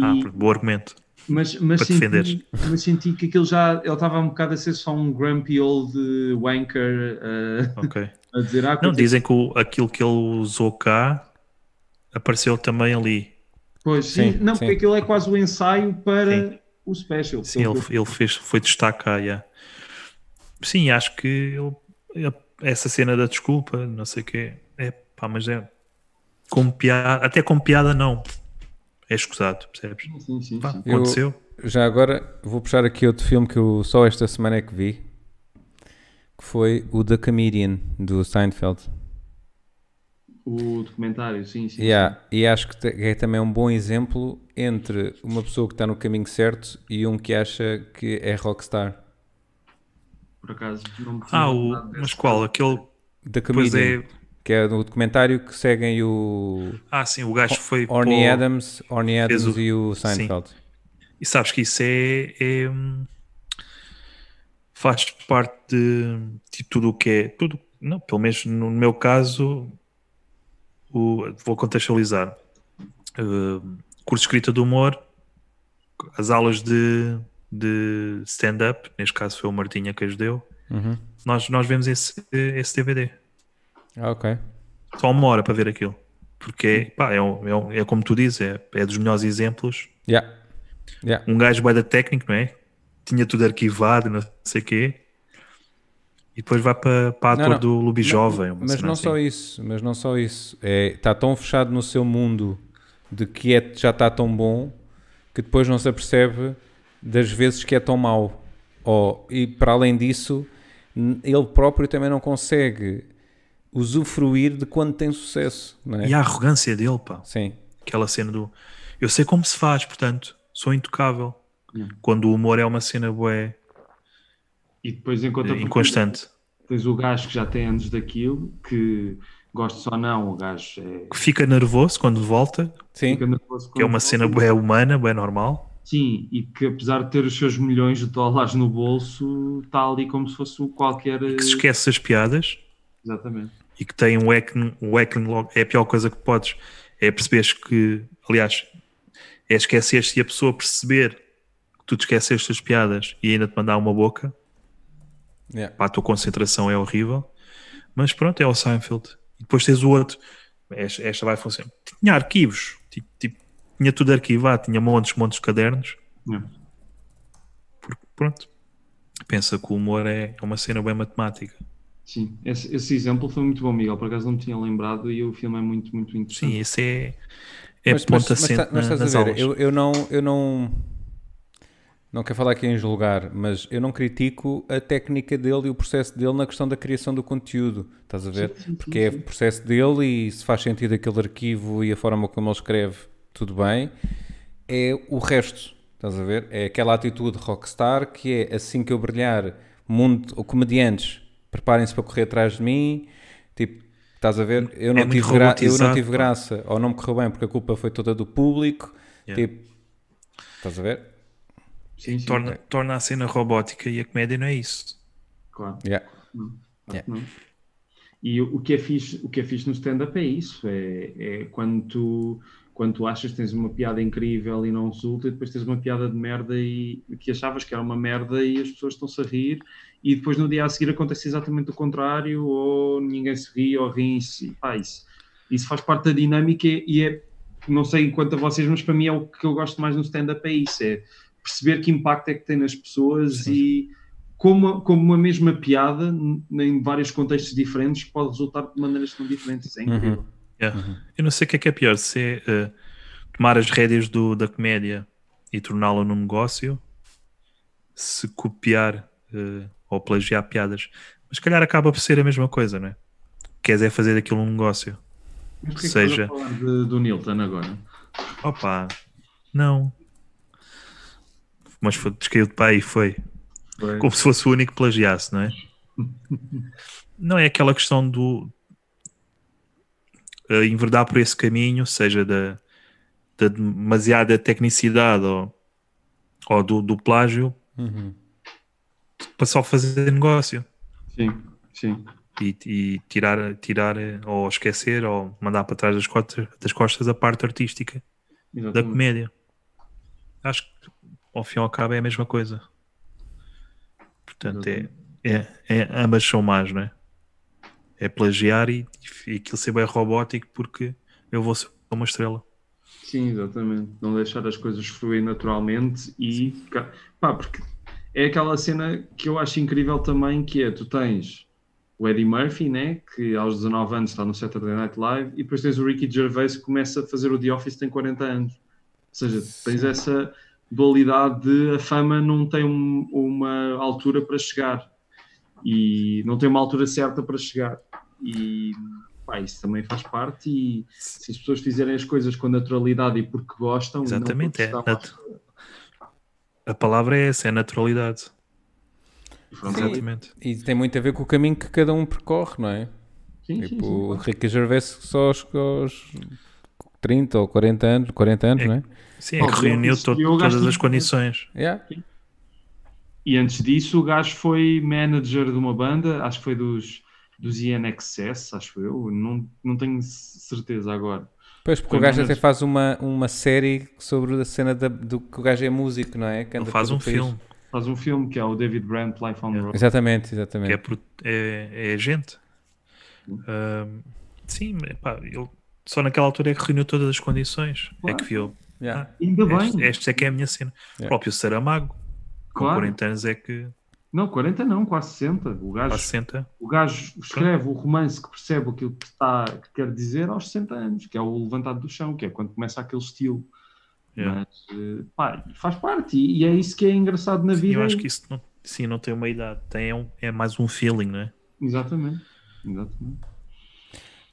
[SPEAKER 1] Ah,
[SPEAKER 2] E-
[SPEAKER 1] pronto, bom argumento.
[SPEAKER 2] mas, mas,
[SPEAKER 1] Para
[SPEAKER 2] senti,
[SPEAKER 1] defenderes.
[SPEAKER 2] mas senti que aquilo já ele estava um bocado a ser só um grumpy old eh, wanker eh,
[SPEAKER 1] Ok.
[SPEAKER 2] a dizer ah,
[SPEAKER 1] Não,
[SPEAKER 2] coisa-
[SPEAKER 1] dizem que o- aquilo que ele usou cá apareceu também ali.
[SPEAKER 2] pois, sim,
[SPEAKER 4] Sim,
[SPEAKER 2] não,
[SPEAKER 4] sim.
[SPEAKER 2] porque aquilo é quase o ensaio para
[SPEAKER 1] Sim.
[SPEAKER 2] o special.
[SPEAKER 1] Sim, ele, ele fez, foi destacar. Yeah. Sim, acho que ele- essa cena da desculpa, não sei o quê, é pá, mas é como piada, até como piada não. é escusado, percebes?
[SPEAKER 2] Sim, sim,
[SPEAKER 1] Pá,
[SPEAKER 2] sim.
[SPEAKER 4] Eu-
[SPEAKER 1] aconteceu.
[SPEAKER 4] Já agora vou puxar aqui outro filme que eu só esta semana é que vi, que foi o The Comedian do Seinfeld.
[SPEAKER 2] O documentário, sim, sim.
[SPEAKER 4] Yeah, e acho que te- que é também um bom exemplo entre uma pessoa que está no caminho certo e um que acha que é rockstar.
[SPEAKER 2] Por acaso. Não me tinha
[SPEAKER 1] Ah, o,
[SPEAKER 2] lembrado desse.
[SPEAKER 1] mas qual? Aquele.
[SPEAKER 4] The
[SPEAKER 1] Pois
[SPEAKER 4] Comedian,
[SPEAKER 1] é.
[SPEAKER 4] que é do documentário que seguem o
[SPEAKER 1] Ah, sim, o gajo foi.
[SPEAKER 4] Orny
[SPEAKER 1] para o-
[SPEAKER 4] Adams, Orny
[SPEAKER 1] fez
[SPEAKER 4] Adams
[SPEAKER 1] o-
[SPEAKER 4] e o Seinfeld.
[SPEAKER 1] E sabes que isso é, é, hum, faz parte de, de tudo o que é tudo, não, pelo menos no meu caso o- vou contextualizar Hum, curso de escrita do humor as aulas de, de stand-up, neste caso foi o Martinha que as deu
[SPEAKER 4] Uhum.
[SPEAKER 1] nós, nós vemos esse, esse DVD
[SPEAKER 4] Ah, ok.
[SPEAKER 1] só uma hora para ver aquilo porque pá, é, um- é, um- é como tu dizes é, é dos melhores exemplos
[SPEAKER 4] Yeah. Yeah.
[SPEAKER 1] um gajo bué da técnico, não é? Tinha tudo arquivado, não sei o quê. E depois vai para, para
[SPEAKER 4] Não,
[SPEAKER 1] ator
[SPEAKER 4] não.
[SPEAKER 1] do Lubi Jovem. uma
[SPEAKER 4] Mas
[SPEAKER 1] cena
[SPEAKER 4] não
[SPEAKER 1] assim.
[SPEAKER 4] só isso, mas não só isso. É, está tão fechado no seu mundo de que é, já está tão bom que depois não se apercebe das vezes que é tão mau. Ó, e para além disso, n- ele próprio também não consegue usufruir de quando tem sucesso, não é?
[SPEAKER 1] E a arrogância dele, pá.
[SPEAKER 4] Sim.
[SPEAKER 1] Aquela cena do... Eu sei como se faz, portanto, sou intocável. Quando o humor é uma cena bué,
[SPEAKER 2] E depois enquanto
[SPEAKER 1] inconstante.
[SPEAKER 2] Tens o gajo que já tem anos daquilo, que gosto ou não, o gajo é.
[SPEAKER 1] Que fica nervoso quando volta,
[SPEAKER 4] Sim.
[SPEAKER 2] fica nervoso
[SPEAKER 1] que é
[SPEAKER 2] quando-
[SPEAKER 1] uma cena bué humana, bué normal.
[SPEAKER 2] Sim, e que apesar de ter os seus milhões de dólares no bolso, está ali como se fosse qualquer. eh,
[SPEAKER 1] Que se esquece das piadas
[SPEAKER 2] Exatamente.
[SPEAKER 1] e que tem um acting, um acting logo. É a pior coisa que podes. É perceberes que... Aliás, é esquecer-se e a pessoa perceber que tu te esqueceste as piadas e ainda te mandar uma boca,
[SPEAKER 4] Yeah.
[SPEAKER 1] pá, a tua concentração é horrível. Mas pronto, é o Seinfeld. E depois tens o outro. Esta, esta vai funcionar. Tinha arquivos, ti- tipo, tinha tudo arquivado, tinha montes, montes de cadernos.
[SPEAKER 2] Yeah.
[SPEAKER 1] Porque pronto, pensa que o humor é é uma cena bem matemática.
[SPEAKER 2] Sim, esse, esse exemplo foi muito bom, Miguel. Por acaso não me tinha lembrado e o filme é muito, muito
[SPEAKER 1] Sim,
[SPEAKER 2] interessante.
[SPEAKER 1] esse é, é ponta
[SPEAKER 4] mas,
[SPEAKER 1] sempre
[SPEAKER 4] tá- mas estás
[SPEAKER 1] nas
[SPEAKER 4] a ver,
[SPEAKER 1] aulas.
[SPEAKER 4] eu, eu não eu não não quero falar aqui em julgar, mas eu não critico a técnica dele e o processo dele na questão da criação do conteúdo, estás a ver? Porque é o processo dele e se faz sentido aquele arquivo e a forma como ele escreve, tudo bem. É o resto, estás a ver? É aquela atitude rockstar que é assim que eu brilhar, mundo, ou comediantes, preparem-se para correr atrás de mim, tipo, estás a ver? Eu não
[SPEAKER 1] É muito
[SPEAKER 4] tive gra- eu não
[SPEAKER 1] robotizado,
[SPEAKER 4] tive
[SPEAKER 1] pá.
[SPEAKER 4] graça graça ou não me correu bem porque a culpa foi toda do público.
[SPEAKER 1] Yeah.
[SPEAKER 4] Tipo, estás a ver?
[SPEAKER 2] Sim, sim,
[SPEAKER 1] torna, torna a cena robótica e a comédia não é isso.
[SPEAKER 2] claro.
[SPEAKER 4] Yeah.
[SPEAKER 2] Claro que
[SPEAKER 4] Yeah.
[SPEAKER 2] não. E o o que é fixe, o que é fixe no stand-up é isso, é, é quando, tu, quando tu achas que tens uma piada incrível e não resulta, e depois tens uma piada de merda e que achavas que era uma merda e as pessoas estão-se a rir, e depois no dia a seguir acontece exatamente o contrário, ou ninguém se ri, ou riem-se, pá, isso, isso faz parte da dinâmica e e é, não sei quanto a vocês, mas para mim é o que eu gosto mais no stand-up é isso, é perceber que impacto é que tem nas pessoas e como, como uma mesma piada, n- em vários contextos diferentes, pode resultar de maneiras tão diferentes.
[SPEAKER 4] Uhum.
[SPEAKER 2] É incrível.
[SPEAKER 1] Yeah. Eu não sei o que é que é pior, se é eh, tomar as rédeas do- da comédia e torná-la num negócio, se copiar eh, ou plagiar piadas, mas se calhar acaba por ser a mesma coisa, não é? Queres é fazer daquilo um negócio.
[SPEAKER 2] Mas
[SPEAKER 1] que é que Seja-
[SPEAKER 2] estás a falar de- do Nilton agora?
[SPEAKER 1] Opa, não. Mas foi, descaiu de pé e foi. Como se fosse o único que plagiasse, não é? Não é aquela questão do eh, enverdar por esse caminho, seja da, da demasiada tecnicidade ou, ou do, do plágio,
[SPEAKER 4] Uhum.
[SPEAKER 1] para só fazer negócio
[SPEAKER 2] Sim, sim.
[SPEAKER 1] e, e tirar, tirar eh, ou esquecer ou mandar para trás das costas, das costas a parte artística da
[SPEAKER 2] Exatamente.
[SPEAKER 1] comédia. Acho que ao fim e ao cabo é a mesma coisa. Portanto, é, é, é- ambas são más, não é? É plagiar e, e aquilo ser bem robótico porque eu vou ser uma estrela.
[SPEAKER 2] Sim, exatamente. Não deixar as coisas fluir naturalmente e ca- pá, porque é aquela cena que eu acho incrível também, que é tu tens o Eddie Murphy, né, que aos 19 anos está no Saturday Night Live, e depois tens o Ricky Gervais que começa a fazer o The Office tem 40 anos. seja, tens essa dualidade de a fama não tem um- uma altura para chegar e não tem uma altura certa para chegar. E pá, isso também faz parte. E se as pessoas fizerem as coisas com naturalidade e porque gostam, e não
[SPEAKER 1] Exatamente,
[SPEAKER 2] porque
[SPEAKER 1] é.
[SPEAKER 2] está lá.
[SPEAKER 1] nat- A palavra é essa, é naturalidade.
[SPEAKER 2] E pronto, é-
[SPEAKER 1] Exatamente.
[SPEAKER 4] E tem muito a ver com o caminho que cada um percorre, não é?
[SPEAKER 2] sim, sim,
[SPEAKER 4] tipo,
[SPEAKER 2] sim.
[SPEAKER 4] o Rica Gervais só aos, aos 30 ou 40 anos, 40 anos,
[SPEAKER 1] É.
[SPEAKER 4] não é?
[SPEAKER 1] Sim, é
[SPEAKER 2] Bom,
[SPEAKER 1] que reuniu
[SPEAKER 2] isso
[SPEAKER 1] to-
[SPEAKER 2] eu gasto
[SPEAKER 1] todas as
[SPEAKER 2] muito
[SPEAKER 1] condições.
[SPEAKER 4] Yeah.
[SPEAKER 2] E antes disso, o gajo foi manager de uma banda, acho que foi dos, dos INXS, acho eu, não, não tenho c- certeza agora.
[SPEAKER 4] Pois, porque
[SPEAKER 2] Foi
[SPEAKER 4] o gajo
[SPEAKER 2] menos.
[SPEAKER 4] até faz uma, uma série sobre a cena da- do que o gajo é músico, não é? Que
[SPEAKER 1] Ele
[SPEAKER 4] anda
[SPEAKER 1] faz
[SPEAKER 4] pelo
[SPEAKER 1] um
[SPEAKER 4] país.
[SPEAKER 1] filme,
[SPEAKER 2] Faz um filme que é o David Brand, Life on the Road.
[SPEAKER 4] Exatamente,
[SPEAKER 1] que é,
[SPEAKER 4] exatamente.
[SPEAKER 1] pro- é, é gente.
[SPEAKER 2] Uhum.
[SPEAKER 1] Ahm, sim, pá, ele só naquela altura é que reuniu todas as condições. É que viu.
[SPEAKER 4] Yeah.
[SPEAKER 2] Ainda
[SPEAKER 1] Esta,
[SPEAKER 2] bem,
[SPEAKER 1] esta é que é a minha cena.
[SPEAKER 4] É.
[SPEAKER 1] O próprio Saramago, com
[SPEAKER 2] claro.
[SPEAKER 1] 40 anos, é que
[SPEAKER 2] Não, 40 não, quase 60. O gajo,
[SPEAKER 1] quase 60.
[SPEAKER 2] o gajo escreve o romance que percebe aquilo que, está, que quer dizer aos 60 anos, que é o Levantado do Chão, que é quando começa aquele estilo.
[SPEAKER 1] Yeah.
[SPEAKER 2] Mas eh, pá, faz parte, e, e é isso que é engraçado na vida.
[SPEAKER 1] Eu acho que isso não, sim, não tem uma idade, tem é um- é mais um feeling, não é?
[SPEAKER 2] Exatamente. Exatamente.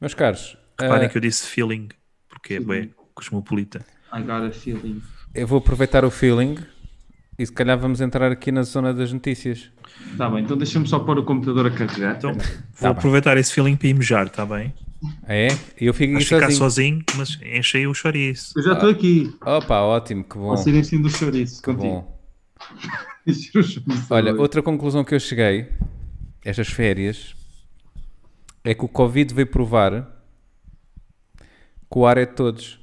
[SPEAKER 4] Meus caros,
[SPEAKER 1] Reparem
[SPEAKER 4] ah,
[SPEAKER 1] que eu disse feeling, porque é bem cosmopolita.
[SPEAKER 4] Tá
[SPEAKER 2] I got a feeling.
[SPEAKER 4] eu vou aproveitar o feeling e se calhar vamos entrar aqui na zona das notícias.
[SPEAKER 2] Tá bem, então deixa-me só pôr o computador a carregar.
[SPEAKER 1] Então,
[SPEAKER 4] Tá
[SPEAKER 1] vou
[SPEAKER 4] bem.
[SPEAKER 1] aproveitar esse feeling para imejar, está bem?
[SPEAKER 4] Ah, É? Eu fico aqui
[SPEAKER 1] Vais ficar
[SPEAKER 4] sozinho.
[SPEAKER 1] sozinho, mas enchei o chouriço.
[SPEAKER 2] Eu já estou aqui.
[SPEAKER 4] Opa, ótimo, que tá bom.
[SPEAKER 2] Ao silêncio do chouriço.
[SPEAKER 4] que
[SPEAKER 2] Contigo.
[SPEAKER 4] bom.
[SPEAKER 2] Encher o chouriço
[SPEAKER 4] Olha,
[SPEAKER 2] agora.
[SPEAKER 4] outra conclusão que eu cheguei, estas férias, é que o Covid veio provar que o ar é de todos.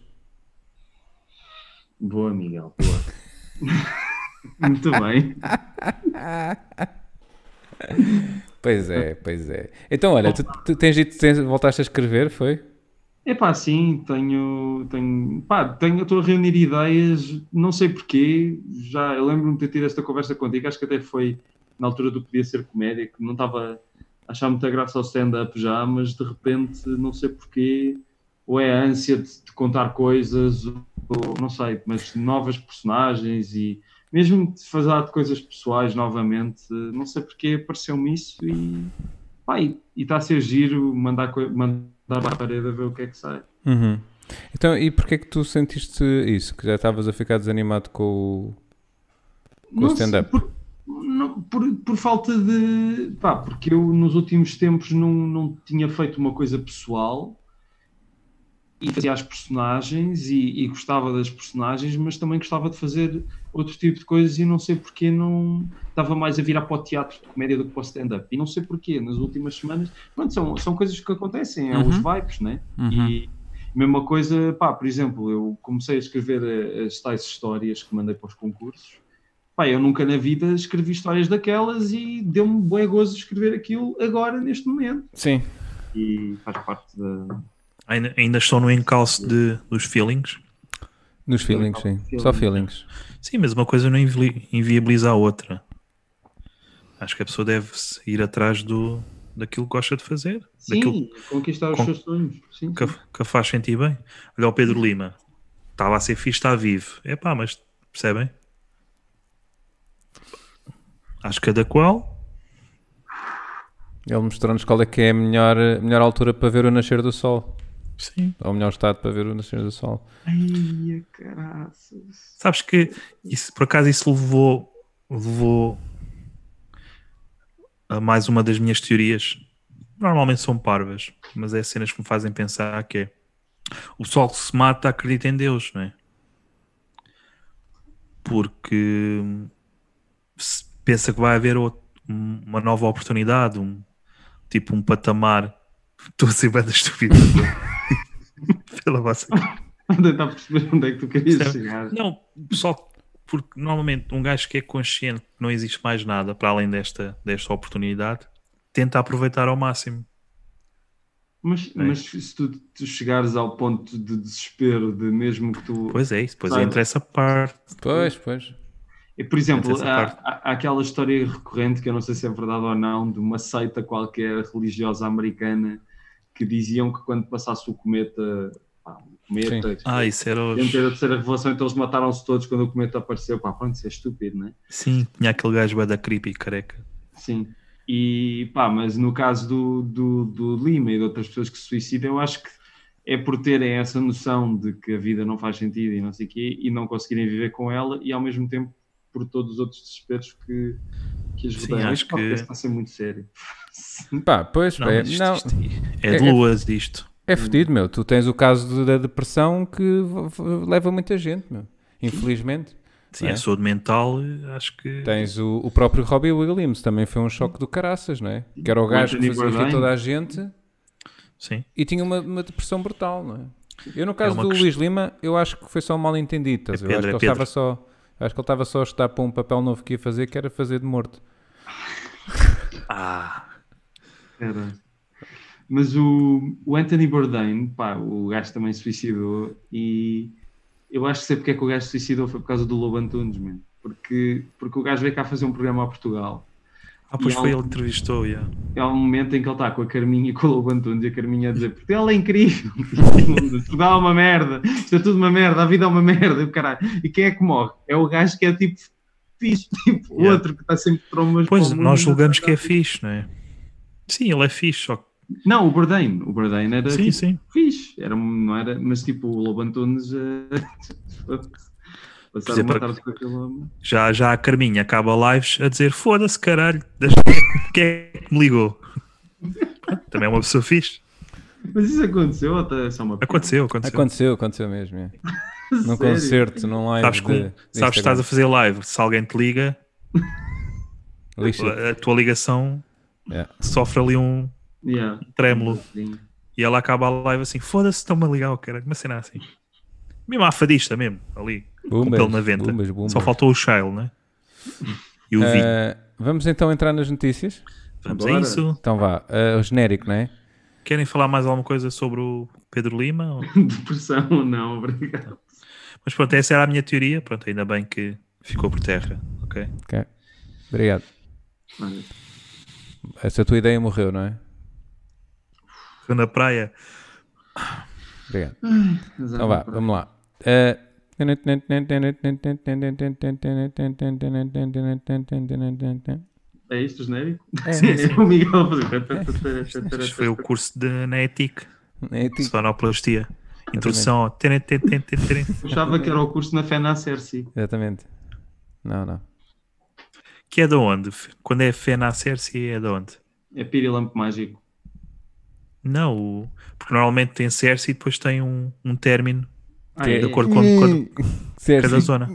[SPEAKER 2] Boa, Miguel. Boa. Muito bem.
[SPEAKER 4] Pois é, pois é. Então, olha, tu, tu tens dito tens, voltaste a escrever, foi?
[SPEAKER 2] Epá, sim, tenho, tenho, pá, tenho, estou a reunir ideias, não sei porquê, já, eu lembro-me de ter tido esta conversa contigo, acho que até foi na altura do Podia Ser Comédia, que não estava a achar muita graça ao stand-up já, mas de repente, não sei porquê, ou é a ânsia de, de contar coisas, ou não sei, mas novas personagens e mesmo de fazer de coisas pessoais novamente, não sei porquê, apareceu-me isso e pá, e está a ser giro mandar, coi- mandar para a parede a ver o que é que sai.
[SPEAKER 4] Uhum. Então, e porquê é que tu sentiste isso? Que já estavas a ficar desanimado com o... o
[SPEAKER 2] Não sei,
[SPEAKER 4] stand-up.
[SPEAKER 2] Por, não- por, por falta de. Pá, porque eu nos últimos tempos não, não tinha feito uma coisa pessoal e fazia as personagens e, e gostava das personagens, mas também gostava de fazer outro tipo de coisas e não sei porque não estava mais a virar para o teatro de comédia do que para o stand-up. E não sei porquê, nas últimas semanas. Pronto, são, são coisas que acontecem, é
[SPEAKER 4] Uhum.
[SPEAKER 2] os vibes, né?
[SPEAKER 1] Uhum.
[SPEAKER 2] E mesma coisa, pá, por exemplo, eu comecei a escrever eh, as tais histórias que mandei para os concursos. Pá, eu nunca na vida escrevi histórias daquelas e deu-me bem gozo escrever aquilo agora, neste momento.
[SPEAKER 4] Sim.
[SPEAKER 2] E faz parte da.
[SPEAKER 1] Ainda, ainda estão no encalço de, dos feelings.
[SPEAKER 4] Nos feelings, sim. Só feelings.
[SPEAKER 1] Sim, mas uma coisa não invi- inviabiliza a outra. Acho que a pessoa deve se ir atrás do, daquilo que gosta de fazer, daquilo
[SPEAKER 2] Sim, conquistar os
[SPEAKER 1] com-
[SPEAKER 2] seus sonhos. Sim,
[SPEAKER 1] que, a- que a faz sentir bem. Olha o Pedro Lima, estava a ser fixe, está vivo. É pá, mas percebem? Acho que cada qual.
[SPEAKER 4] Ele mostrou-nos qual é que é a melhor, a melhor altura para ver o nascer do sol.
[SPEAKER 1] Sim.
[SPEAKER 4] Ou o melhor estado para ver o nascer do sol.
[SPEAKER 2] Ai, caraças.
[SPEAKER 1] Sabes que isso, por acaso isso levou, levou a mais uma das minhas teorias. Normalmente são parvas, mas é cenas que me fazem pensar que é o pessoal que se mata acredita em Deus, não é? Porque se pensa que vai haver outro- um, uma nova oportunidade, um, tipo um patamar. Estou a ser bem estúpido pela vossa
[SPEAKER 2] A tentar perceber onde é que tu querias
[SPEAKER 1] Sim.
[SPEAKER 2] chegar.
[SPEAKER 1] não, só porque normalmente um gajo que é consciente que não existe mais nada para além desta, desta oportunidade tenta aproveitar ao máximo.
[SPEAKER 2] Mas,
[SPEAKER 1] É.
[SPEAKER 2] mas se tu, tu chegares ao ponto de desespero de mesmo que tu
[SPEAKER 1] Pois é, isso depois
[SPEAKER 2] Sabe.
[SPEAKER 1] entra essa parte.
[SPEAKER 4] Pois, pois.
[SPEAKER 2] E, Por exemplo,
[SPEAKER 1] Essa
[SPEAKER 2] há,
[SPEAKER 1] parte.
[SPEAKER 2] há- há aquela história recorrente, que eu não sei se é verdade ou não, de uma seita qualquer religiosa americana que diziam que quando passasse o cometa pá, o cometa.
[SPEAKER 4] Sim.
[SPEAKER 2] tipo,
[SPEAKER 1] Ah, isso era
[SPEAKER 2] Iam
[SPEAKER 1] os...
[SPEAKER 2] ter a terceira revelação, então eles mataram-se todos quando o cometa apareceu. Pá, pronto, isso é estúpido, não é?
[SPEAKER 1] Sim, tinha aquele gajo bué da creepy careca.
[SPEAKER 2] Sim. E pá, mas no caso do, do, do Lima e de outras pessoas que se suicidam, eu acho que é por terem essa noção de que a vida não faz sentido e não sei o quê, e não conseguirem viver com ela, e ao mesmo tempo por todos os outros desesperos que, que as
[SPEAKER 1] Sim,
[SPEAKER 2] rodeiam.
[SPEAKER 1] acho
[SPEAKER 2] Este podcast
[SPEAKER 1] que-
[SPEAKER 2] está a ser muito sério.
[SPEAKER 4] Pá, pois,
[SPEAKER 1] Não,
[SPEAKER 4] é,
[SPEAKER 1] mas isto-
[SPEAKER 4] não,
[SPEAKER 1] isto- é,
[SPEAKER 4] É-
[SPEAKER 1] de luas isto.
[SPEAKER 4] é fedido, meu. Tu tens o caso de- da depressão que v- v- leva muita gente, meu. Infelizmente.
[SPEAKER 1] Sim,
[SPEAKER 4] É.
[SPEAKER 1] a saúde mental, eh, acho que.
[SPEAKER 4] Tens o, o próprio Robbie Williams, também foi um choque do caraças, não é? Que era o gajo que
[SPEAKER 2] Anthony
[SPEAKER 4] fazia rir
[SPEAKER 1] é?
[SPEAKER 2] Bourdain.
[SPEAKER 4] toda a gente
[SPEAKER 1] Sim.
[SPEAKER 4] e tinha uma, uma depressão brutal, não é? Eu, no caso
[SPEAKER 1] uma
[SPEAKER 4] do
[SPEAKER 1] quest-
[SPEAKER 4] Luís Lima, eu acho que foi só um mal entendido. estás a ver?
[SPEAKER 1] É
[SPEAKER 4] Eu acho que
[SPEAKER 1] pedra,
[SPEAKER 4] ele
[SPEAKER 1] é
[SPEAKER 4] estava só. Acho que ele estava só a estudar para um papel novo que ia fazer, que era fazer de morto.
[SPEAKER 1] Ah,
[SPEAKER 2] Era. Mas o, o Anthony Bourdain, pá, o gajo também se suicidou e eu acho que sei porque é que o gajo se suicidou foi por causa do Lobo Antunes, mesmo. Porque, porque o gajo veio cá fazer um programa a Portugal.
[SPEAKER 1] ah pois
[SPEAKER 2] E
[SPEAKER 1] foi,
[SPEAKER 2] ele-
[SPEAKER 1] ele entrevistou, yeah.
[SPEAKER 2] Há um momento em que ele está com a Carminha e com o Lobo Antunes e a Carminha a dizer porque ele é incrível, tudo é uma merda, isto é tudo uma merda, a vida é uma merda, e o caralho. E quem é que morre? É o gajo que é tipo fixe, tipo
[SPEAKER 1] Yeah.
[SPEAKER 2] outro que está sempre trombas.
[SPEAKER 1] Pois,
[SPEAKER 2] para o
[SPEAKER 1] nós
[SPEAKER 2] mundo.
[SPEAKER 1] julgamos que é fixe, não é? Sim, ele é fixe, só que.
[SPEAKER 2] Não, o Bourdain, o Bourdain era
[SPEAKER 1] Sim,
[SPEAKER 2] tipo,
[SPEAKER 1] sim.
[SPEAKER 2] fixe, era, não era, mas tipo o Lobo Antunes eh, passar
[SPEAKER 1] dizer,
[SPEAKER 2] uma
[SPEAKER 1] para-
[SPEAKER 2] tarde com aquele homem.
[SPEAKER 1] Já, já a Carminha acaba lives a dizer foda-se caralho, deixa quem é que me ligou. Também é uma pessoa fixe.
[SPEAKER 2] Mas isso aconteceu ou tá- é só uma piada?
[SPEAKER 1] Aconteceu, aconteceu.
[SPEAKER 4] Aconteceu, aconteceu mesmo. É. Num
[SPEAKER 2] Sério?
[SPEAKER 4] concerto, num live.
[SPEAKER 1] Sabes,
[SPEAKER 4] de-
[SPEAKER 1] com,
[SPEAKER 4] de
[SPEAKER 1] sabes que estás a
[SPEAKER 4] Instagram.
[SPEAKER 1] fazer live, se alguém te liga,
[SPEAKER 4] Lixa.
[SPEAKER 1] a, a tua ligação
[SPEAKER 4] Yeah.
[SPEAKER 1] sofre ali um
[SPEAKER 2] Yeah.
[SPEAKER 1] trêmulo
[SPEAKER 2] Sim.
[SPEAKER 1] e ela acaba a live assim, foda-se, estão-me a ligar, oh, caralho, uma cena assim. Mesmo à fadista mesmo, ali, com
[SPEAKER 4] Bombas,
[SPEAKER 1] pelo na venda.
[SPEAKER 4] bombas, bombas.
[SPEAKER 1] Só faltou o Shile, né? E o vinho.
[SPEAKER 4] Ah, vamos então entrar nas notícias.
[SPEAKER 1] Vamos
[SPEAKER 2] bora.
[SPEAKER 1] a isso.
[SPEAKER 4] Então vá, ah, o genérico, não é?
[SPEAKER 1] Querem falar mais alguma coisa sobre o Pedro Lima? ou-
[SPEAKER 2] Depressão, não, obrigado.
[SPEAKER 1] Mas pronto, essa era a minha teoria. Pronto, ainda bem que ficou por terra. Ok.
[SPEAKER 4] Ok. Obrigado.
[SPEAKER 2] Olha,
[SPEAKER 4] Essa tua ideia morreu, não é?
[SPEAKER 1] Foi na praia.
[SPEAKER 4] Obrigado.
[SPEAKER 2] mas há uma
[SPEAKER 4] Então vá,
[SPEAKER 2] praia.
[SPEAKER 4] vamos lá. Ah, é
[SPEAKER 2] É isto o genérico?
[SPEAKER 4] sim, sim.
[SPEAKER 2] É o Miguel a fazer.
[SPEAKER 1] Este foi o curso de na ética,
[SPEAKER 4] É tipo-
[SPEAKER 1] sonoplastia. Introdução. ao tenen, tenen, tenen, tenen.
[SPEAKER 2] Eu Achava que era o curso na FENACER, sim.
[SPEAKER 4] Exatamente. Não, não.
[SPEAKER 1] Que é de onde? Quando é fé na Cersei, é de onde?
[SPEAKER 2] É pirilampo mágico.
[SPEAKER 1] Não, o- porque normalmente tem Cersei e depois tem um, um término
[SPEAKER 2] Ah,
[SPEAKER 1] de
[SPEAKER 2] é,
[SPEAKER 1] acordo com quando,
[SPEAKER 4] Certo.
[SPEAKER 1] cada zona.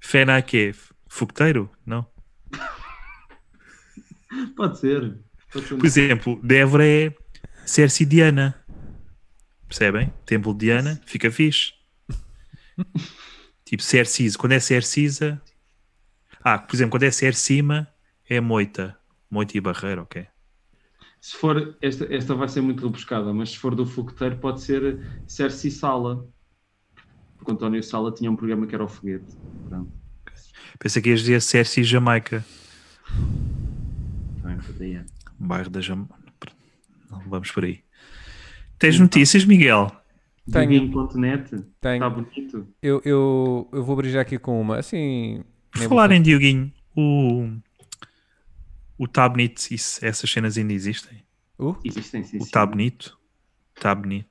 [SPEAKER 1] Fena que é fogueteiro? Não.
[SPEAKER 2] Pode ser. Pode ser. um-
[SPEAKER 1] Por exemplo, Débora é Cersei Diana. Percebem? Templo de Diana, fica fixe. tipo, Cercisa. Quando é Cercisa. Ah, por exemplo, quando é Cercima, é moita. Moita e barreira, ok.
[SPEAKER 2] Se for, esta, esta vai ser muito rebuscada, mas se for do fogueteiro, pode ser Cersei Sala. Porque o António Sala tinha um programa que era o foguete. Pronto,
[SPEAKER 1] Pensei que ias dizer Cersei Jamaica.
[SPEAKER 2] também poderia.
[SPEAKER 1] Bairro da Jamaica. Não vamos por aí. Tens notícias, Miguel?
[SPEAKER 4] Tenho.
[SPEAKER 2] Diguinho.net,
[SPEAKER 4] Tenho.
[SPEAKER 2] está Tá bonito.
[SPEAKER 4] Eu, eu, eu vou brilhar aqui com uma. Assim.
[SPEAKER 1] Por
[SPEAKER 4] nem
[SPEAKER 1] falar em Dioguinho, o, o Tá Bonito, isso- essas cenas ainda existem?
[SPEAKER 4] vou- Uh,
[SPEAKER 2] Existem, sim.
[SPEAKER 1] O
[SPEAKER 2] sim.
[SPEAKER 1] Tá Bonito? Tá Bonito.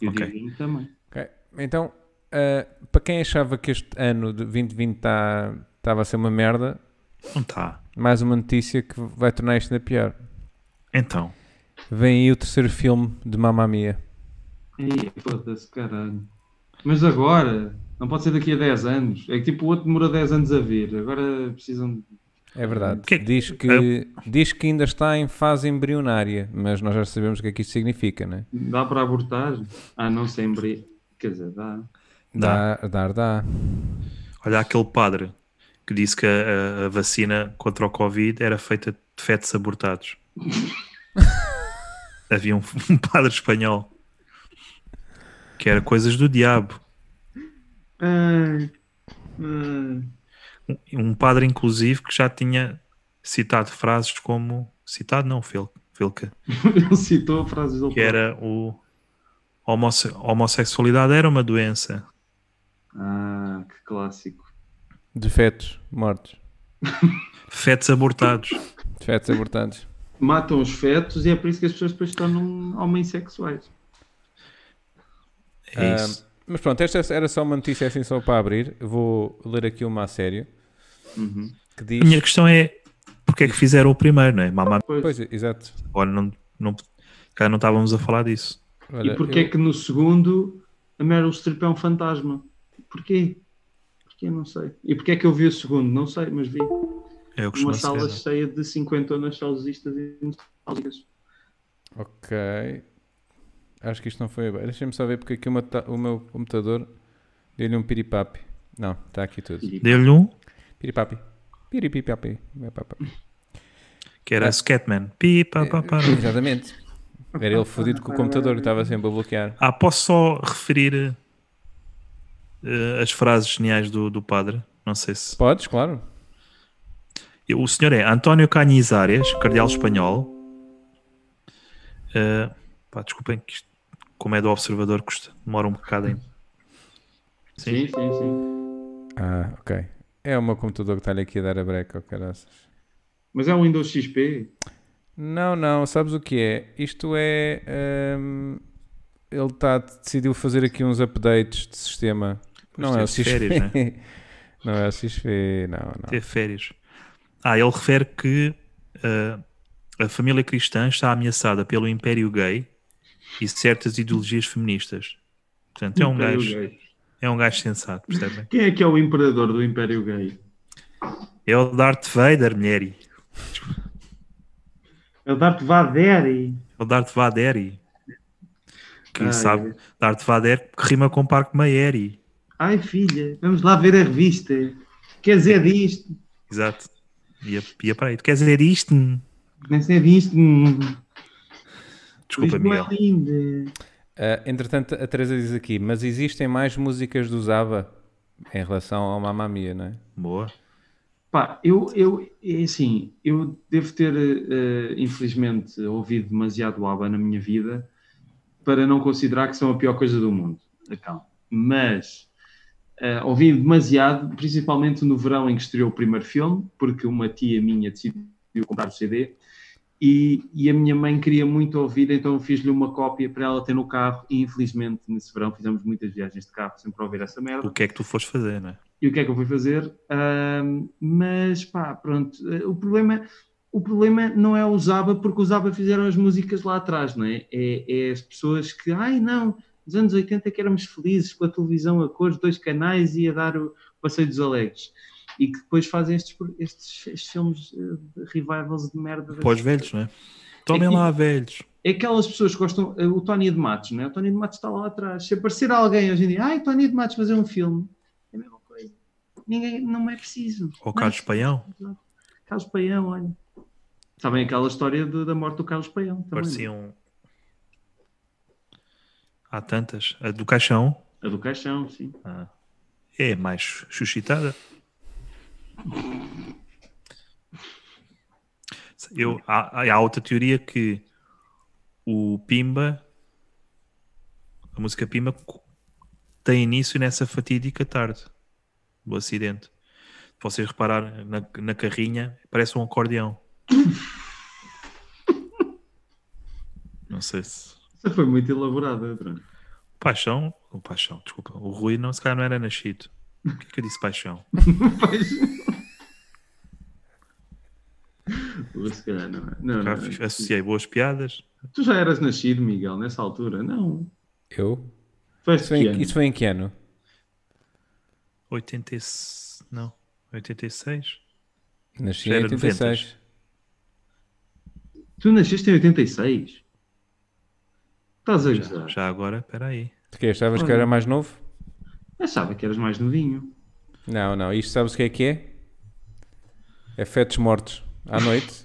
[SPEAKER 2] E o
[SPEAKER 1] ok.
[SPEAKER 2] Diguinho também.
[SPEAKER 4] ok. Então, ah, para quem achava que este ano de 2020 tá- estava a ser uma merda,
[SPEAKER 1] Não tá. está.
[SPEAKER 4] mais uma notícia que vai tornar isto ainda pior.
[SPEAKER 1] Então,
[SPEAKER 4] Vem aí o terceiro filme de Mamma Mia.
[SPEAKER 2] Ei, foda-se, caralho. Mas agora, não pode ser daqui a 10 anos. É que tipo, o outro demorou 10 anos a vir. Agora precisam. de-
[SPEAKER 4] É verdade.
[SPEAKER 1] Que-
[SPEAKER 4] Diz, que, diz que ainda está em fase embrionária, mas nós já sabemos o que é que isto significa, né?
[SPEAKER 2] Dá para abortar? Ah, não sempre. Quer dizer, dá.
[SPEAKER 1] Dá.
[SPEAKER 4] Dá, dá, dá.
[SPEAKER 1] olha aquele padre que disse que a, a- a vacina contra o Covid era feita de fetos abortados. Havia um, um padre espanhol que era coisas do diabo.
[SPEAKER 2] Ai, ai.
[SPEAKER 1] Um- Um padre, inclusive, que já tinha citado frases como. Citado não, Fel- Felca.
[SPEAKER 2] Ele citou frases do
[SPEAKER 1] Que era o. homosse- homossexualidade era uma doença.
[SPEAKER 2] Ah, que clássico.
[SPEAKER 4] Defetos mortos.
[SPEAKER 1] Fetos abortados.
[SPEAKER 4] Defetos abortados.
[SPEAKER 2] Matam os fetos e é por isso que as pessoas depois tornam homens sexuais.
[SPEAKER 1] É isso.
[SPEAKER 4] Ah, mas pronto, esta era só uma notícia assim só para abrir. Eu Vou ler aqui uma a sério. Que diz.
[SPEAKER 1] A minha questão é. Porque é que fizeram o primeiro, não é? Mamá,
[SPEAKER 4] Pois, exato.
[SPEAKER 1] agora não, não, cara, não estávamos a falar disso.
[SPEAKER 4] Olha,
[SPEAKER 2] e porquê
[SPEAKER 4] eu-
[SPEAKER 2] é que no segundo a Meryl Streep é um fantasma? Porquê? Porquê? Não sei. E porquê é que eu vi o segundo? Não sei, mas vi.
[SPEAKER 1] Eu costumo
[SPEAKER 2] Uma sala
[SPEAKER 1] ser.
[SPEAKER 2] cheia de cinquentonas saudosistas e nostálgicas.
[SPEAKER 4] Ok. Acho que isto não foi bem. Deixa-me só ver porque aqui o meu, ta- o meu computador deu-lhe um piripapi. Não, está aqui tudo.
[SPEAKER 1] Deu-lhe um
[SPEAKER 4] Piripapi. Piripipapi. Papa.
[SPEAKER 1] que era Scatman. Pi, pá, pá, pá.
[SPEAKER 4] Exatamente. Era ele fodido com o computador, estava sempre a bloquear.
[SPEAKER 1] Ah, posso só referir eh, as frases geniais do, do padre? Não sei se.
[SPEAKER 4] Podes, claro.
[SPEAKER 1] O senhor é António Canizares, cardeal espanhol. Eh, pá, desculpem, que isto, como é do observador, custa, demora um bocado em.
[SPEAKER 2] Sim, sim, sim.
[SPEAKER 4] Ah, ok. É o meu computador que está-lhe aqui a dar a breca, oh, caraças.
[SPEAKER 2] Mas é um Windows XP?
[SPEAKER 4] Não, não, sabes o que é? Isto é. hum, ele tá, decidiu fazer aqui uns updates de sistema. Não é
[SPEAKER 1] teve
[SPEAKER 4] o XP.
[SPEAKER 1] férias,
[SPEAKER 4] Não é o XP, não, não.
[SPEAKER 1] Ter férias. Ah, ele refere que eh, a família cristã está ameaçada pelo império gay e certas ideologias feministas. Portanto, é um,
[SPEAKER 2] Império
[SPEAKER 1] gajo,
[SPEAKER 2] Gay.
[SPEAKER 1] é um gajo sensato, percebem?
[SPEAKER 2] Quem é que é o imperador do Império Gay?
[SPEAKER 1] É o Darth Vader, mulheri.
[SPEAKER 2] É o Darth Vader.
[SPEAKER 1] É o Darth Vaderi. Que
[SPEAKER 2] Ai,
[SPEAKER 1] sabe,
[SPEAKER 2] ai.
[SPEAKER 1] Darth Vader que rima com Parque Mayeri.
[SPEAKER 2] Ai, filha, vamos lá ver a revista. Quer dizer disto?
[SPEAKER 1] Exato. Ia, ia para aí. Tu queres dizer isto?
[SPEAKER 2] Quer dizer disto? hum,
[SPEAKER 1] Desculpa,
[SPEAKER 2] isto não
[SPEAKER 1] Miguel.
[SPEAKER 2] é lindo.
[SPEAKER 4] Ah, entretanto, a Teresa diz aqui, mas existem mais músicas do Zaba em relação ao Mamma Mia, não é?
[SPEAKER 1] Boa.
[SPEAKER 2] Pá, eu, eu, é assim, eu devo ter, eh, infelizmente, ouvido demasiado ABBA na minha vida para não considerar que são a pior coisa do mundo. Então, mas eh, ouvi demasiado, principalmente no verão em que estreou o primeiro filme, porque uma tia minha decidiu comprar o CD e, e a minha mãe queria muito ouvir, então eu fiz-lhe uma cópia para ela ter no carro e, infelizmente, nesse verão fizemos muitas viagens de carro sempre a ouvir essa merda.
[SPEAKER 1] O que é que tu foste fazer, não é?
[SPEAKER 2] e o que é que eu fui fazer. Ahm, mas pá, pronto, eh, o problema, o problema não é o Zaba, porque o Zaba fizeram as músicas lá atrás, não é? É, é as pessoas que, ai não, nos anos 80 que éramos felizes com a televisão a cores, dois canais e a dar o passeio dos alegres. E que depois fazem estes, pro- estes, estes filmes eh, de revivals de merda.
[SPEAKER 1] Para os velhos, não é? Tomem lá, velhos.
[SPEAKER 2] É aquelas pessoas que gostam. eh, O Tony de Matos, não é? O Tony de Matos está lá atrás. Se aparecer alguém hoje em dia, ai, Tony de Matos fazer um filme, é a mesma coisa. Ninguém, não é preciso. é?
[SPEAKER 1] Ou Carlos Paião.
[SPEAKER 2] Carlos Paião, olha. Sabem aquela história de- da morte do Carlos Paião também.
[SPEAKER 1] Pareciam. Há tantas. A do caixão
[SPEAKER 2] A do caixão, sim.
[SPEAKER 1] é mais suscitada. Eu, há, há outra teoria que o Pimba, a música Pimba, co- tem início nessa fatídica tarde do acidente. Se vocês repararem na, na carrinha, parece um acordeão. Não sei se.
[SPEAKER 2] Essa foi muito é, elaborada, Bruno.
[SPEAKER 1] O Paixão, o Paixão, desculpa. O Rui não, se calhar não era nascido. Por que, que eu disse Paixão?
[SPEAKER 2] Pois. Ou Se calhar não é. Não,
[SPEAKER 1] Já
[SPEAKER 2] não é.
[SPEAKER 1] associei boas piadas.
[SPEAKER 2] Tu já eras nascido, Miguel, nessa altura? Não.
[SPEAKER 4] Eu?
[SPEAKER 2] Foi
[SPEAKER 4] Isso foi,
[SPEAKER 2] este
[SPEAKER 4] em,
[SPEAKER 2] ano.
[SPEAKER 4] isso foi em que ano?
[SPEAKER 1] 80 e se- não, 86?
[SPEAKER 4] Nasci
[SPEAKER 1] Já
[SPEAKER 4] em
[SPEAKER 1] era
[SPEAKER 4] 86.
[SPEAKER 2] Tu nasceste em 86? Estás a gozar.
[SPEAKER 1] Já agora, espera aí.
[SPEAKER 4] Tu quê? Achavas que eu
[SPEAKER 1] Hum.
[SPEAKER 4] era mais novo?
[SPEAKER 2] Achava que eras mais novinho.
[SPEAKER 4] Não, não. Isto sabes o que é que é? É fetos mortos à noite.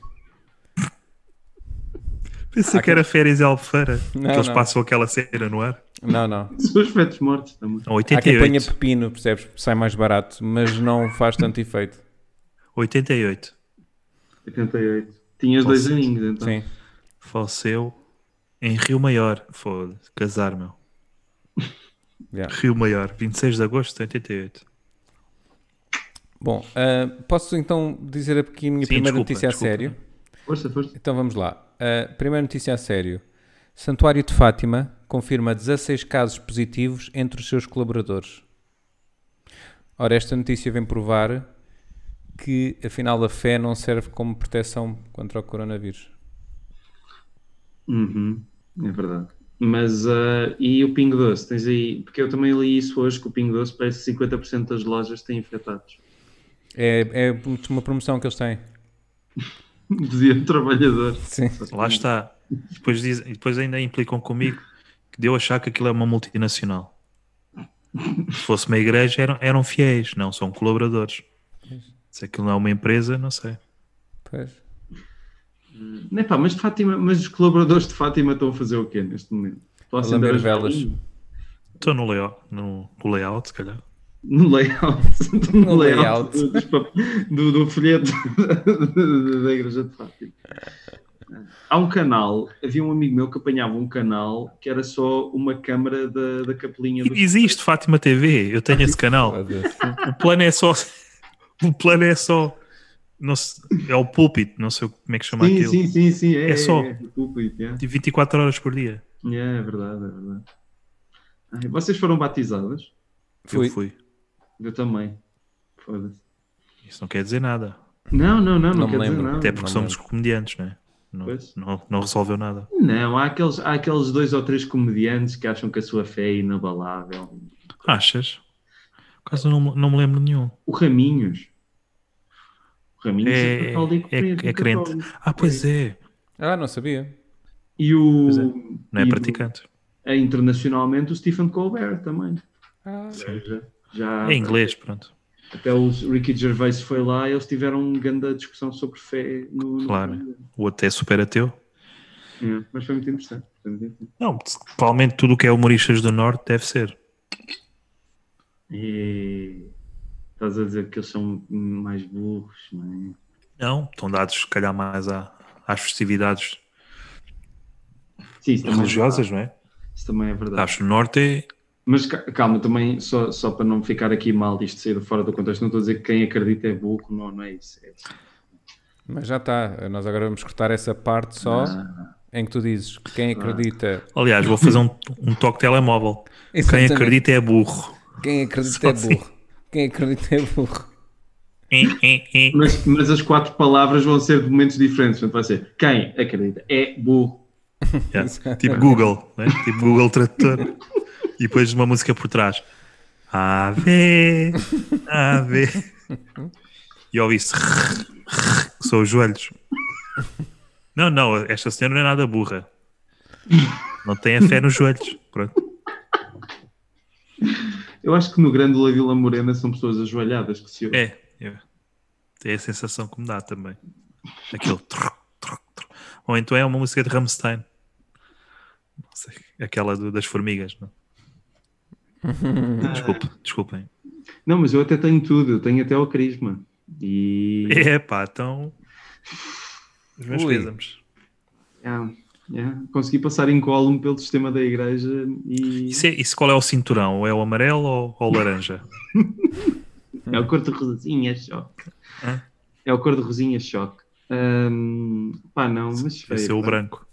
[SPEAKER 1] Pensei que era férias em Albufeira.
[SPEAKER 4] Não,
[SPEAKER 1] que eles
[SPEAKER 4] não.
[SPEAKER 1] passam aquela cena no ar.
[SPEAKER 4] não, não.
[SPEAKER 2] São os fetos mortos também.
[SPEAKER 1] Não,
[SPEAKER 4] Há quem ponha
[SPEAKER 1] 88.
[SPEAKER 4] pepino, percebes? Sai mais barato, mas não faz tanto efeito.
[SPEAKER 1] 88.
[SPEAKER 2] 88. Tinhas
[SPEAKER 1] Posso-
[SPEAKER 2] dois aninhos,
[SPEAKER 1] Hum.
[SPEAKER 2] então.
[SPEAKER 4] Sim.
[SPEAKER 1] Faleceu em Rio Maior. Foda-se, casar, meu.
[SPEAKER 4] Yeah.
[SPEAKER 1] Rio Maior, 26 de agosto de 88.
[SPEAKER 4] Bom, ah, posso então dizer aqui a minha
[SPEAKER 1] Sim,
[SPEAKER 4] primeira
[SPEAKER 1] desculpa,
[SPEAKER 4] notícia a
[SPEAKER 1] desculpa.
[SPEAKER 4] sério?
[SPEAKER 2] Força, força.
[SPEAKER 4] Então vamos lá. Uh, primeira notícia a sério. Santuário de Fátima confirma 16 casos positivos entre os seus colaboradores. Ora, esta notícia vem provar que afinal a fé não serve como proteção contra o coronavírus.
[SPEAKER 2] Uhum, é verdade. Mas, ah, e o Pingo Doce? Tens aí, porque eu também li isso hoje, que o Pingo Doce parece que 50% das lojas têm infectados.
[SPEAKER 4] É, é uma promoção que eles têm.
[SPEAKER 2] Dizia o trabalhador.
[SPEAKER 4] Sim.
[SPEAKER 1] Lá está. Depois, dizem, e depois ainda implicam comigo que deu a achar que aquilo é uma multinacional. Se fosse uma igreja, eram, eram fiéis, não são colaboradores. Se aquilo não é uma empresa, não sei.
[SPEAKER 4] Pois.
[SPEAKER 2] Não é pá, mas, de Fátima, mas os colaboradores de Fátima estão a fazer o quê neste momento? Estão a
[SPEAKER 4] A
[SPEAKER 2] acender
[SPEAKER 4] lamber
[SPEAKER 2] as
[SPEAKER 4] velas.
[SPEAKER 2] velinhas?
[SPEAKER 1] Estou no layout, no, no layout, se calhar.
[SPEAKER 2] No layout. Estão no
[SPEAKER 4] No
[SPEAKER 2] layout,
[SPEAKER 4] layout.
[SPEAKER 2] do- dos pap- Do, do folheto da Igreja de Fátima. Há um canal, havia um amigo meu que apanhava um canal que era só uma câmara da, da capelinha do
[SPEAKER 1] Existe Fátima TV, eu tenho esse canal. O plano é só. O plano é só. Não se- é o púlpito, não sei como é que chama
[SPEAKER 2] Sim,
[SPEAKER 1] aquilo.
[SPEAKER 2] sim, sim, sim, é,
[SPEAKER 1] É só.
[SPEAKER 2] é, é, público, é.
[SPEAKER 1] De 24 horas por dia.
[SPEAKER 2] É, é verdade, é verdade. Ai, vocês foram batizadas?
[SPEAKER 1] Eu fui.
[SPEAKER 2] Eu também. Foda-se.
[SPEAKER 1] Isso não quer dizer nada.
[SPEAKER 2] Não, não, não, não,
[SPEAKER 4] Não me
[SPEAKER 2] quer dizer
[SPEAKER 4] lembro.
[SPEAKER 2] nada.
[SPEAKER 1] Até porque
[SPEAKER 4] não
[SPEAKER 1] somos comediantes, não é? Não,
[SPEAKER 2] Pois.
[SPEAKER 1] não, não resolveu nada.
[SPEAKER 2] Não, há aqueles, há aqueles dois ou três comediantes que acham que a sua fé é inabalável.
[SPEAKER 1] Achas? Quase não, me- não me lembro de nenhum.
[SPEAKER 2] O Raminhos. O Raminhos é,
[SPEAKER 1] É,
[SPEAKER 2] católico.
[SPEAKER 1] é,
[SPEAKER 2] mesmo,
[SPEAKER 1] é crente.
[SPEAKER 2] católico.
[SPEAKER 1] Ah, pois é.
[SPEAKER 4] Ah, não sabia.
[SPEAKER 2] E o.
[SPEAKER 1] Pois é, Não é
[SPEAKER 2] e o-
[SPEAKER 1] praticante.
[SPEAKER 2] é internacionalmente o Stephen Colbert também.
[SPEAKER 4] Ah,
[SPEAKER 2] Já, já
[SPEAKER 1] É inglês, pronto.
[SPEAKER 2] Até o Ricky Gervais foi lá e eles tiveram uma grande discussão sobre fé no. no
[SPEAKER 1] Claro. O outro é super ateu.
[SPEAKER 2] É, mas foi muito interessante. foi muito interessante.
[SPEAKER 1] Não, provavelmente tudo o que é humoristas do Norte deve ser.
[SPEAKER 2] E... Estás a dizer que eles são mais burros, não é?
[SPEAKER 1] Não, estão dados, se calhar, mais à- às festividades
[SPEAKER 2] Sim, isso também é
[SPEAKER 1] religiosas, não é?
[SPEAKER 2] verdade. Isso também é verdade.
[SPEAKER 1] Acho que o Norte é.
[SPEAKER 2] Mas ca- calma, também, só, só para não ficar aqui mal disto sair fora do contexto, não estou a dizer que quem acredita é burro, não, não é isso. É isso.
[SPEAKER 4] mas já está. Nós agora vamos cortar essa parte só
[SPEAKER 2] Ah,
[SPEAKER 4] em que tu dizes que quem acredita.
[SPEAKER 1] Aliás, vou fazer um, um toque telemóvel. Quem
[SPEAKER 4] Exatamente.
[SPEAKER 1] acredita é burro.
[SPEAKER 4] Quem acredita é
[SPEAKER 1] Só
[SPEAKER 4] burro. Quem acredita é burro.
[SPEAKER 1] Em, em, em.
[SPEAKER 2] Mas, mas as quatro palavras vão ser de momentos diferentes, portanto vai ser quem acredita é burro.
[SPEAKER 1] Yeah. Tipo Google, né? tipo Google Tradutor. e depois uma música por trás. Ave, ave. E ouvi-se. São os joelhos. Não, não, esta senhora não é nada burra. Não tem a fé nos joelhos. Pronto.
[SPEAKER 2] Eu acho que no Grândola Vila Morena são pessoas ajoelhadas que se ouvem.
[SPEAKER 1] É, é. Tem a sensação que me dá também. Aquele. truc, truc, truc. Ou então é uma música de Rammstein. Não sei, aquela do- das formigas, não? Desculpe, desculpem.
[SPEAKER 2] Não, mas eu até tenho tudo, eu tenho até o carisma. E.
[SPEAKER 1] É pá, então. Os meus
[SPEAKER 4] Ui.
[SPEAKER 1] pésamos. É.
[SPEAKER 2] Yeah, yeah. é, Consegui passar em column pelo sistema da igreja e.
[SPEAKER 1] Isso, é- isso qual é o cinturão? É o amarelo ou, ou o laranja?
[SPEAKER 2] É o cor de rosinha choque.
[SPEAKER 1] Hã?
[SPEAKER 2] É o cor de rosinha choque. Ahm, pá, não, mas é,
[SPEAKER 1] Vai
[SPEAKER 2] feio.
[SPEAKER 1] ser o
[SPEAKER 2] pá.
[SPEAKER 1] branco.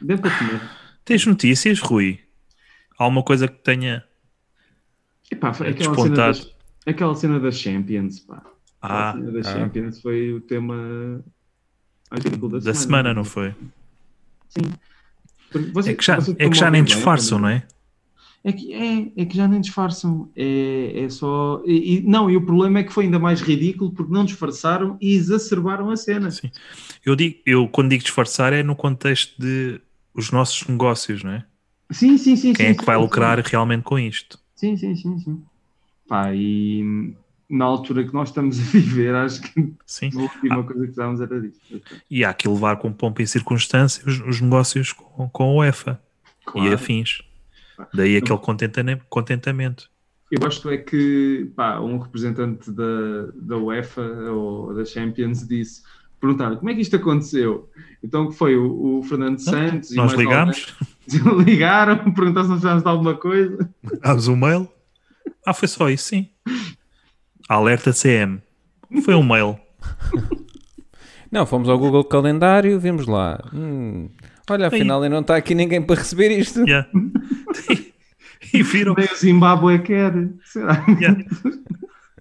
[SPEAKER 2] Deu para comer.
[SPEAKER 1] Tens notícias, Rui? Há alguma coisa que tenha.
[SPEAKER 2] Epá, foi
[SPEAKER 1] É
[SPEAKER 2] aquela, cena
[SPEAKER 1] despontado.
[SPEAKER 2] das, aquela cena das Champions, pá. Aquela
[SPEAKER 1] Ah,
[SPEAKER 2] cena das
[SPEAKER 4] ah.
[SPEAKER 2] Champions foi o tema artigo da,
[SPEAKER 1] da semana, não foi?
[SPEAKER 2] Porque você-
[SPEAKER 1] É que já,
[SPEAKER 2] você
[SPEAKER 1] é que já
[SPEAKER 2] tomou né?
[SPEAKER 1] nem
[SPEAKER 2] bem,
[SPEAKER 1] disfarçam, não é?
[SPEAKER 2] É que, é, é que já nem disfarçam. É, é só. E, e- não, e o problema é que foi ainda mais ridículo porque não disfarçaram e exacerbaram a cena.
[SPEAKER 1] Sim. Eu, digo, eu quando digo disfarçar é no contexto de os nossos negócios, não é?
[SPEAKER 2] Sim, sim, sim.
[SPEAKER 1] Quem
[SPEAKER 2] sim,
[SPEAKER 1] é que
[SPEAKER 2] sim,
[SPEAKER 1] vai
[SPEAKER 2] sim.
[SPEAKER 1] lucrar realmente com isto?
[SPEAKER 2] Sim, sim, sim, sim. Pá, e hum, na altura que nós estamos a viver, acho que
[SPEAKER 1] Sim.
[SPEAKER 2] a última coisa que precisávamos era disso.
[SPEAKER 1] Ah. E há que levar com pompa e circunstância os, os negócios com, com a UEFA
[SPEAKER 2] Claro.
[SPEAKER 1] e afins. Daí aquele contentane- contentamento.
[SPEAKER 2] Eu acho é que pá, um representante da, da UEFA ou da Champions disse perguntaram como é que isto aconteceu. Então foi o, o Fernando Santos
[SPEAKER 1] Nós ligámos,
[SPEAKER 2] alguém, ligaram, perguntaram se nós precisávamos de alguma coisa.
[SPEAKER 1] dámos um mail. Ah, foi só isso, sim. Alerta CM. Foi um mail.
[SPEAKER 4] Não, fomos ao Google Calendário, vimos lá. Hum, olha, afinal ainda não está aqui ninguém para receber isto.
[SPEAKER 1] Yeah. e viram
[SPEAKER 2] Nem o Zimbábue quer. Será?
[SPEAKER 1] yeah.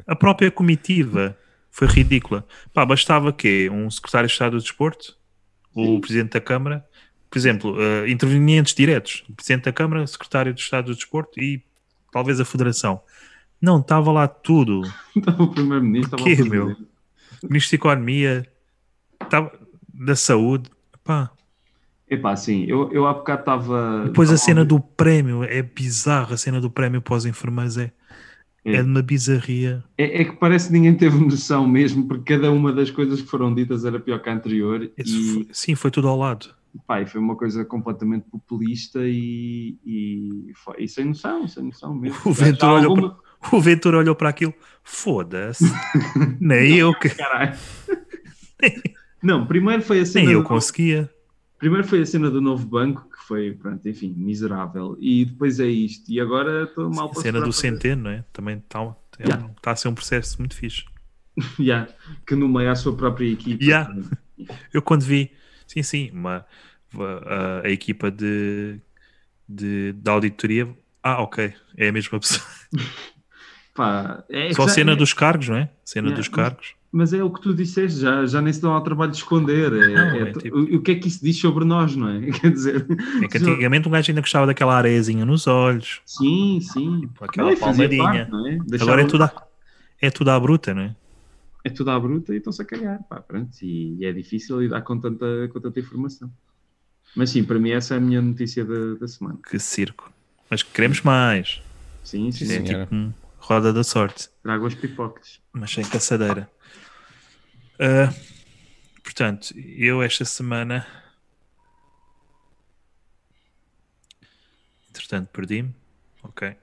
[SPEAKER 1] a própria comitiva. Foi ridícula. Pá, bastava que um secretário de Estado do Desporto, o presidente da Câmara, por exemplo, eh, intervenientes diretos, o presidente da Câmara, secretário de Estado do Desporto e talvez a Federação. Não, estava lá tudo.
[SPEAKER 2] Estava Então, o primeiro-ministro. estava
[SPEAKER 1] Porquê,
[SPEAKER 2] o presidente.
[SPEAKER 1] Ministro da Economia, estava da Saúde. Pá,
[SPEAKER 2] Epá, sim, eu, eu há bocado estava.
[SPEAKER 1] Depois a
[SPEAKER 2] estava
[SPEAKER 1] cena
[SPEAKER 2] ouvir-
[SPEAKER 1] do prémio é bizarra, a cena do prémio para os enfermeiros é, é.
[SPEAKER 2] É.
[SPEAKER 1] de uma bizarria.
[SPEAKER 2] É, é que parece que ninguém teve noção mesmo, porque cada uma das coisas que foram ditas era pior que a anterior.
[SPEAKER 1] Isso
[SPEAKER 2] e...
[SPEAKER 1] foi- É sim, foi tudo ao lado.
[SPEAKER 2] Pá, e foi uma coisa completamente populista e, e, foi- e sem noção, sem noção mesmo.
[SPEAKER 1] O
[SPEAKER 2] Já- já
[SPEAKER 1] Ventura olhou
[SPEAKER 2] alguma-
[SPEAKER 1] O Ventura olhou para aquilo, foda-se, nem eu que
[SPEAKER 2] Caralho. Não, primeiro foi a cena
[SPEAKER 1] nem eu
[SPEAKER 2] do-
[SPEAKER 1] conseguia.
[SPEAKER 2] primeiro foi a cena do novo banco, que foi, pronto, enfim, miserável. E depois é isto. E agora estou mal
[SPEAKER 1] A cena
[SPEAKER 2] esperar
[SPEAKER 1] do
[SPEAKER 2] para ver.
[SPEAKER 1] Centeno, não é? Também está
[SPEAKER 2] Yeah.
[SPEAKER 1] tá a ser um processo muito fixe.
[SPEAKER 2] Yeah, que nomeia a sua própria equipa.
[SPEAKER 1] Yeah. Eu quando vi, sim, sim, uma, a, a equipa de, de, da auditoria, ah, ok, é a mesma pessoa.
[SPEAKER 2] Pá, é que
[SPEAKER 1] Só a
[SPEAKER 2] já-
[SPEAKER 1] cena dos cargos, não é? Cena
[SPEAKER 2] Yeah.
[SPEAKER 1] dos cargos.
[SPEAKER 2] Mas é o que tu disseste, já, já nem se dão ao trabalho de esconder. É-
[SPEAKER 1] Não,
[SPEAKER 2] é-
[SPEAKER 1] é tipo-
[SPEAKER 2] o, o que é que isso diz sobre nós, não é? Quer dizer,
[SPEAKER 1] É que antigamente um gajo ainda gostava daquela areiazinha nos olhos,
[SPEAKER 2] sim, sim.
[SPEAKER 1] Ah, tipo aquela
[SPEAKER 2] Não, e fazia
[SPEAKER 1] palmadinha.
[SPEAKER 2] parte, não é?
[SPEAKER 1] Agora é
[SPEAKER 2] Deixavam-
[SPEAKER 1] tudo, à, é tudo à bruta, não é?
[SPEAKER 2] é tudo à bruta e estão-se a cagar. Pá, pronto, e, e é difícil lidar com tanta, com tanta informação. Mas sim, para mim essa é a minha notícia da, da semana.
[SPEAKER 1] Que circo. Mas queremos mais.
[SPEAKER 2] Sim, sim,
[SPEAKER 1] É
[SPEAKER 2] sim.
[SPEAKER 4] senhora.
[SPEAKER 1] tipo um roda da sorte,
[SPEAKER 2] Trago as pipocas.
[SPEAKER 1] mas sem caçadeira. Ah, portanto, eu esta semana. Entretanto, perdi-me. Ok.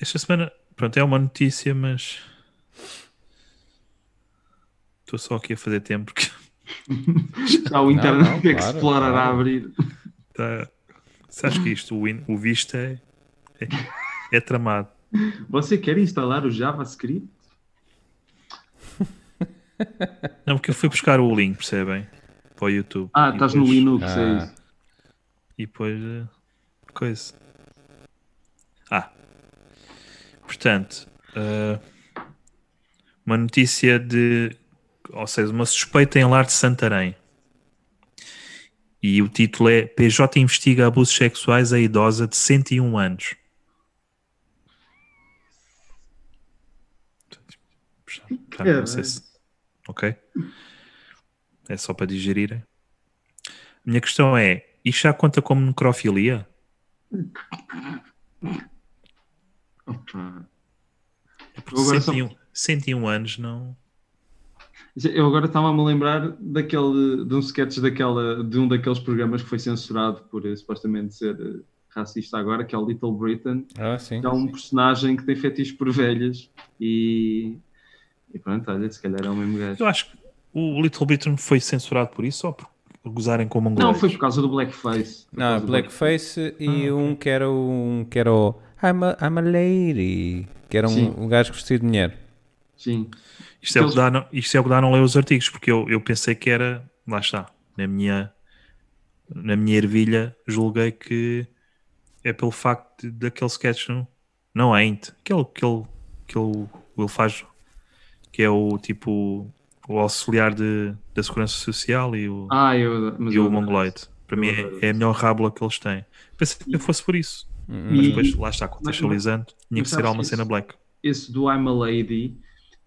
[SPEAKER 1] Esta semana, pronto, é uma notícia, mas. Estou só aqui a fazer tempo porque.
[SPEAKER 2] Já o Internet
[SPEAKER 4] não, claro,
[SPEAKER 2] Explorer a
[SPEAKER 4] claro.
[SPEAKER 2] abrir.
[SPEAKER 1] Tá. Sabes que isto, o, in- o Vista é, é, é tramado.
[SPEAKER 2] Você quer instalar o JavaScript?
[SPEAKER 1] Não, porque eu fui buscar o link, percebem? Para o YouTube.
[SPEAKER 2] Ah,
[SPEAKER 1] E
[SPEAKER 2] estás no
[SPEAKER 1] depois-
[SPEAKER 2] Linux, é
[SPEAKER 4] Ah.
[SPEAKER 2] isso.
[SPEAKER 1] E depois. eh, Coisa. Ah. Portanto. eh, uma notícia de. Ou seja, uma suspeita em lar de Santarém. E o título é PJ investiga abusos sexuais a idosa de 101 anos. Já tá, não sei se- Ok? É só para digerirem. A minha questão é: isto já conta como necrofilia?
[SPEAKER 2] Opa.
[SPEAKER 1] Porque
[SPEAKER 2] Agora só-
[SPEAKER 1] 101, 101 anos não.
[SPEAKER 2] Eu agora estava a me lembrar daquele, de um sketch daquela, de um daqueles programas que foi censurado por eh, supostamente ser eh, racista agora, que é o Little Britain,
[SPEAKER 4] Ah, sim.
[SPEAKER 2] que é um personagem que tem fetiches por velhas e, e pronto, olha, se calhar é o mesmo gajo.
[SPEAKER 1] Eu acho que o Little Britain foi censurado por isso ou por gozarem com mongóis?
[SPEAKER 2] Não, foi por causa do blackface. Por
[SPEAKER 4] Não, é
[SPEAKER 2] causa do
[SPEAKER 4] Blackface e um que era um que era o I'm a, I'm a lady, que era
[SPEAKER 2] Sim.
[SPEAKER 4] um, um gajo vestido de dinheiro.
[SPEAKER 2] Sim.
[SPEAKER 1] Isto é, o
[SPEAKER 2] Eles-
[SPEAKER 1] que dá, não, isto é o que dá não ler os artigos, porque eu, eu pensei que era. Lá está. Na minha, na minha ervilha, julguei que é pelo facto de- daquele sketch. Não, não é Int. Aquele que ele, que ele, ele faz. Que é o tipo. O auxiliar de, da Segurança Social e o,
[SPEAKER 2] Ah, eu. Mas
[SPEAKER 1] e o
[SPEAKER 2] eu
[SPEAKER 1] Mongoloid. Para mim
[SPEAKER 2] adoro
[SPEAKER 1] é, é a melhor rábula que eles têm. Pensei que fosse por isso. Mas
[SPEAKER 2] Hum. E-
[SPEAKER 1] depois, lá está, contextualizando, tinha que
[SPEAKER 2] mas
[SPEAKER 1] ser
[SPEAKER 2] sabes
[SPEAKER 1] alguma
[SPEAKER 2] que
[SPEAKER 1] cena
[SPEAKER 2] isso-
[SPEAKER 1] black.
[SPEAKER 2] Esse do I'm a Lady,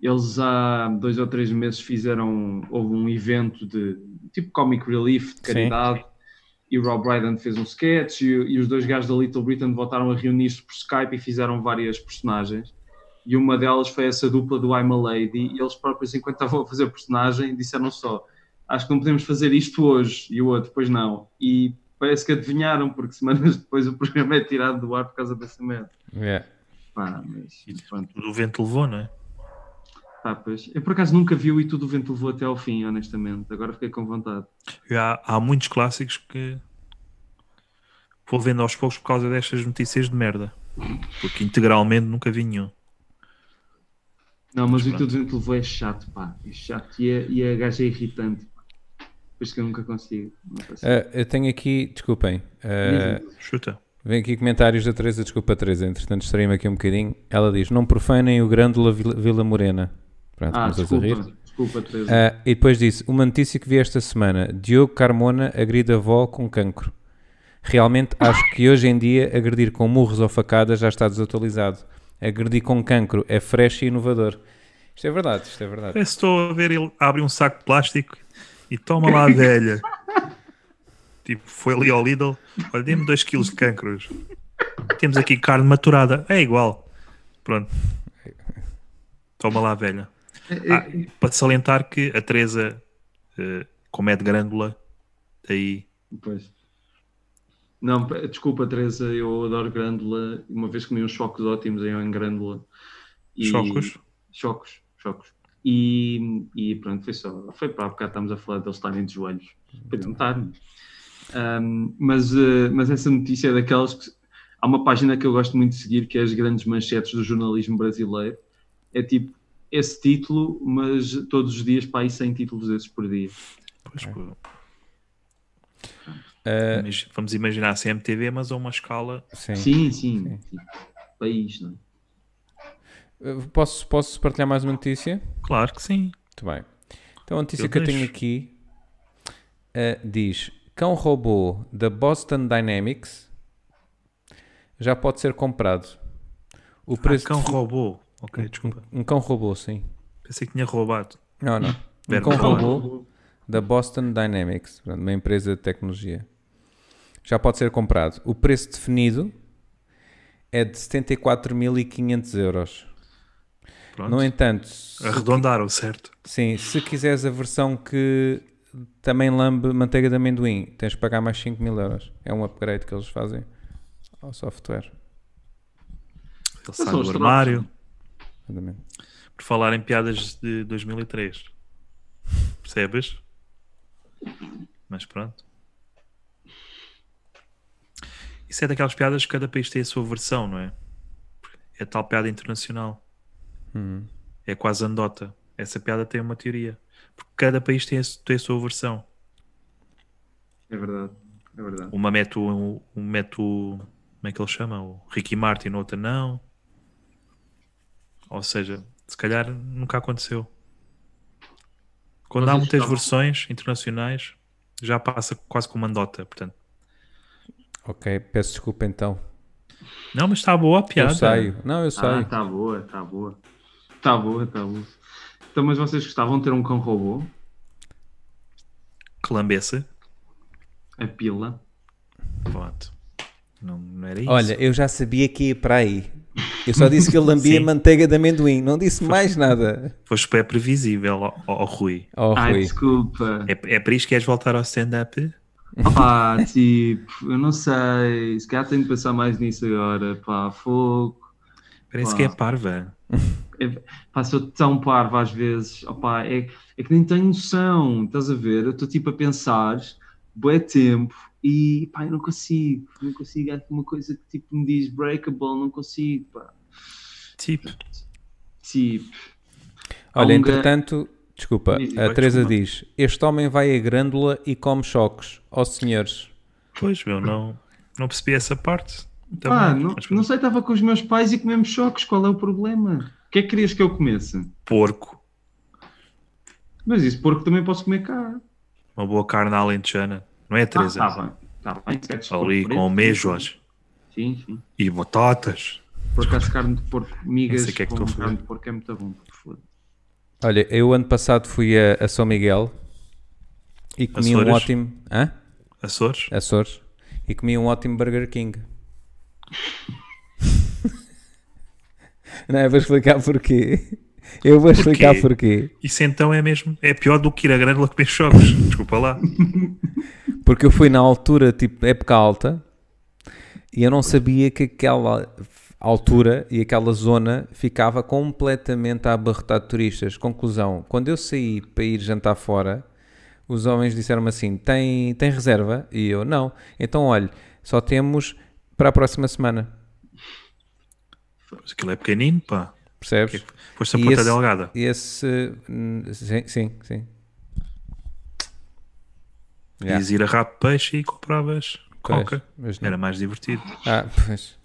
[SPEAKER 2] eles há dois ou três meses fizeram. Houve um evento de tipo Comic Relief, de caridade. E o Rob Brydon fez um sketch e, e os dois gajos da Little Britain voltaram a reunir-se por Skype e fizeram várias personagens. E uma delas foi essa dupla do I'm a Lady. E eles próprios, enquanto estavam a fazer personagem, disseram só: Acho que não podemos fazer isto hoje. E o outro, pois não. E Parece que adivinharam, porque semanas depois o programa é tirado do ar por causa dessa merda.
[SPEAKER 4] Yeah.
[SPEAKER 2] Pá, mas
[SPEAKER 1] E
[SPEAKER 2] pronto.
[SPEAKER 1] tudo o vento levou, não é?
[SPEAKER 2] Pá, Ah, pois. Eu por acaso nunca vi o E Tudo o Vento Levou até ao fim, honestamente. Agora fiquei com vontade.
[SPEAKER 1] E Há, há muitos clássicos que vou vendo aos poucos por causa destas notícias de merda. Porque integralmente nunca vi nenhum.
[SPEAKER 2] Não, mas o E
[SPEAKER 1] pronto.
[SPEAKER 2] Tudo o Vento Levou é chato, pá. É chato e a, e a gaja é irritante. Pá. Por isso que eu nunca consigo. Não consigo.
[SPEAKER 4] Ah, eu tenho aqui, desculpem, ah,
[SPEAKER 1] Chuta.
[SPEAKER 4] vem aqui comentários da Teresa, desculpa Teresa, entretanto distraí-me aqui um bocadinho. Ela diz, não profanem o Grândola Vila, Vila Morena. Pronto,
[SPEAKER 2] ah,
[SPEAKER 4] começou-se a rir.
[SPEAKER 2] desculpa. Desculpa, Teresa.
[SPEAKER 4] Ah, e depois disse: Uma notícia que vi esta semana: Diogo Carmona agride avó com cancro. Realmente acho que hoje em dia agredir com murros ou facadas já está desatualizado. Agredir com cancro é fresh e inovador. Isto é verdade, isto é verdade.
[SPEAKER 1] Parece que estou a ver ele abre um saco de plástico e toma lá a velha. tipo, foi ali ao Lidl. Olha, dê-me 2 kg de cancros. Temos aqui carne maturada. É igual. Pronto. Toma lá a velha.
[SPEAKER 4] É,
[SPEAKER 2] É,
[SPEAKER 1] Ah, e para salientar que a Teresa, eh, como é de grândula, aí
[SPEAKER 2] Pois. Não, pe- desculpa, Teresa, eu adoro grândola. Uma vez comi uns chocos ótimos em grândola. E-
[SPEAKER 1] chocos.
[SPEAKER 2] Chocos, chocos. E, e pronto, foi só. Foi para há bocado estamos a falar deles estarem de joelhos. Para tentar. Ahm, mas, eh, mas essa notícia é daquelas que. Há uma página que eu gosto muito de seguir que é as grandes manchetes do jornalismo brasileiro. É tipo esse título, mas todos os dias para aí 100 títulos desses por dia.
[SPEAKER 1] Pois, pô,
[SPEAKER 4] Ah,
[SPEAKER 1] imagi- Vamos imaginar a CMTV, mas a uma escala.
[SPEAKER 4] sim.
[SPEAKER 2] Sim, sim. sim. País, não é?
[SPEAKER 4] Ah, Posso, posso partilhar mais uma notícia?
[SPEAKER 1] Claro que sim.
[SPEAKER 4] Muito bem. Então a notícia
[SPEAKER 1] Eu
[SPEAKER 4] que eu tenho
[SPEAKER 1] deixo.
[SPEAKER 4] aqui ah, diz: Cão robô da Boston Dynamics já pode ser comprado. O preço
[SPEAKER 1] Ah, Cão
[SPEAKER 4] de-
[SPEAKER 1] roubou. Ok, desculpa.
[SPEAKER 4] Um cão robô, sim.
[SPEAKER 1] Pensei que tinha roubado.
[SPEAKER 4] Não, não. Um
[SPEAKER 1] Verbo
[SPEAKER 4] cão
[SPEAKER 1] falar.
[SPEAKER 4] robô da Boston Dynamics, portanto, uma empresa de tecnologia. Já pode ser comprado. O preço definido é de 74.500 euros.
[SPEAKER 1] Pronto.
[SPEAKER 4] No entanto, se-
[SPEAKER 1] Arredondaram, certo?
[SPEAKER 4] sim, se quiseres a versão que também lambe manteiga de amendoim, tens de pagar mais 5 mil euros. É um upgrade que eles fazem ao software.
[SPEAKER 1] Ele sai
[SPEAKER 2] são
[SPEAKER 1] do
[SPEAKER 2] os trocos.
[SPEAKER 1] armário.
[SPEAKER 4] Exatamente.
[SPEAKER 1] Por falar em piadas de 2003. Percebes? Mas pronto. Isso é daquelas piadas que cada país tem a sua versão, não é? É tal piada internacional. É quase anedota. Essa piada tem uma teoria. Porque cada país tem a, su- tem a sua versão.
[SPEAKER 2] É verdade, é verdade.
[SPEAKER 1] Uma mete o. Um, mete o como é que ele chama? O Ricky Martin, outra não. Ou seja, se calhar nunca aconteceu. Quando há
[SPEAKER 2] Vocês
[SPEAKER 1] muitas
[SPEAKER 2] estavam-
[SPEAKER 1] versões internacionais, já passa quase como andota. Portanto,
[SPEAKER 4] Ok, peço desculpa então.
[SPEAKER 1] não, mas está boa a piada.
[SPEAKER 4] Eu saio. Não, eu
[SPEAKER 2] Ah,
[SPEAKER 4] saio.
[SPEAKER 2] tá boa, tá boa. Tá boa, tá boa. Então, mas vocês gostavam de ter um cão robô?
[SPEAKER 1] Que lambeça.
[SPEAKER 2] A pila?
[SPEAKER 1] Pronto. Não, não era isso.
[SPEAKER 4] Olha, eu já sabia que ia para aí. Eu só disse que ele lambia
[SPEAKER 1] Sim.
[SPEAKER 4] manteiga de amendoim, não disse mais nada.
[SPEAKER 1] Foste pé previsível, ó ó, ó, Rui.
[SPEAKER 4] Oh,
[SPEAKER 2] Ai,
[SPEAKER 4] Rui.
[SPEAKER 2] desculpa.
[SPEAKER 1] É, é por isso que queres voltar ao stand-up?
[SPEAKER 2] Pá, tipo, eu não sei. Se calhar tenho de pensar mais nisso agora. Pá, fogo.
[SPEAKER 1] Parece
[SPEAKER 2] Pá.
[SPEAKER 1] que é parva.
[SPEAKER 2] Pá, sou tão parvo às vezes. Opá, é, é que nem tenho noção. Estás a ver? Eu estou tipo a pensar, bué tempo, e pá, eu não consigo. Não consigo. Há uma coisa que tipo me diz breakable, não consigo, pá.
[SPEAKER 1] Tipo,
[SPEAKER 2] Tipo.
[SPEAKER 4] Olha,
[SPEAKER 2] Há um ga-
[SPEAKER 4] entretanto, desculpa,
[SPEAKER 2] Diz,
[SPEAKER 4] a
[SPEAKER 1] vai,
[SPEAKER 4] Teresa
[SPEAKER 1] desculpa.
[SPEAKER 4] diz: Este homem vai à grândula e come choques. Ó senhores,
[SPEAKER 1] pois, meu, não, não percebi essa parte. Então, Também,
[SPEAKER 2] Pá, Ah, não,
[SPEAKER 1] mas
[SPEAKER 2] não sei, estava com os meus pais e comemos choques, qual é o problema? O que é que querias que eu comesse?
[SPEAKER 1] porco,
[SPEAKER 2] Mas isso, porco também posso comer cá.
[SPEAKER 1] uma boa carne à alentejana, não é, Teresa?
[SPEAKER 2] Ah, tá bem, tá bem. se é de
[SPEAKER 1] Ali
[SPEAKER 2] porco
[SPEAKER 1] com
[SPEAKER 2] preto,
[SPEAKER 1] meijoas
[SPEAKER 2] Sim, sim.
[SPEAKER 1] e batatas.
[SPEAKER 2] Por acaso carne de porco, migas
[SPEAKER 1] Não sei o que é que
[SPEAKER 2] com
[SPEAKER 1] estou a
[SPEAKER 2] carne de porco é muito bom. por favor.
[SPEAKER 4] olha, eu ano passado fui a, a São Miguel e comi um
[SPEAKER 1] Açores?
[SPEAKER 4] ótimo. Hã?
[SPEAKER 1] Açores?
[SPEAKER 4] Açores. E comi um ótimo Burger King. não, eu vou explicar porquê. Eu vou explicar porquê.
[SPEAKER 1] Isso então é mesmo, é pior do que ir a grândola comer chocos. Desculpa lá.
[SPEAKER 4] Porque eu fui na altura, tipo, época alta, e eu não sabia que aquela altura e aquela zona ficava completamente a abarrotar de turistas. Conclusão, quando eu saí para ir jantar fora, os homens disseram-me assim, tem, tem reserva? E eu, não. Então, olha, só temos para a próxima semana.
[SPEAKER 1] Mas aquilo é pequenino, pá.
[SPEAKER 4] Percebes?
[SPEAKER 1] Foste a ponta
[SPEAKER 4] esse-
[SPEAKER 1] delgada.
[SPEAKER 4] E esse... hum, Sim, sim, sim. Yeah,
[SPEAKER 1] Ias ir a rap peixe e compravas
[SPEAKER 4] pois,
[SPEAKER 1] coca.
[SPEAKER 4] mas não.
[SPEAKER 1] Era mais divertido.
[SPEAKER 4] Ah, pois.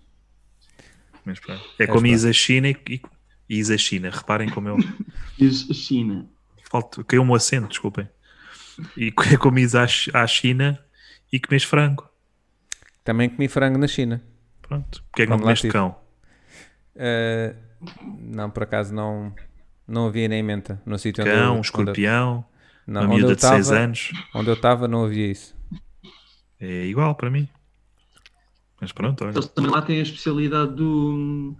[SPEAKER 1] Mas pronto. É como
[SPEAKER 4] pá.
[SPEAKER 1] ires à China e, e ires à China. Reparem como eu.
[SPEAKER 2] Diz China.
[SPEAKER 1] Falta, caiu-me o acento, desculpem. E é como ires à, Chi- à China e comes frango.
[SPEAKER 4] Também comi frango na China.
[SPEAKER 1] Pronto. Porque é que não
[SPEAKER 4] Frango lá tipo,
[SPEAKER 1] comeste
[SPEAKER 4] tive.
[SPEAKER 1] cão?
[SPEAKER 4] Uh, não, por acaso não, não havia nem menta no sítio onde eu-
[SPEAKER 1] Cão, um
[SPEAKER 4] onde
[SPEAKER 1] escorpião,
[SPEAKER 4] eu, não,
[SPEAKER 1] uma
[SPEAKER 4] onde
[SPEAKER 1] miúda
[SPEAKER 4] eu
[SPEAKER 1] de 6
[SPEAKER 4] tava-
[SPEAKER 1] anos.
[SPEAKER 4] Onde eu estava não havia isso.
[SPEAKER 1] É igual para mim. Mas pronto, olha.
[SPEAKER 2] Eles também lá têm a especialidade do-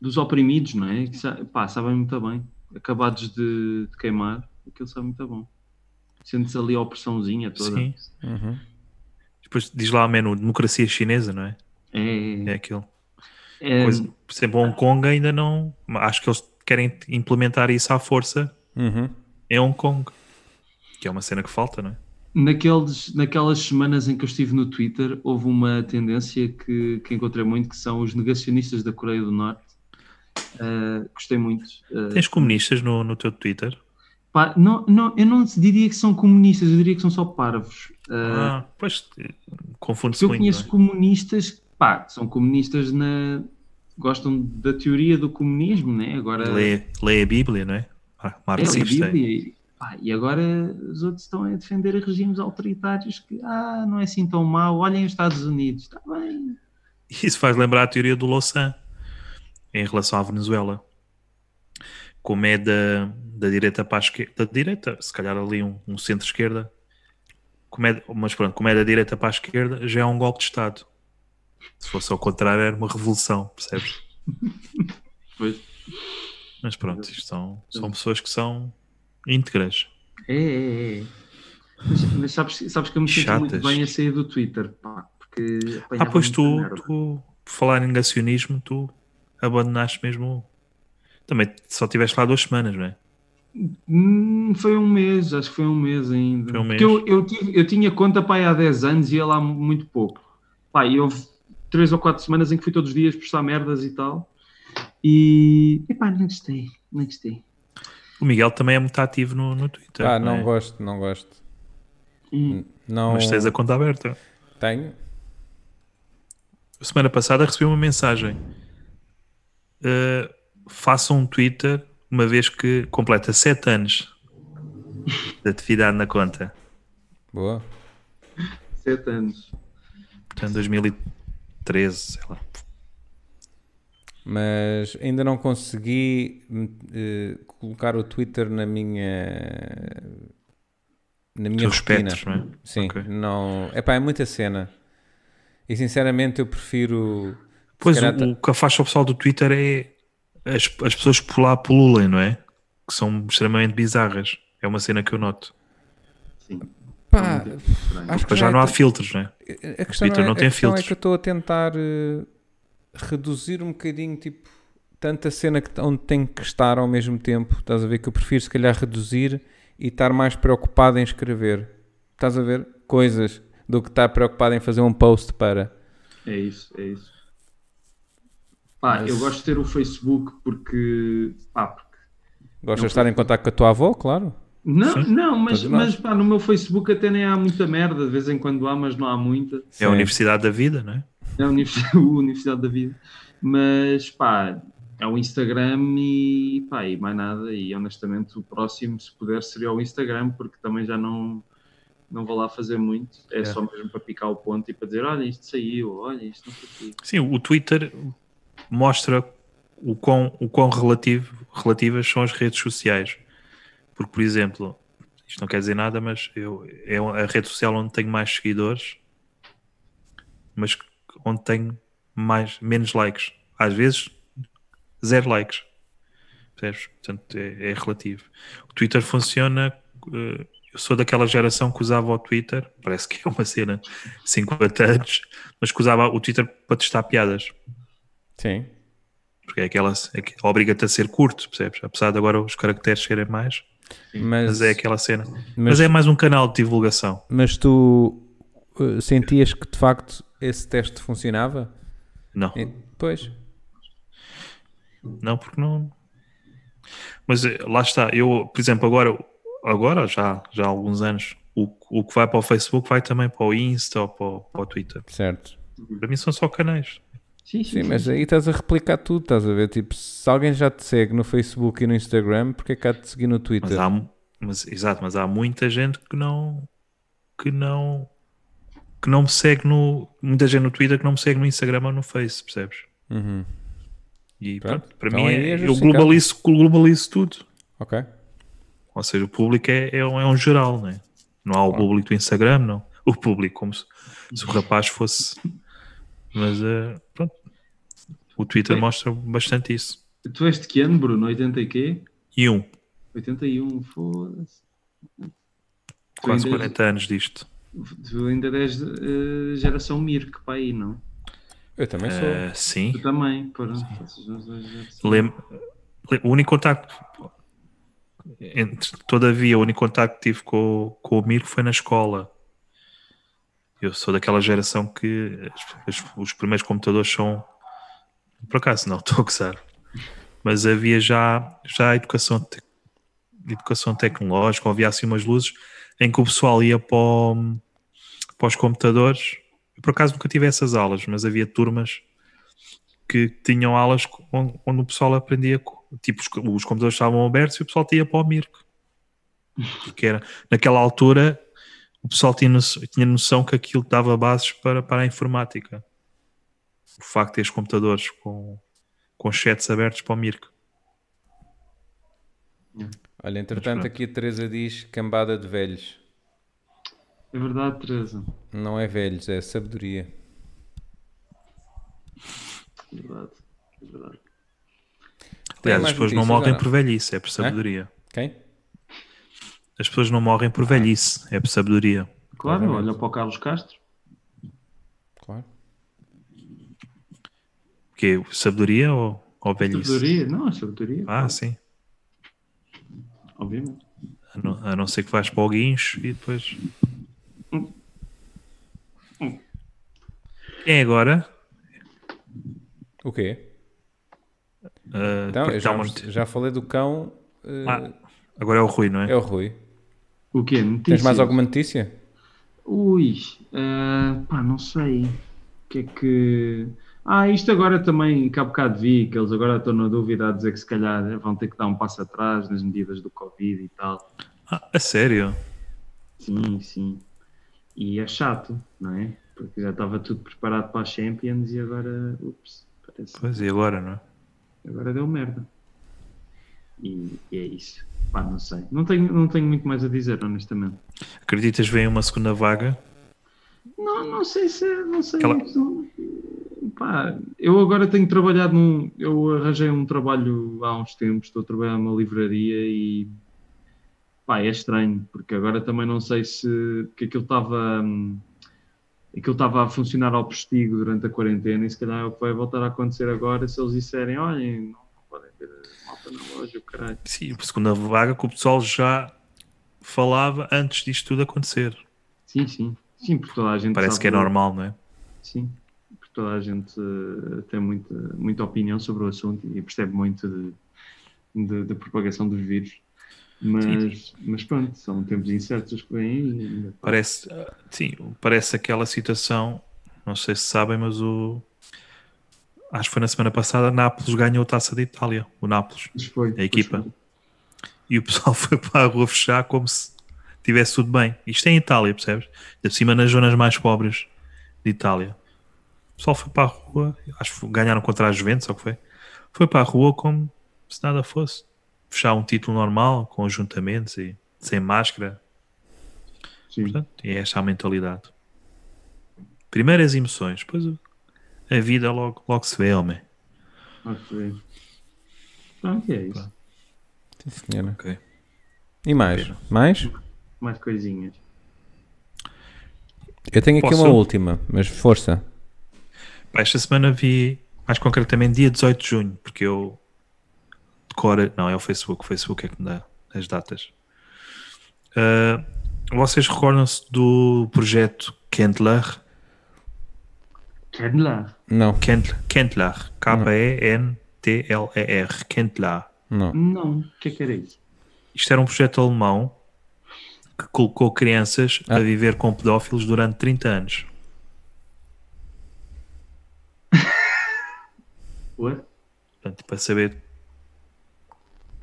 [SPEAKER 2] dos oprimidos, não é? Que sa- pá, sabem muito bem. Acabados de, de queimar, aquilo sabe muito bom. Sentes ali a opressãozinha toda.
[SPEAKER 1] Sim.
[SPEAKER 4] Uhum.
[SPEAKER 1] Depois diz lá o menu democracia chinesa, não é?
[SPEAKER 2] É,
[SPEAKER 1] É
[SPEAKER 2] é,
[SPEAKER 1] aquilo.
[SPEAKER 2] é,
[SPEAKER 1] Coisa- por exemplo, Hong Kong ainda não. Acho que eles querem implementar isso à força
[SPEAKER 4] Uhum.
[SPEAKER 1] em Hong Kong. Que é uma cena que falta, não é?
[SPEAKER 2] Naqueles, naquelas semanas em que eu estive no Twitter, houve uma tendência que, que encontrei muito, que são os negacionistas da Coreia do Norte. Ah, gostei muito. Ah,
[SPEAKER 1] Tens comunistas no, no teu Twitter?
[SPEAKER 2] pá, não, não, eu não diria que são comunistas, eu diria que são só parvos. Ah,
[SPEAKER 1] Ah, pois eh, confunde-se
[SPEAKER 2] Porque eu
[SPEAKER 1] muito.
[SPEAKER 2] conheço
[SPEAKER 1] não é?
[SPEAKER 2] comunistas, pá, que são comunistas na. gostam da teoria do comunismo, né? Agora.
[SPEAKER 1] Lê, lê a Bíblia, não é?
[SPEAKER 2] é,
[SPEAKER 1] Ah,
[SPEAKER 2] lê a
[SPEAKER 1] Marxista.
[SPEAKER 2] Bíblia. E, pá, e agora os outros estão a defender regimes autoritários que, ah, não é assim tão mau, olhem os Estados Unidos, está bem.
[SPEAKER 1] Isso faz lembrar a teoria do Louçã em relação à Venezuela. Como é da, da direita para a esquerda, da direita, se calhar ali um, um centro-esquerda, como é, mas pronto, como é da direita para a esquerda, já é um golpe de Estado. Se fosse ao contrário, era uma revolução, percebes?
[SPEAKER 2] Pois.
[SPEAKER 1] Mas pronto, isto são, são pessoas que são íntegras.
[SPEAKER 2] É, é, é. Mas, mas sabes, sabes que eu me sinto muito
[SPEAKER 1] Chatas.
[SPEAKER 2] bem a sair do Twitter, pá, porque.
[SPEAKER 1] Ah,
[SPEAKER 2] apanhava
[SPEAKER 1] pois
[SPEAKER 2] muita
[SPEAKER 1] tu,
[SPEAKER 2] merda.
[SPEAKER 1] tu, por falar em negacionismo, tu abandonaste mesmo. Também só tiveste lá duas semanas, não é?
[SPEAKER 2] Hum, foi um mês, acho que foi um mês ainda.
[SPEAKER 1] Foi um
[SPEAKER 2] Porque
[SPEAKER 1] mês.
[SPEAKER 2] eu, eu, tive- eu tinha conta pai há 10 anos e ia lá muito pouco. Pá, e houve 3 ou 4 semanas em que fui todos os dias postar merdas e tal. E. Epá, não gostei, não gostei.
[SPEAKER 1] O Miguel também é muito ativo no, no Twitter.
[SPEAKER 4] ah, não
[SPEAKER 1] é?
[SPEAKER 4] gosto, não gosto.
[SPEAKER 2] Hum.
[SPEAKER 4] Não
[SPEAKER 1] Mas tens a conta aberta.
[SPEAKER 4] tenho.
[SPEAKER 1] A Semana passada recebi uma mensagem. Uh, faça um Twitter uma vez que completa 7 anos de atividade na conta.
[SPEAKER 4] Boa.
[SPEAKER 2] 7 anos.
[SPEAKER 1] Portanto, 2013, sei lá.
[SPEAKER 4] Mas ainda não consegui hum, eh, colocar o Twitter na minha na minha
[SPEAKER 1] Teus
[SPEAKER 4] rotina.
[SPEAKER 1] espectros, não é?
[SPEAKER 4] Sim,
[SPEAKER 1] Ok.
[SPEAKER 4] não. Epá, é muita cena. E sinceramente eu prefiro. se
[SPEAKER 1] Pois
[SPEAKER 4] calhar tá.
[SPEAKER 1] o, o que afasta o pessoal do Twitter é as, as pessoas que por lá pululem, não é? Que são extremamente bizarras. É uma cena que eu noto.
[SPEAKER 2] Sim.
[SPEAKER 4] Pá, acho que
[SPEAKER 1] Porque já
[SPEAKER 4] é
[SPEAKER 1] não há
[SPEAKER 4] tão-
[SPEAKER 1] filtros, não é?
[SPEAKER 4] A questão,
[SPEAKER 1] Twitter
[SPEAKER 4] não é,
[SPEAKER 1] não
[SPEAKER 4] a
[SPEAKER 1] tem
[SPEAKER 4] questão é
[SPEAKER 1] filtros.
[SPEAKER 4] que eu estou a tentar eh, reduzir um bocadinho, tipo, tanta cena que, onde tem que estar ao mesmo tempo. Estás a ver que eu prefiro, se calhar, reduzir e estar mais preocupado em escrever. Estás a ver? Coisas do que estar preocupado em fazer um post para.
[SPEAKER 2] É isso, é isso. Pá,
[SPEAKER 4] Mas-
[SPEAKER 2] eu gosto de ter o Facebook porque. Pá, porque
[SPEAKER 4] Gostas de estar em contato com a tua avó, claro.
[SPEAKER 2] não, não, mas,
[SPEAKER 4] Todos nós.
[SPEAKER 2] mas pá, no meu Facebook até nem há muita merda, de vez em quando há, mas não há muita.
[SPEAKER 1] É a
[SPEAKER 4] Sim.
[SPEAKER 1] universidade da vida, não é?
[SPEAKER 2] É a universidade, a universidade da vida. Mas pá, é o Instagram e pá, e mais nada. E honestamente, o próximo, se puder, seria o Instagram, porque também já não, não vou lá fazer muito. É,
[SPEAKER 1] É.
[SPEAKER 2] só mesmo para picar o ponto e para dizer: olha, isto saiu, olha, isto não sei o quê.
[SPEAKER 1] Sim, o Twitter mostra o quão, o quão relativo, relativas são as redes sociais. Porque, por exemplo, isto não quer dizer nada, mas eu, é a rede social onde tenho mais seguidores, mas onde tenho mais, menos likes. Às vezes, zero likes. Percebes? Portanto, é, é relativo. O Twitter funciona eh, eu sou daquela geração que usava o Twitter, parece que é uma cena 50 anos, mas que usava o Twitter para testar piadas.
[SPEAKER 4] Sim.
[SPEAKER 1] Porque é aquela. É que obriga-te a ser curto, percebes? Apesar de agora os caracteres serem mais. Mas, mas é aquela cena. Mas, mas é mais um canal de divulgação.
[SPEAKER 4] Mas tu uh, sentias que de facto esse teste funcionava?
[SPEAKER 1] Não.
[SPEAKER 4] E, pois.
[SPEAKER 1] Não, porque não. Mas eh, lá está, eu, por exemplo, agora, agora já, já há alguns anos, o, o que vai para o Facebook vai também para o Insta ou para o, para o Twitter.
[SPEAKER 4] Certo.
[SPEAKER 1] Para mim são só canais.
[SPEAKER 4] Sim, sim, sim, mas aí estás a replicar tudo, estás a ver? Tipo, se alguém já te segue no Facebook e no Instagram, porque é que há de seguir no Twitter?
[SPEAKER 1] Mas há, mas, exato, mas há muita gente que não que não que não me segue no muita gente no Twitter que não me segue no Instagram ou no Face, percebes?
[SPEAKER 4] Uhum.
[SPEAKER 1] E
[SPEAKER 4] Pronto.
[SPEAKER 1] pronto, para
[SPEAKER 4] Então
[SPEAKER 1] mim
[SPEAKER 4] aí é
[SPEAKER 1] é, eu
[SPEAKER 4] justificado.
[SPEAKER 1] globalizo, globalizo tudo.
[SPEAKER 4] Ok.
[SPEAKER 1] Ou seja, o público é, é, um, é um geral, não é? Não
[SPEAKER 4] Ah.
[SPEAKER 1] há o público do Instagram, não. O público, como se, se o rapaz fosse. Mas eh, pronto. O Twitter
[SPEAKER 2] Bem.
[SPEAKER 1] mostra bastante isso.
[SPEAKER 2] Tu és de que ano, Bruno? 80 e quê?
[SPEAKER 1] E um,
[SPEAKER 2] 81, foda-se. Tu
[SPEAKER 1] quase
[SPEAKER 2] ainda-
[SPEAKER 1] 40 anos disto.
[SPEAKER 2] Tu ainda és eh, geração Mirk para aí, não?
[SPEAKER 4] Eu também sou.
[SPEAKER 1] Eh, sim.
[SPEAKER 2] Tu também, pronto. Vocês dois são geração-
[SPEAKER 1] Lem- le- o único contacto. Entre, todavia, o único contacto que tive com, o- com o Mirko foi na escola. Eu sou daquela geração que as- as- os primeiros computadores são. Por acaso, não, estou a gozar. Mas havia já, já a educação, te- educação tecnológica, ou havia assim umas luzes em que o pessoal ia para, o- para os computadores. Eu, por acaso, nunca tive essas aulas, mas havia turmas que tinham aulas co- onde, onde o pessoal aprendia, co- tipo, os, co- os computadores estavam abertos e o pessoal tinha para o Mirko. Porque era, naquela altura, o pessoal tinha, noção- tinha noção que aquilo dava bases para, para a informática. O facto de ter os computadores com, com chats abertos para o Mirko.
[SPEAKER 4] Olha, entretanto, aqui a Teresa diz cambada de velhos.
[SPEAKER 2] É verdade, Teresa.
[SPEAKER 4] Não é velhos, é sabedoria.
[SPEAKER 2] É verdade. É verdade.
[SPEAKER 4] Tem
[SPEAKER 1] Aliás, as
[SPEAKER 4] mais
[SPEAKER 1] pessoas não
[SPEAKER 4] notícias,
[SPEAKER 1] morrem
[SPEAKER 4] ou não?
[SPEAKER 1] por velhice, é por sabedoria.
[SPEAKER 4] Quem?
[SPEAKER 1] As pessoas não morrem por velhice, é por sabedoria.
[SPEAKER 2] Claro,
[SPEAKER 4] Claramente.
[SPEAKER 2] olha para o Carlos Castro.
[SPEAKER 4] Claro.
[SPEAKER 1] Porque é sabedoria ou, ou velhice?
[SPEAKER 2] Sabedoria, não, é sabedoria,
[SPEAKER 1] Ah, sim.
[SPEAKER 2] obviamente.
[SPEAKER 1] A não, a não ser que vais para o guincho e depois. Quem é agora?
[SPEAKER 4] O quê?
[SPEAKER 1] Ah,
[SPEAKER 4] Então, eu
[SPEAKER 1] porque
[SPEAKER 4] já,
[SPEAKER 1] há uma
[SPEAKER 4] vos-
[SPEAKER 1] noti-
[SPEAKER 4] já falei do cão. eh,
[SPEAKER 1] Ah, agora é o Rui, não é?
[SPEAKER 4] é o Rui.
[SPEAKER 2] O quê? Notícias?
[SPEAKER 4] Tens mais alguma notícia?
[SPEAKER 2] Ui, ah, pá, não sei. O que é que. Ah, isto agora também, que há bocado vi, que eles agora estão na dúvida a dizer que se calhar vão ter que dar um passo atrás nas medidas do Covid e tal.
[SPEAKER 1] Ah, a sério?
[SPEAKER 2] Sim, sim. E é chato, não é? Porque já estava tudo preparado para a Champions e agora. Ups, parece.
[SPEAKER 1] Pois, e agora, não é?
[SPEAKER 2] agora deu merda. E, e é isso. Pá, não sei. Não tenho, não tenho muito mais a dizer, honestamente.
[SPEAKER 1] Acreditas que vem uma segunda vaga?
[SPEAKER 2] Não, não sei se é- não sei.
[SPEAKER 1] Aquela-
[SPEAKER 2] não- Pá, eu agora tenho trabalhado num. Eu arranjei um trabalho há uns tempos, estou a trabalhar numa livraria e pá, é estranho, porque agora também não sei se porque aquilo estava hum, aquilo estava a funcionar ao postigo durante a quarentena e se calhar é o que vai voltar a acontecer agora se eles disserem, olhem, não podem ter malta na loja, o caralho.
[SPEAKER 1] Sim, a segunda vaga que o pessoal já falava antes disto tudo acontecer.
[SPEAKER 2] Sim, sim. Sim, porque toda a gente
[SPEAKER 1] Parece
[SPEAKER 2] sabe
[SPEAKER 1] que é
[SPEAKER 2] do-
[SPEAKER 1] normal, não é?
[SPEAKER 2] Sim, porque toda a gente eh, tem muita, muita opinião sobre o assunto e percebe muito de- de- da propagação dos vírus. Mas, mas pronto, são tempos incertos os que vêm aí. ainda.
[SPEAKER 1] Parece, ah, sim, parece aquela situação, não sei se sabem, mas o. Acho que foi na semana passada, Nápoles ganhou a taça de Itália, o Nápoles.
[SPEAKER 2] Mas foi,
[SPEAKER 1] A equipa.
[SPEAKER 2] pois
[SPEAKER 1] e o pessoal foi para a rua fechar como se tivesse tudo bem. Isto é em Itália, percebes? De cima nas zonas mais pobres de Itália. O pessoal foi para a rua, acho que foi- ganharam contra a Juventus, ou o que foi? Foi para a rua como se nada fosse. Fechar um título normal, com ajuntamentos e sem máscara.
[SPEAKER 2] foi. Sim.
[SPEAKER 1] Portanto, é esta a mentalidade. Primeiro as emoções, depois o- a vida logo, logo se vê, homem.
[SPEAKER 2] acho que é. Pronto, é isso.
[SPEAKER 4] Sim, senhora.
[SPEAKER 1] Ok.
[SPEAKER 4] E mais? Mais?
[SPEAKER 2] mais coisinhas.
[SPEAKER 4] Eu tenho aqui
[SPEAKER 1] Posso?
[SPEAKER 4] uma última, mas força.
[SPEAKER 1] Pá, esta semana vi, mais concretamente, dia 18 de junho, porque eu decoro. Não, é o Facebook. O Facebook é que me dá as datas. Ah, vocês recordam-se do projeto Kendler?
[SPEAKER 2] Candler?
[SPEAKER 4] Não,
[SPEAKER 1] Kent- Kentler. K-E-N-T-L-E-R. Kentler.
[SPEAKER 4] não.
[SPEAKER 2] Não, o que é que era isso?
[SPEAKER 1] Isto era um projeto alemão que colocou crianças a viver com pedófilos durante 30 anos.
[SPEAKER 2] Ué?
[SPEAKER 1] Portanto, para saber,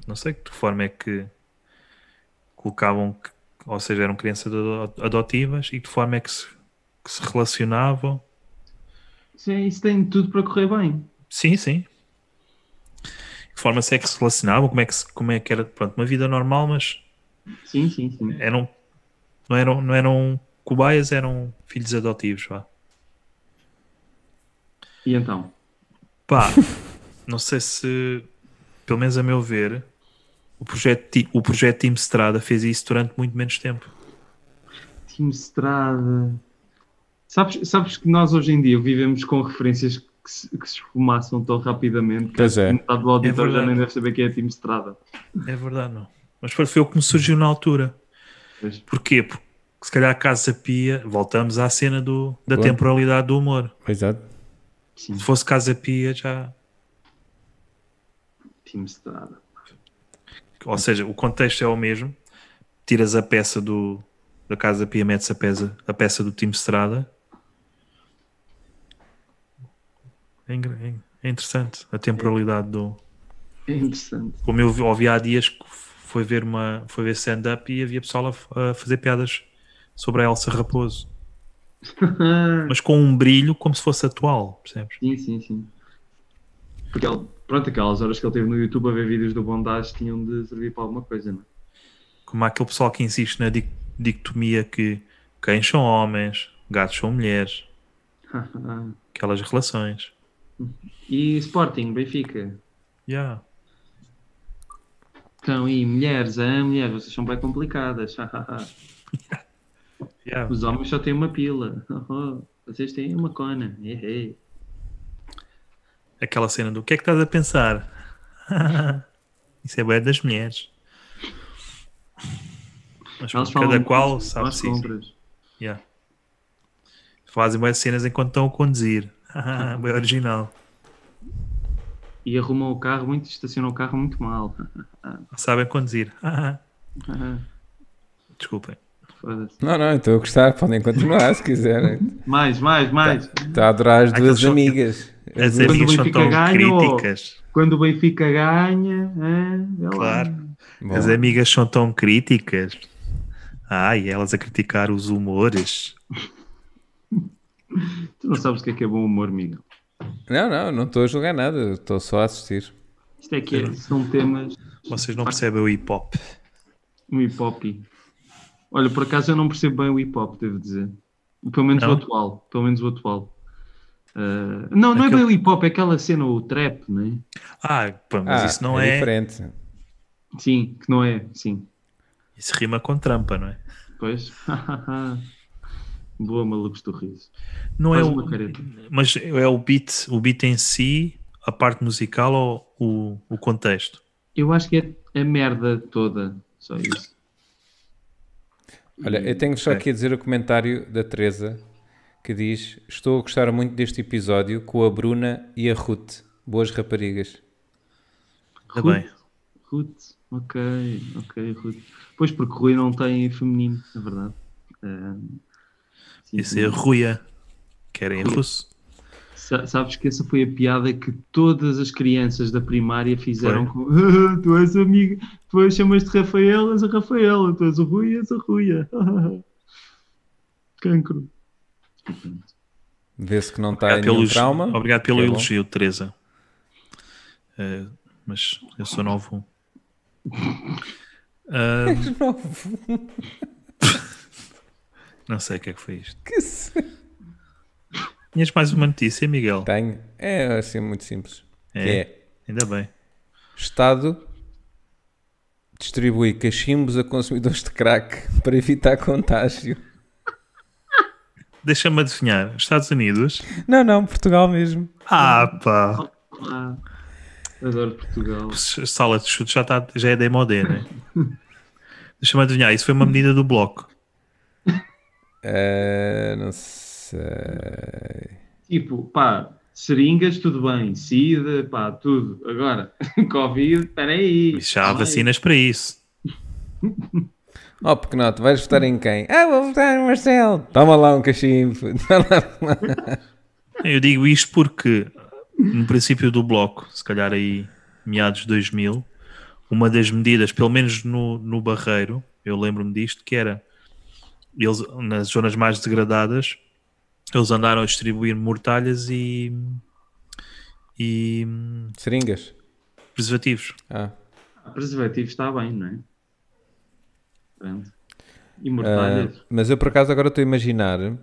[SPEAKER 1] não sei de que forma é que colocavam, que- ou seja, eram crianças ado- adotivas e de que forma é que se, que se relacionavam.
[SPEAKER 2] Sim, isso tem tudo para correr bem.
[SPEAKER 1] Sim, sim. De que forma se é que se relacionavam, como é que, se- como é que era, pronto, uma vida normal, mas
[SPEAKER 2] Sim, sim, sim.
[SPEAKER 1] eram, não eram, não eram cobaias, eram filhos adotivos, vá.
[SPEAKER 2] E então?
[SPEAKER 1] Pá, não sei se, pelo menos a meu ver, o projeto, Ti- o projeto Team Strada fez isso durante muito menos tempo.
[SPEAKER 2] Time Estrada. Sabes, sabes que nós hoje em dia vivemos com referências que se, que se esfumaçam tão rapidamente que
[SPEAKER 4] Pois
[SPEAKER 2] acho que
[SPEAKER 4] é.
[SPEAKER 2] metade do auditório já
[SPEAKER 1] verdade.
[SPEAKER 2] nem deve saber quem é Time Estrada.
[SPEAKER 1] É verdade, não. Mas foi foi o que me surgiu na altura.
[SPEAKER 2] Pois.
[SPEAKER 1] Porquê? Porque se calhar a Casa Pia, voltamos à cena do, da
[SPEAKER 4] Claro.
[SPEAKER 1] temporalidade do humor.
[SPEAKER 4] Exato.
[SPEAKER 2] Sim,
[SPEAKER 1] Se fosse Casa Pia, já.
[SPEAKER 2] Time Estrada.
[SPEAKER 1] Ou seja, o contexto é o mesmo. Tiras a peça do, da Casa Pia, metes a peça, a peça do Time Estrada. É engra- é interessante a temporalidade do.
[SPEAKER 2] É interessante.
[SPEAKER 1] como eu vi- ouvi há dias que foi ver uma foi ver stand-up e havia pessoal a, f- a fazer piadas sobre a Elsa Raposo mas com um brilho como se fosse atual percebes
[SPEAKER 2] sim, sim, sim. Porque ele, pronto, aquelas horas que ele teve no YouTube a ver vídeos do Bondage tinham de servir para alguma coisa, não é?
[SPEAKER 1] como há aquele pessoal que insiste na dic- dicotomia que cães são homens gatos são mulheres aquelas relações
[SPEAKER 2] é? e Sporting, Benfica.
[SPEAKER 1] yeah.
[SPEAKER 2] Então, e mulheres, ah, mulheres, vocês são bem complicadas.
[SPEAKER 1] Yeah.
[SPEAKER 2] Os homens só têm uma pila. Oh, vocês têm uma cona. Eh, eh.
[SPEAKER 1] aquela cena do o que é que estás a pensar isso é bem das mulheres mas
[SPEAKER 2] Elas
[SPEAKER 1] pronto, cada
[SPEAKER 2] falam
[SPEAKER 1] qual
[SPEAKER 2] disso,
[SPEAKER 1] sabe
[SPEAKER 2] faz
[SPEAKER 1] se
[SPEAKER 2] compras.
[SPEAKER 1] Yeah. Fazem mais cenas enquanto estão a conduzir. Bem original.
[SPEAKER 2] E arrumam o carro muito, estacionam o carro muito mal.
[SPEAKER 1] Não sabem conduzir. Desculpem.
[SPEAKER 2] Foda-se.
[SPEAKER 4] Não, não, estou a gostar. Podem continuar se quiserem.
[SPEAKER 2] mais, mais, mais.
[SPEAKER 1] Tá.
[SPEAKER 4] Está a adorar as
[SPEAKER 1] Aqueles
[SPEAKER 4] duas
[SPEAKER 1] É são-
[SPEAKER 4] amigas. As
[SPEAKER 1] As
[SPEAKER 4] duas-
[SPEAKER 1] amigas são
[SPEAKER 2] Benfica
[SPEAKER 1] tão
[SPEAKER 2] ganha, ó.
[SPEAKER 1] críticas.
[SPEAKER 2] Quando o Benfica ganha, ah, é lá.
[SPEAKER 1] Claro.
[SPEAKER 4] Bom,
[SPEAKER 1] As amigas são tão críticas. Ai, elas a criticar os humores.
[SPEAKER 2] Tu não sabes o que é que é bom humor, Miguel.
[SPEAKER 4] Não, não, não estou a julgar nada. Estou só a assistir.
[SPEAKER 2] Isto é que é- são temas Ah.
[SPEAKER 1] Vocês não percebem o hip hop.
[SPEAKER 2] um hip hop. Olha, por acaso eu não percebo bem o hip hop, devo dizer. Pelo menos
[SPEAKER 1] Não?
[SPEAKER 2] o atual. Pelo menos o atual. Ah, não, não é
[SPEAKER 1] Aquele-
[SPEAKER 2] bem o hip hop, é aquela cena, o trap, não é?
[SPEAKER 1] Ah, pá, mas
[SPEAKER 4] Ah,
[SPEAKER 1] isso não é.
[SPEAKER 4] diferente.
[SPEAKER 2] Sim, que não é, sim.
[SPEAKER 1] Isso rima com trampa, não é?
[SPEAKER 2] Pois. Boa, malucos do riso.
[SPEAKER 1] Não
[SPEAKER 2] Faz
[SPEAKER 1] é
[SPEAKER 2] uma
[SPEAKER 1] o-
[SPEAKER 2] careta.
[SPEAKER 1] Mas é o beat, o beat em si, a parte musical ou o, o contexto?
[SPEAKER 2] Eu acho que é a merda toda, só isso.
[SPEAKER 4] Olha, eu tenho só aqui a dizer o comentário da Teresa que diz: Estou a gostar muito deste episódio com a Bruna e a Ruth. Boas raparigas.
[SPEAKER 1] Tá
[SPEAKER 2] Ruth,
[SPEAKER 1] bem.
[SPEAKER 2] Ruth, ok, ok, Ruth. Pois, porque Rui não tem feminino, é verdade. Ah, sim,
[SPEAKER 1] Isso
[SPEAKER 2] sim.
[SPEAKER 1] é Ruia, que era em russo.
[SPEAKER 2] Sa- Sabes que essa foi a piada que todas as crianças da primária fizeram
[SPEAKER 1] Foi.
[SPEAKER 2] com "Ah, tu és amiga, tu és chamas-te Rafael, és a Rafaela, tu és o Rui, és a Ruia. Cancro.
[SPEAKER 4] Vê-se que não está
[SPEAKER 1] Obrigado
[SPEAKER 4] em nenhum
[SPEAKER 1] pelo,
[SPEAKER 4] trauma.
[SPEAKER 1] obrigado pelo
[SPEAKER 4] Que é bom.
[SPEAKER 1] elogio, Teresa. Eh, mas eu sou novo. Eh, Ahm, não sei o que é que foi isto.
[SPEAKER 4] Que se-
[SPEAKER 1] Tinhas mais uma notícia, Miguel?
[SPEAKER 4] Tenho. É assim muito simples.
[SPEAKER 1] É?
[SPEAKER 4] Que é
[SPEAKER 1] Ainda bem.
[SPEAKER 4] Estado Distribui cachimbos a consumidores de crack para evitar contágio.
[SPEAKER 1] Deixa-me adivinhar. Estados Unidos?
[SPEAKER 4] Não, não, Portugal mesmo.
[SPEAKER 1] Ah, pá.
[SPEAKER 2] Ah, adoro Portugal.
[SPEAKER 1] Sala de chute já, tá, já é da MOD, né? Deixa-me adivinhar. Isso foi uma medida do bloco.
[SPEAKER 4] Ah, não sei.
[SPEAKER 2] Tipo, pá, seringas, tudo bem. Sida, pá, tudo. Agora, Covid, é. espera aí.
[SPEAKER 1] Isso já há vacinas para isso.
[SPEAKER 4] Oh, Pequenote, vais votar em quem? Ah, vou votar no Marcelo. Toma lá um cachimbo. Toma lá. um
[SPEAKER 1] Eu digo isto porque, no princípio do bloco, se calhar aí meados de 2000, uma das medidas, pelo menos no, no Barreiro, eu lembro-me disto, que era eles, nas zonas mais degradadas, eles andaram a distribuir mortalhas e, e hum,
[SPEAKER 4] Seringas?
[SPEAKER 1] preservativos.
[SPEAKER 4] Ah.
[SPEAKER 2] Ah, Preservativo está bem, não é? Pronto.
[SPEAKER 4] Ah,
[SPEAKER 2] Imortalhas.
[SPEAKER 4] mas eu por acaso agora estou a imaginar
[SPEAKER 1] Em vez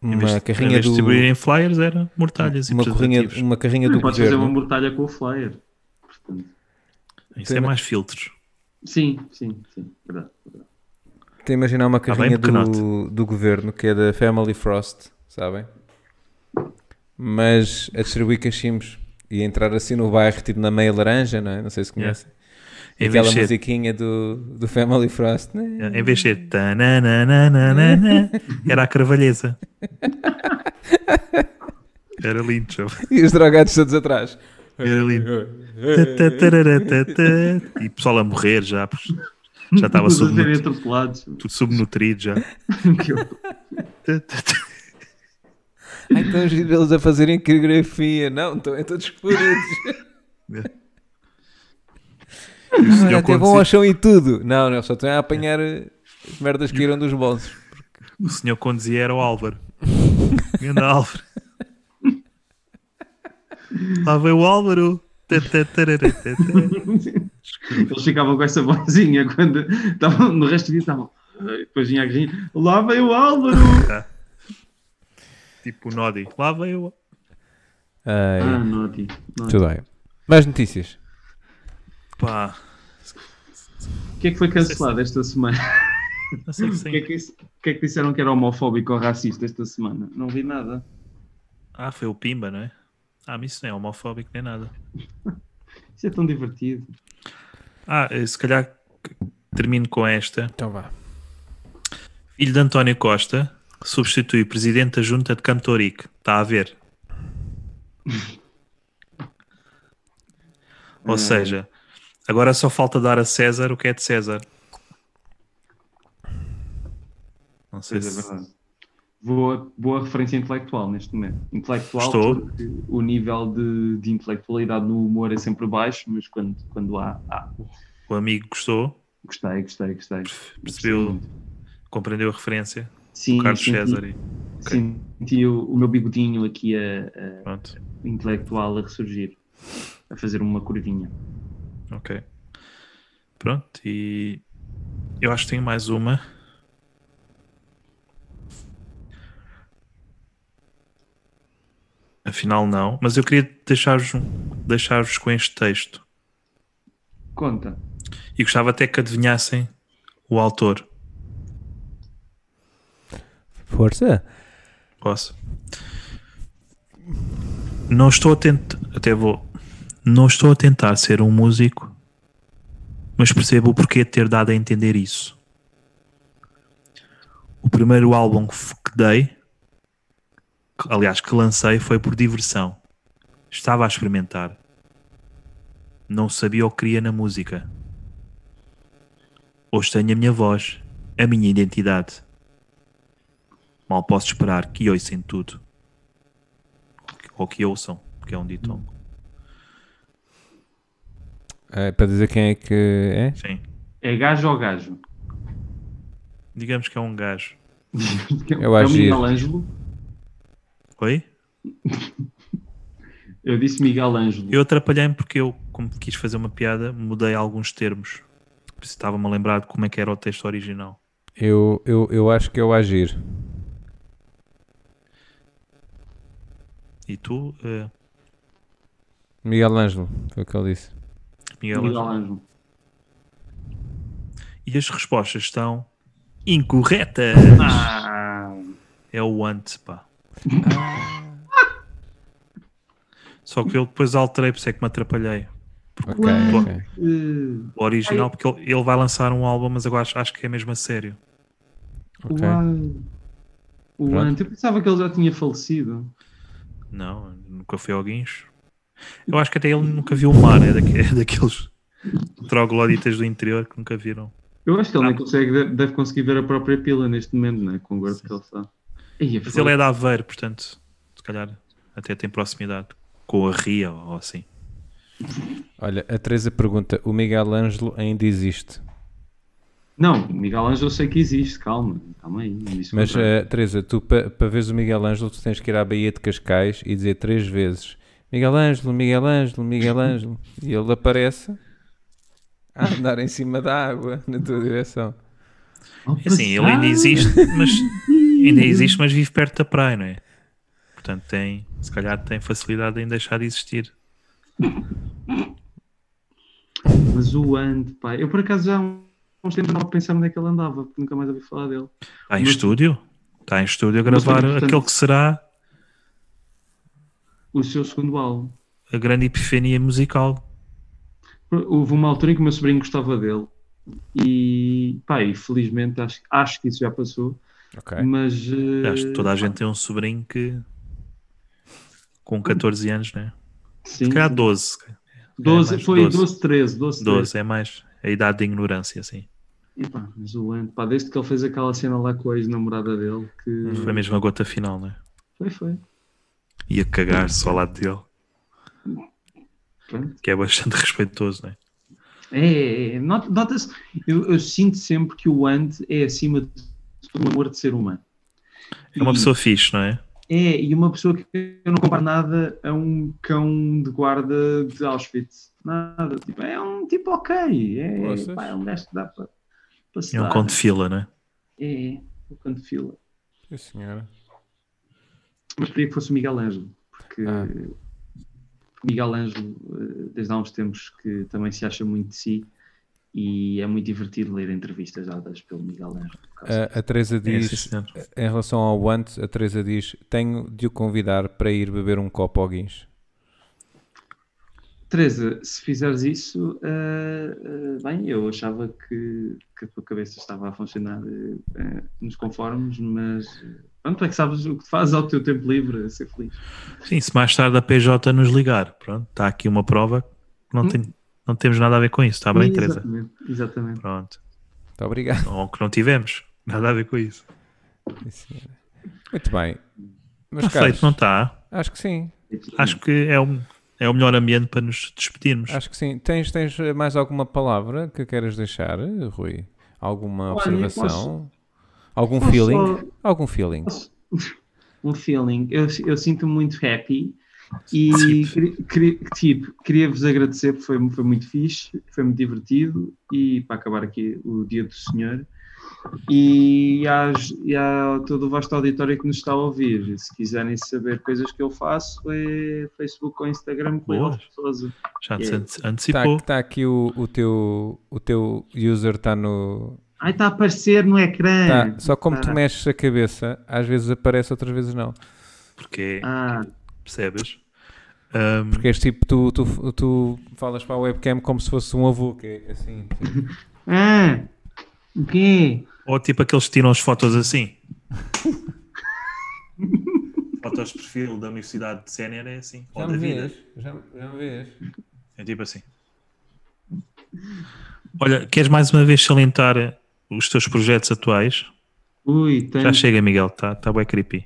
[SPEAKER 4] uma
[SPEAKER 1] de- em
[SPEAKER 4] carrinha
[SPEAKER 1] vez de
[SPEAKER 4] do
[SPEAKER 1] distribuírem flyers, era mortalhas
[SPEAKER 4] uma
[SPEAKER 1] e
[SPEAKER 4] carrinha,
[SPEAKER 1] preservativos. Hum,
[SPEAKER 4] uma carrinha do
[SPEAKER 2] Não podes fazer uma
[SPEAKER 1] um-
[SPEAKER 4] governo.
[SPEAKER 2] mortalha com o flyer. Portanto,
[SPEAKER 1] Isso é mais filtros.
[SPEAKER 2] sim, sim, sim. Verdade, verdade.
[SPEAKER 4] Estou a imaginar uma
[SPEAKER 1] Tá bem,
[SPEAKER 4] carrinha do,
[SPEAKER 1] pequenote.
[SPEAKER 4] do governo que é da Family Frost, sabem? Mas a distribuir cachimbos e entrar assim no bairro, tipo na meia laranja, não é? Não sei se
[SPEAKER 1] Yeah.
[SPEAKER 4] conhecem.
[SPEAKER 1] Em
[SPEAKER 4] Aquela
[SPEAKER 1] vez de ser
[SPEAKER 4] musiquinha do, do Family Frost, né?
[SPEAKER 1] Em vez de ser tananana, era a carvalheza. Era lindo, chão.
[SPEAKER 4] E os drogados todos atrás.
[SPEAKER 1] Era lindo. Tatataratata. E o pessoal a morrer já, pois, já estava
[SPEAKER 2] Todos a serem
[SPEAKER 1] subnut-
[SPEAKER 2] atropelados.
[SPEAKER 1] tudo subnutrido já.
[SPEAKER 2] Que horror.
[SPEAKER 1] Tatata-
[SPEAKER 4] Ai, estão giro eles a fazerem coreografia. Não, estão é todos coloridos.
[SPEAKER 1] E o senhor
[SPEAKER 4] Olha, até
[SPEAKER 1] quando
[SPEAKER 4] vão
[SPEAKER 1] se-
[SPEAKER 4] ao chão e tudo. Não, não, só estão a apanhar eh, as merdas que irão dos bolsos.
[SPEAKER 1] O senhor conduzia era o Álvaro. Grande Álvaro. Lá veio o Álvaro. Tatataratata.
[SPEAKER 2] Eles ficavam com essa vozinha quando estavam no resto do dia estavam. "Ai", Depois vinha a grinha, lá veio o Álvaro!
[SPEAKER 1] Tá. Tipo o Nodi. Lá veio o
[SPEAKER 4] Ai,
[SPEAKER 2] Ah, Noti. Noti.
[SPEAKER 4] Tudo bem. Mais notícias?
[SPEAKER 1] Pá,
[SPEAKER 2] O que é que foi cancelado esta semana?
[SPEAKER 1] não sei que
[SPEAKER 2] O que, é
[SPEAKER 1] sim.
[SPEAKER 2] que, isso- o que é que disseram que era homofóbico ou racista esta semana? Não vi nada.
[SPEAKER 1] Ah, foi o Pimba, não é? Ah, mas isso não é homofóbico nem nada.
[SPEAKER 2] Isso é tão divertido.
[SPEAKER 1] Ah, eh, se calhar c- termino com esta.
[SPEAKER 4] Então vá.
[SPEAKER 1] Filho de António Costa substitui o presidente da junta de Cantorique. Está a ver?
[SPEAKER 2] Hum.
[SPEAKER 1] Ou seja, agora só falta dar a César o que é de César. Não sei
[SPEAKER 2] Pois é
[SPEAKER 1] se...
[SPEAKER 2] verdade. Boa, boa referência intelectual neste momento. Intelectual,
[SPEAKER 1] Estou.
[SPEAKER 2] porque o nível de, de intelectualidade no humor é sempre baixo, mas quando, quando há, há.
[SPEAKER 1] O amigo gostou,
[SPEAKER 2] Gostei, gostei, gostei.
[SPEAKER 1] percebeu, compreendeu a referência.
[SPEAKER 2] Sim,
[SPEAKER 1] Carlos
[SPEAKER 2] senti,
[SPEAKER 1] César e
[SPEAKER 2] senti o, o meu bigodinho aqui a, a-
[SPEAKER 1] pronto.
[SPEAKER 2] intelectual a ressurgir, a fazer uma curvinha.
[SPEAKER 1] Ok. Pronto, e eu acho que tenho mais uma. Afinal, não, mas eu queria deixar-vos deixar com este texto
[SPEAKER 2] Conta.
[SPEAKER 1] e gostava até que adivinhassem o autor.
[SPEAKER 4] Força.
[SPEAKER 1] Posso? Não estou a tentar. Até vou. Não estou a tentar ser um músico, mas percebo o porquê de ter dado a entender isso. O primeiro álbum que f- que dei, que- aliás, que lancei, foi por diversão. Estava a experimentar. Não sabia o que queria na música. Hoje tenho a minha voz, a minha identidade. Mal posso esperar que ouçam tudo. Ou que ouçam, porque é um ditongo.
[SPEAKER 4] É, para dizer quem é que é?
[SPEAKER 1] Sim.
[SPEAKER 2] É gajo ou gajo?
[SPEAKER 1] Digamos que é um gajo.
[SPEAKER 4] Eu
[SPEAKER 2] é o
[SPEAKER 4] acho
[SPEAKER 2] Miguel Ângelo.
[SPEAKER 1] Oi?
[SPEAKER 2] Eu disse Miguel Ângelo.
[SPEAKER 1] Eu atrapalhei-me porque eu, como quis fazer uma piada, mudei alguns termos. Estava-me a lembrar de como é que era o texto original.
[SPEAKER 4] Eu, eu, eu acho que é o Agir.
[SPEAKER 1] E tu, eh,
[SPEAKER 4] Miguel Ângelo, foi o que ele disse.
[SPEAKER 1] Miguel?
[SPEAKER 2] Miguel Ângelo.
[SPEAKER 1] E as respostas estão incorretas.
[SPEAKER 2] Ah,
[SPEAKER 1] É o want, pá. Ah. Só que eu depois alterei, por isso é que me atrapalhei.
[SPEAKER 4] Ok,
[SPEAKER 2] Uau.
[SPEAKER 4] ok.
[SPEAKER 2] eh,
[SPEAKER 1] O original, porque ele, ele vai lançar um álbum, mas agora acho, acho que é mesmo a sério.
[SPEAKER 4] Ok.
[SPEAKER 2] uau. O
[SPEAKER 4] Pronto.
[SPEAKER 2] Ant, eu pensava que ele já tinha falecido.
[SPEAKER 1] Não, nunca fui ao guincho. Eu acho que até ele nunca viu o mar, é, daque- é daqueles trogloditas do interior que nunca viram.
[SPEAKER 2] Eu acho que ele
[SPEAKER 1] Ah.
[SPEAKER 2] nem consegue, deve- deve conseguir ver a própria pila neste momento, não é? Com o gordo que ele está. Ei,
[SPEAKER 1] Mas ele é de Aveiro, portanto, se calhar até tem proximidade com a Ria ou assim.
[SPEAKER 4] Olha, a Teresa pergunta: o Miguel Ângelo ainda existe?
[SPEAKER 2] Não, o Miguel Ângelo eu sei que existe, calma, calma aí. não disse
[SPEAKER 4] Mas,
[SPEAKER 2] contrário.
[SPEAKER 4] eh, Teresa, tu para veres o Miguel Ângelo, tu tens que ir à Baía de Cascais e dizer três vezes: Miguel Ângelo, Miguel Ângelo, Miguel Ângelo. e ele aparece a andar em cima da água na tua direção.
[SPEAKER 2] Oh,
[SPEAKER 1] É assim, ele ainda existe, mas ainda existe, mas vive perto da praia, não é? Portanto, tem, se calhar tem facilidade em deixar de existir.
[SPEAKER 2] Mas o Ant, pá, eu por acaso já há uns tempos não pensava onde é que ele andava, porque nunca mais ouvi falar dele.
[SPEAKER 1] Está em
[SPEAKER 2] Mas-
[SPEAKER 1] estúdio? Está em estúdio a
[SPEAKER 2] Mas,
[SPEAKER 1] gravar
[SPEAKER 2] portanto-
[SPEAKER 1] aquele que será
[SPEAKER 2] O seu segundo álbum.
[SPEAKER 1] a grande epifania musical.
[SPEAKER 2] Houve uma altura em que o meu sobrinho gostava dele. E, pá, e felizmente acho, acho que isso já passou.
[SPEAKER 4] Ok.
[SPEAKER 2] Mas. eh,
[SPEAKER 1] Acho que toda a gente tem um sobrinho que com 14 anos, né?
[SPEAKER 2] eh, Sim,
[SPEAKER 1] Se calhar 12,
[SPEAKER 2] 12,
[SPEAKER 1] é mais
[SPEAKER 2] foi
[SPEAKER 1] 12.
[SPEAKER 2] 12, 13. 12, 13.
[SPEAKER 1] 12 é mais a idade da ignorância, assim.
[SPEAKER 2] Epá, mas o Ant, pá, desde que ele fez aquela cena lá com a ex-namorada dele, que.
[SPEAKER 1] Uhum. Foi mesmo a gota final, né?
[SPEAKER 2] Foi, foi.
[SPEAKER 1] Ia cagar-se ao lado dele,
[SPEAKER 2] Pronto.
[SPEAKER 1] que é bastante respeitoso, né?
[SPEAKER 2] É, É, é. Not- nota-se. Eu, eu sinto sempre que o Ant é acima de tudo um amor de ser humano.
[SPEAKER 1] É uma
[SPEAKER 2] E-
[SPEAKER 1] pessoa fixe, não é?
[SPEAKER 2] É, e uma pessoa que eu não comparo nada a um cão de guarda de Auschwitz. Nada. Tipo, é um tipo ok. É,
[SPEAKER 4] Vocês?
[SPEAKER 2] pá, é um gajo que dá para se
[SPEAKER 1] É um
[SPEAKER 2] dar.
[SPEAKER 1] conto de fila, não é?
[SPEAKER 2] É, é, um cão de fila.
[SPEAKER 4] Sim, senhora.
[SPEAKER 2] Mas queria que fosse o Miguel Ângelo, porque
[SPEAKER 4] Ah.
[SPEAKER 2] Miguel Ângelo, eh, desde há uns tempos, que também se acha muito de si. E é muito divertido ler entrevistas dadas pelo Miguel Ângelo. por causa
[SPEAKER 4] A, a Teresa
[SPEAKER 1] É, sim,
[SPEAKER 4] diz:
[SPEAKER 1] senhor.
[SPEAKER 4] em relação ao Want, a Teresa diz: tenho de o convidar para ir beber um copo ao guincho.
[SPEAKER 2] Teresa, se fizeres isso, ah, ah, bem, eu achava que, que a tua cabeça estava a funcionar eh, eh, nos conformes, mas eh, pronto, tu é que sabes o que fazes ao teu tempo livre, a ser feliz.
[SPEAKER 1] Sim, se mais tarde a PJ nos ligar, pronto, está aqui uma prova que não,
[SPEAKER 2] Hum.
[SPEAKER 1] tem- não temos nada a ver com isso, está bem, Teresa?
[SPEAKER 2] Exatamente, exatamente.
[SPEAKER 1] Pronto,
[SPEAKER 4] Muito obrigado.
[SPEAKER 1] ou que não tivemos, nada a ver com isso.
[SPEAKER 4] Sim, senhora. Muito bem. Mas,
[SPEAKER 1] Está
[SPEAKER 4] Carlos,
[SPEAKER 1] feito, não está?
[SPEAKER 4] acho que sim.
[SPEAKER 1] Acho que é, um, é o melhor ambiente para nos despedirmos.
[SPEAKER 4] Acho que sim. Tens, tens eh, mais alguma palavra que queiras deixar, eh, Rui?
[SPEAKER 2] Olha,
[SPEAKER 4] Alguma observação?
[SPEAKER 2] posso-
[SPEAKER 4] Algum
[SPEAKER 2] posso
[SPEAKER 4] feeling?
[SPEAKER 2] só-
[SPEAKER 4] Algum feeling?
[SPEAKER 2] um feeling, eu, eu sinto-me muito happy e queria- queria- tipo, queria-vos agradecer porque foi, foi muito fixe, foi muito divertido e para acabar aqui o dia do senhor e, às- e a todo o vasto auditório que nos está a ouvir, se quiserem saber coisas que eu faço é Facebook ou Instagram com
[SPEAKER 1] Boa.
[SPEAKER 2] as pessoas
[SPEAKER 1] Já te
[SPEAKER 2] É.
[SPEAKER 1] ante-
[SPEAKER 4] Está
[SPEAKER 1] antecipou.
[SPEAKER 4] tá aqui o, o, teu, o teu user está no.
[SPEAKER 2] ai está a aparecer no ecrã
[SPEAKER 4] tá. Só como tu
[SPEAKER 2] Tá.
[SPEAKER 4] mexes a cabeça, às vezes aparece, outras vezes não.
[SPEAKER 1] Porque,
[SPEAKER 2] Ah,
[SPEAKER 1] percebes? Ahm,
[SPEAKER 4] Porque és tipo, tu, tu, tu falas para a webcam como se fosse um avô, que é assim. tipo.
[SPEAKER 2] ah, o quê?
[SPEAKER 1] ou tipo aqueles que tiram as fotos assim. fotos de perfil da Universidade de Sénior é assim.
[SPEAKER 4] Já me vês? Já, já me vês?
[SPEAKER 1] É tipo assim. Olha, queres mais uma vez salientar os teus projetos atuais?
[SPEAKER 2] Ui, tem
[SPEAKER 1] Já chega, Miguel, está tá bem creepy.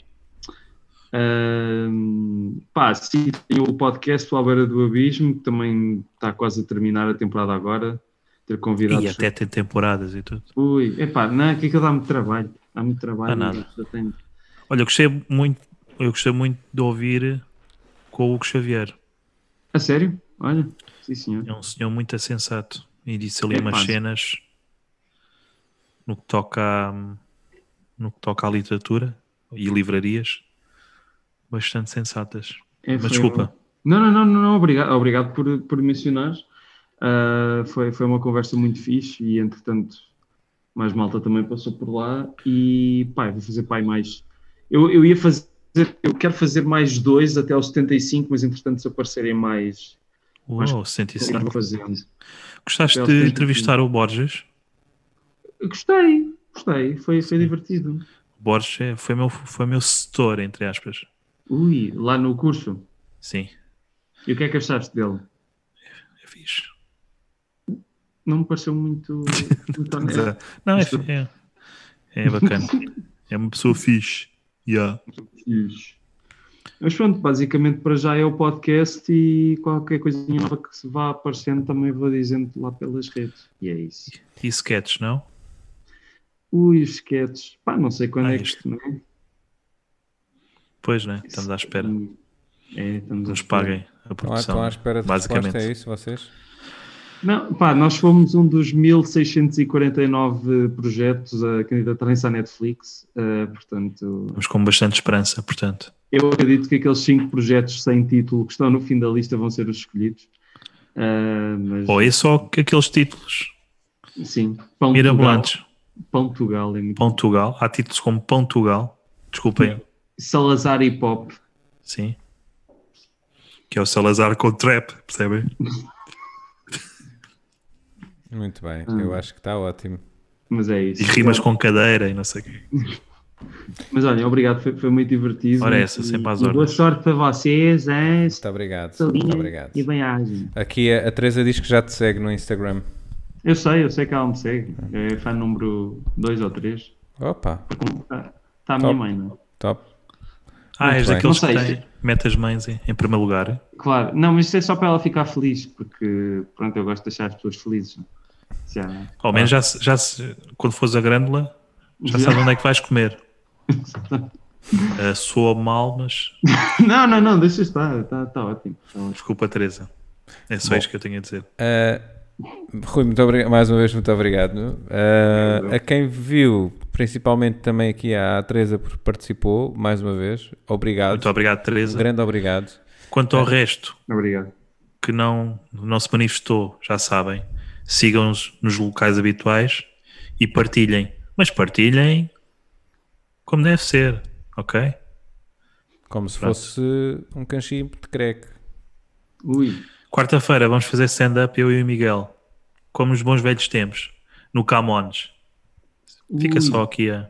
[SPEAKER 2] Ahm, pá, sim, tem o podcast O À Beira do Abismo, que também está quase a terminar a temporada agora. Ter convidado.
[SPEAKER 1] E até tem temporadas e tudo.
[SPEAKER 2] Ui, epá, não, é que aquilo dá muito trabalho. Dá muito trabalho.
[SPEAKER 1] Dá nada.
[SPEAKER 2] Já tenho-
[SPEAKER 1] Olha, eu gostei muito, eu gostei muito de ouvir com o Hugo Xavier.
[SPEAKER 2] A sério? Olha, sim senhor.
[SPEAKER 1] É um senhor muito sensato. E disse ali
[SPEAKER 2] É
[SPEAKER 1] umas
[SPEAKER 2] fácil.
[SPEAKER 1] cenas no que toca a, no que toca à literatura e livrarias bastante sensatas.
[SPEAKER 2] É, foi-
[SPEAKER 1] Mas desculpa,
[SPEAKER 2] Não, não, não, não, não, obrigado, obrigado por, por mencionar. Ah, foi, foi uma conversa muito fixe e, entretanto, mais malta também passou por lá e pá, vou fazer pai mais. Eu, eu ia fazer, eu quero fazer mais dois até ao 75, mas entretanto se aparecerem mais.
[SPEAKER 1] Uau,
[SPEAKER 2] Acho
[SPEAKER 1] 105.
[SPEAKER 2] vou fazendo.
[SPEAKER 1] Gostaste
[SPEAKER 2] Até ao
[SPEAKER 1] de
[SPEAKER 2] 75.
[SPEAKER 1] entrevistar o Borges?
[SPEAKER 2] Gostei, gostei, foi, foi divertido.
[SPEAKER 1] O Borges é- foi meu, foi meu setor, entre aspas.
[SPEAKER 2] Ui, lá no curso.
[SPEAKER 1] Sim,
[SPEAKER 2] E o que é que achaste dele?
[SPEAKER 1] é fixe.
[SPEAKER 2] Não me pareceu muito. muito
[SPEAKER 1] Mas,
[SPEAKER 2] honesto.
[SPEAKER 1] ah, Não, é, fi- é, é bacana. É uma pessoa fixe. Yeah.
[SPEAKER 2] Fixe. Mas pronto, basicamente para já é o podcast e qualquer coisinha nova que se vá aparecendo também vou dizendo lá pelas redes. E é isso.
[SPEAKER 1] E sketches, não?
[SPEAKER 2] Ui, os sketches. Pá, não sei quando
[SPEAKER 1] Ah,
[SPEAKER 2] é que
[SPEAKER 1] isto.
[SPEAKER 2] isto não é.
[SPEAKER 1] Pois, né? Estamos à espera.
[SPEAKER 2] É, estamos à
[SPEAKER 1] Nos
[SPEAKER 2] espera.
[SPEAKER 1] paguem a
[SPEAKER 4] Estão à- Estão
[SPEAKER 1] produção.
[SPEAKER 4] é à espera de
[SPEAKER 1] basicamente.
[SPEAKER 4] resposta, é isso, vocês?
[SPEAKER 2] Não, pá, nós fomos um dos 1649 projetos a candidatarem-se à Netflix, eh, portanto,
[SPEAKER 1] Estamos com bastante esperança, portanto.
[SPEAKER 2] Eu acredito que aqueles cinco projetos sem título que estão no fim da lista vão ser os escolhidos. Ah, mas,
[SPEAKER 1] Ou é só que aqueles títulos
[SPEAKER 2] sim, Pão de Tugal,
[SPEAKER 1] mirabolantes.
[SPEAKER 2] Pão de Tugal é muito-
[SPEAKER 1] Pontugal. Há títulos como Pontugal. Desculpem.
[SPEAKER 2] Salazar Hip Hop.
[SPEAKER 1] Sim. Que é o Salazar com trap, percebem?
[SPEAKER 4] Muito bem,
[SPEAKER 2] Hum.
[SPEAKER 4] eu acho que está ótimo.
[SPEAKER 2] Mas é isso.
[SPEAKER 1] E rimas com cadeira e não sei o quê.
[SPEAKER 2] Mas olha, obrigado, foi, foi muito divertido.
[SPEAKER 1] Ora, essa,
[SPEAKER 2] E-
[SPEAKER 1] sempre às
[SPEAKER 2] e Boa
[SPEAKER 1] ordens.
[SPEAKER 2] sorte para vocês, hein?
[SPEAKER 4] Muito obrigado, muito
[SPEAKER 2] Salinha
[SPEAKER 4] obrigado.
[SPEAKER 2] E bem-agem.
[SPEAKER 4] Aqui a, a Teresa diz que já te segue no Instagram.
[SPEAKER 2] Eu sei, eu sei que ela me segue.
[SPEAKER 4] Hum.
[SPEAKER 2] É fã número 2 ou 3.
[SPEAKER 4] Opa,
[SPEAKER 2] Está a minha
[SPEAKER 4] Top.
[SPEAKER 2] mãe, não? é?
[SPEAKER 4] top.
[SPEAKER 1] Ah, és
[SPEAKER 4] bem.
[SPEAKER 1] daqueles
[SPEAKER 2] Não
[SPEAKER 1] que
[SPEAKER 2] sei.
[SPEAKER 1] têm, mete as mães em, em primeiro lugar.
[SPEAKER 2] Claro, não, mas isso é só para ela ficar feliz, porque pronto, eu gosto de deixar as pessoas felizes. não? Já,
[SPEAKER 1] Ao menos já, se- já se, quando fores a grândula, Ah. já sabes onde é que vais comer. Ah, soa mal, mas
[SPEAKER 2] Não, não, não, deixa estar, está tá ótimo. tá ótimo.
[SPEAKER 1] desculpa, Teresa. É só isto que eu tenho a dizer.
[SPEAKER 4] Ah, Rui, muito obrigado, mais uma vez, muito obrigado. Ah, a quem viu, principalmente também aqui à Teresa, porque participou, mais uma vez, obrigado.
[SPEAKER 1] Muito obrigado, Teresa.
[SPEAKER 4] Grande obrigado.
[SPEAKER 1] Quanto ao resto
[SPEAKER 2] Obrigado.
[SPEAKER 1] que não, não se manifestou, já sabem, sigam-nos nos locais habituais e partilhem. Mas partilhem como deve ser, ok?
[SPEAKER 4] Como se
[SPEAKER 1] Pronto.
[SPEAKER 4] fosse um canchinho de creque.
[SPEAKER 2] Ui,
[SPEAKER 1] Quarta-feira vamos fazer stand-up, eu e o Miguel, como nos bons velhos tempos, no Camões. Fica
[SPEAKER 2] Ui.
[SPEAKER 1] só aqui a.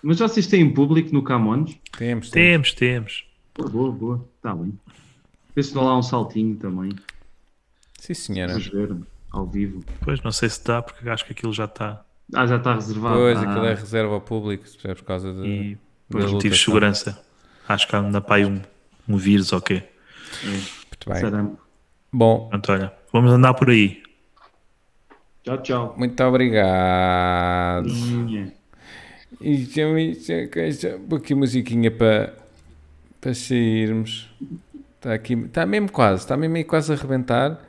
[SPEAKER 2] mas vocês têm público no Camões?
[SPEAKER 4] Temos,
[SPEAKER 1] Temos,
[SPEAKER 4] temos.
[SPEAKER 1] temos.
[SPEAKER 2] Boa, boa, boa, está bem. Vê se dá lá um saltinho também,
[SPEAKER 4] Sim, senhora.
[SPEAKER 2] vamos ver ao vivo.
[SPEAKER 1] Pois não sei se dá, porque acho que aquilo já está.
[SPEAKER 2] Ah, já está reservado.
[SPEAKER 4] Pois,
[SPEAKER 2] ah,
[SPEAKER 4] aquilo é reserva ao público, se é por causa de.
[SPEAKER 1] E
[SPEAKER 4] da
[SPEAKER 1] por motivos de
[SPEAKER 4] lotação.
[SPEAKER 1] segurança. Acho que ainda para aí um, um vírus ou quê.
[SPEAKER 4] Muito bem.
[SPEAKER 2] sarampo.
[SPEAKER 4] Bom,
[SPEAKER 1] Pronto, olha, vamos andar por aí.
[SPEAKER 2] Tchau, tchau.
[SPEAKER 4] muito obrigado.
[SPEAKER 2] Minha.
[SPEAKER 4] Isto é, isto é coisa. Vou aqui musiquinha para, Tá para sairmos. Está aqui. Está mesmo quase. Está mesmo aí quase a arrebentar.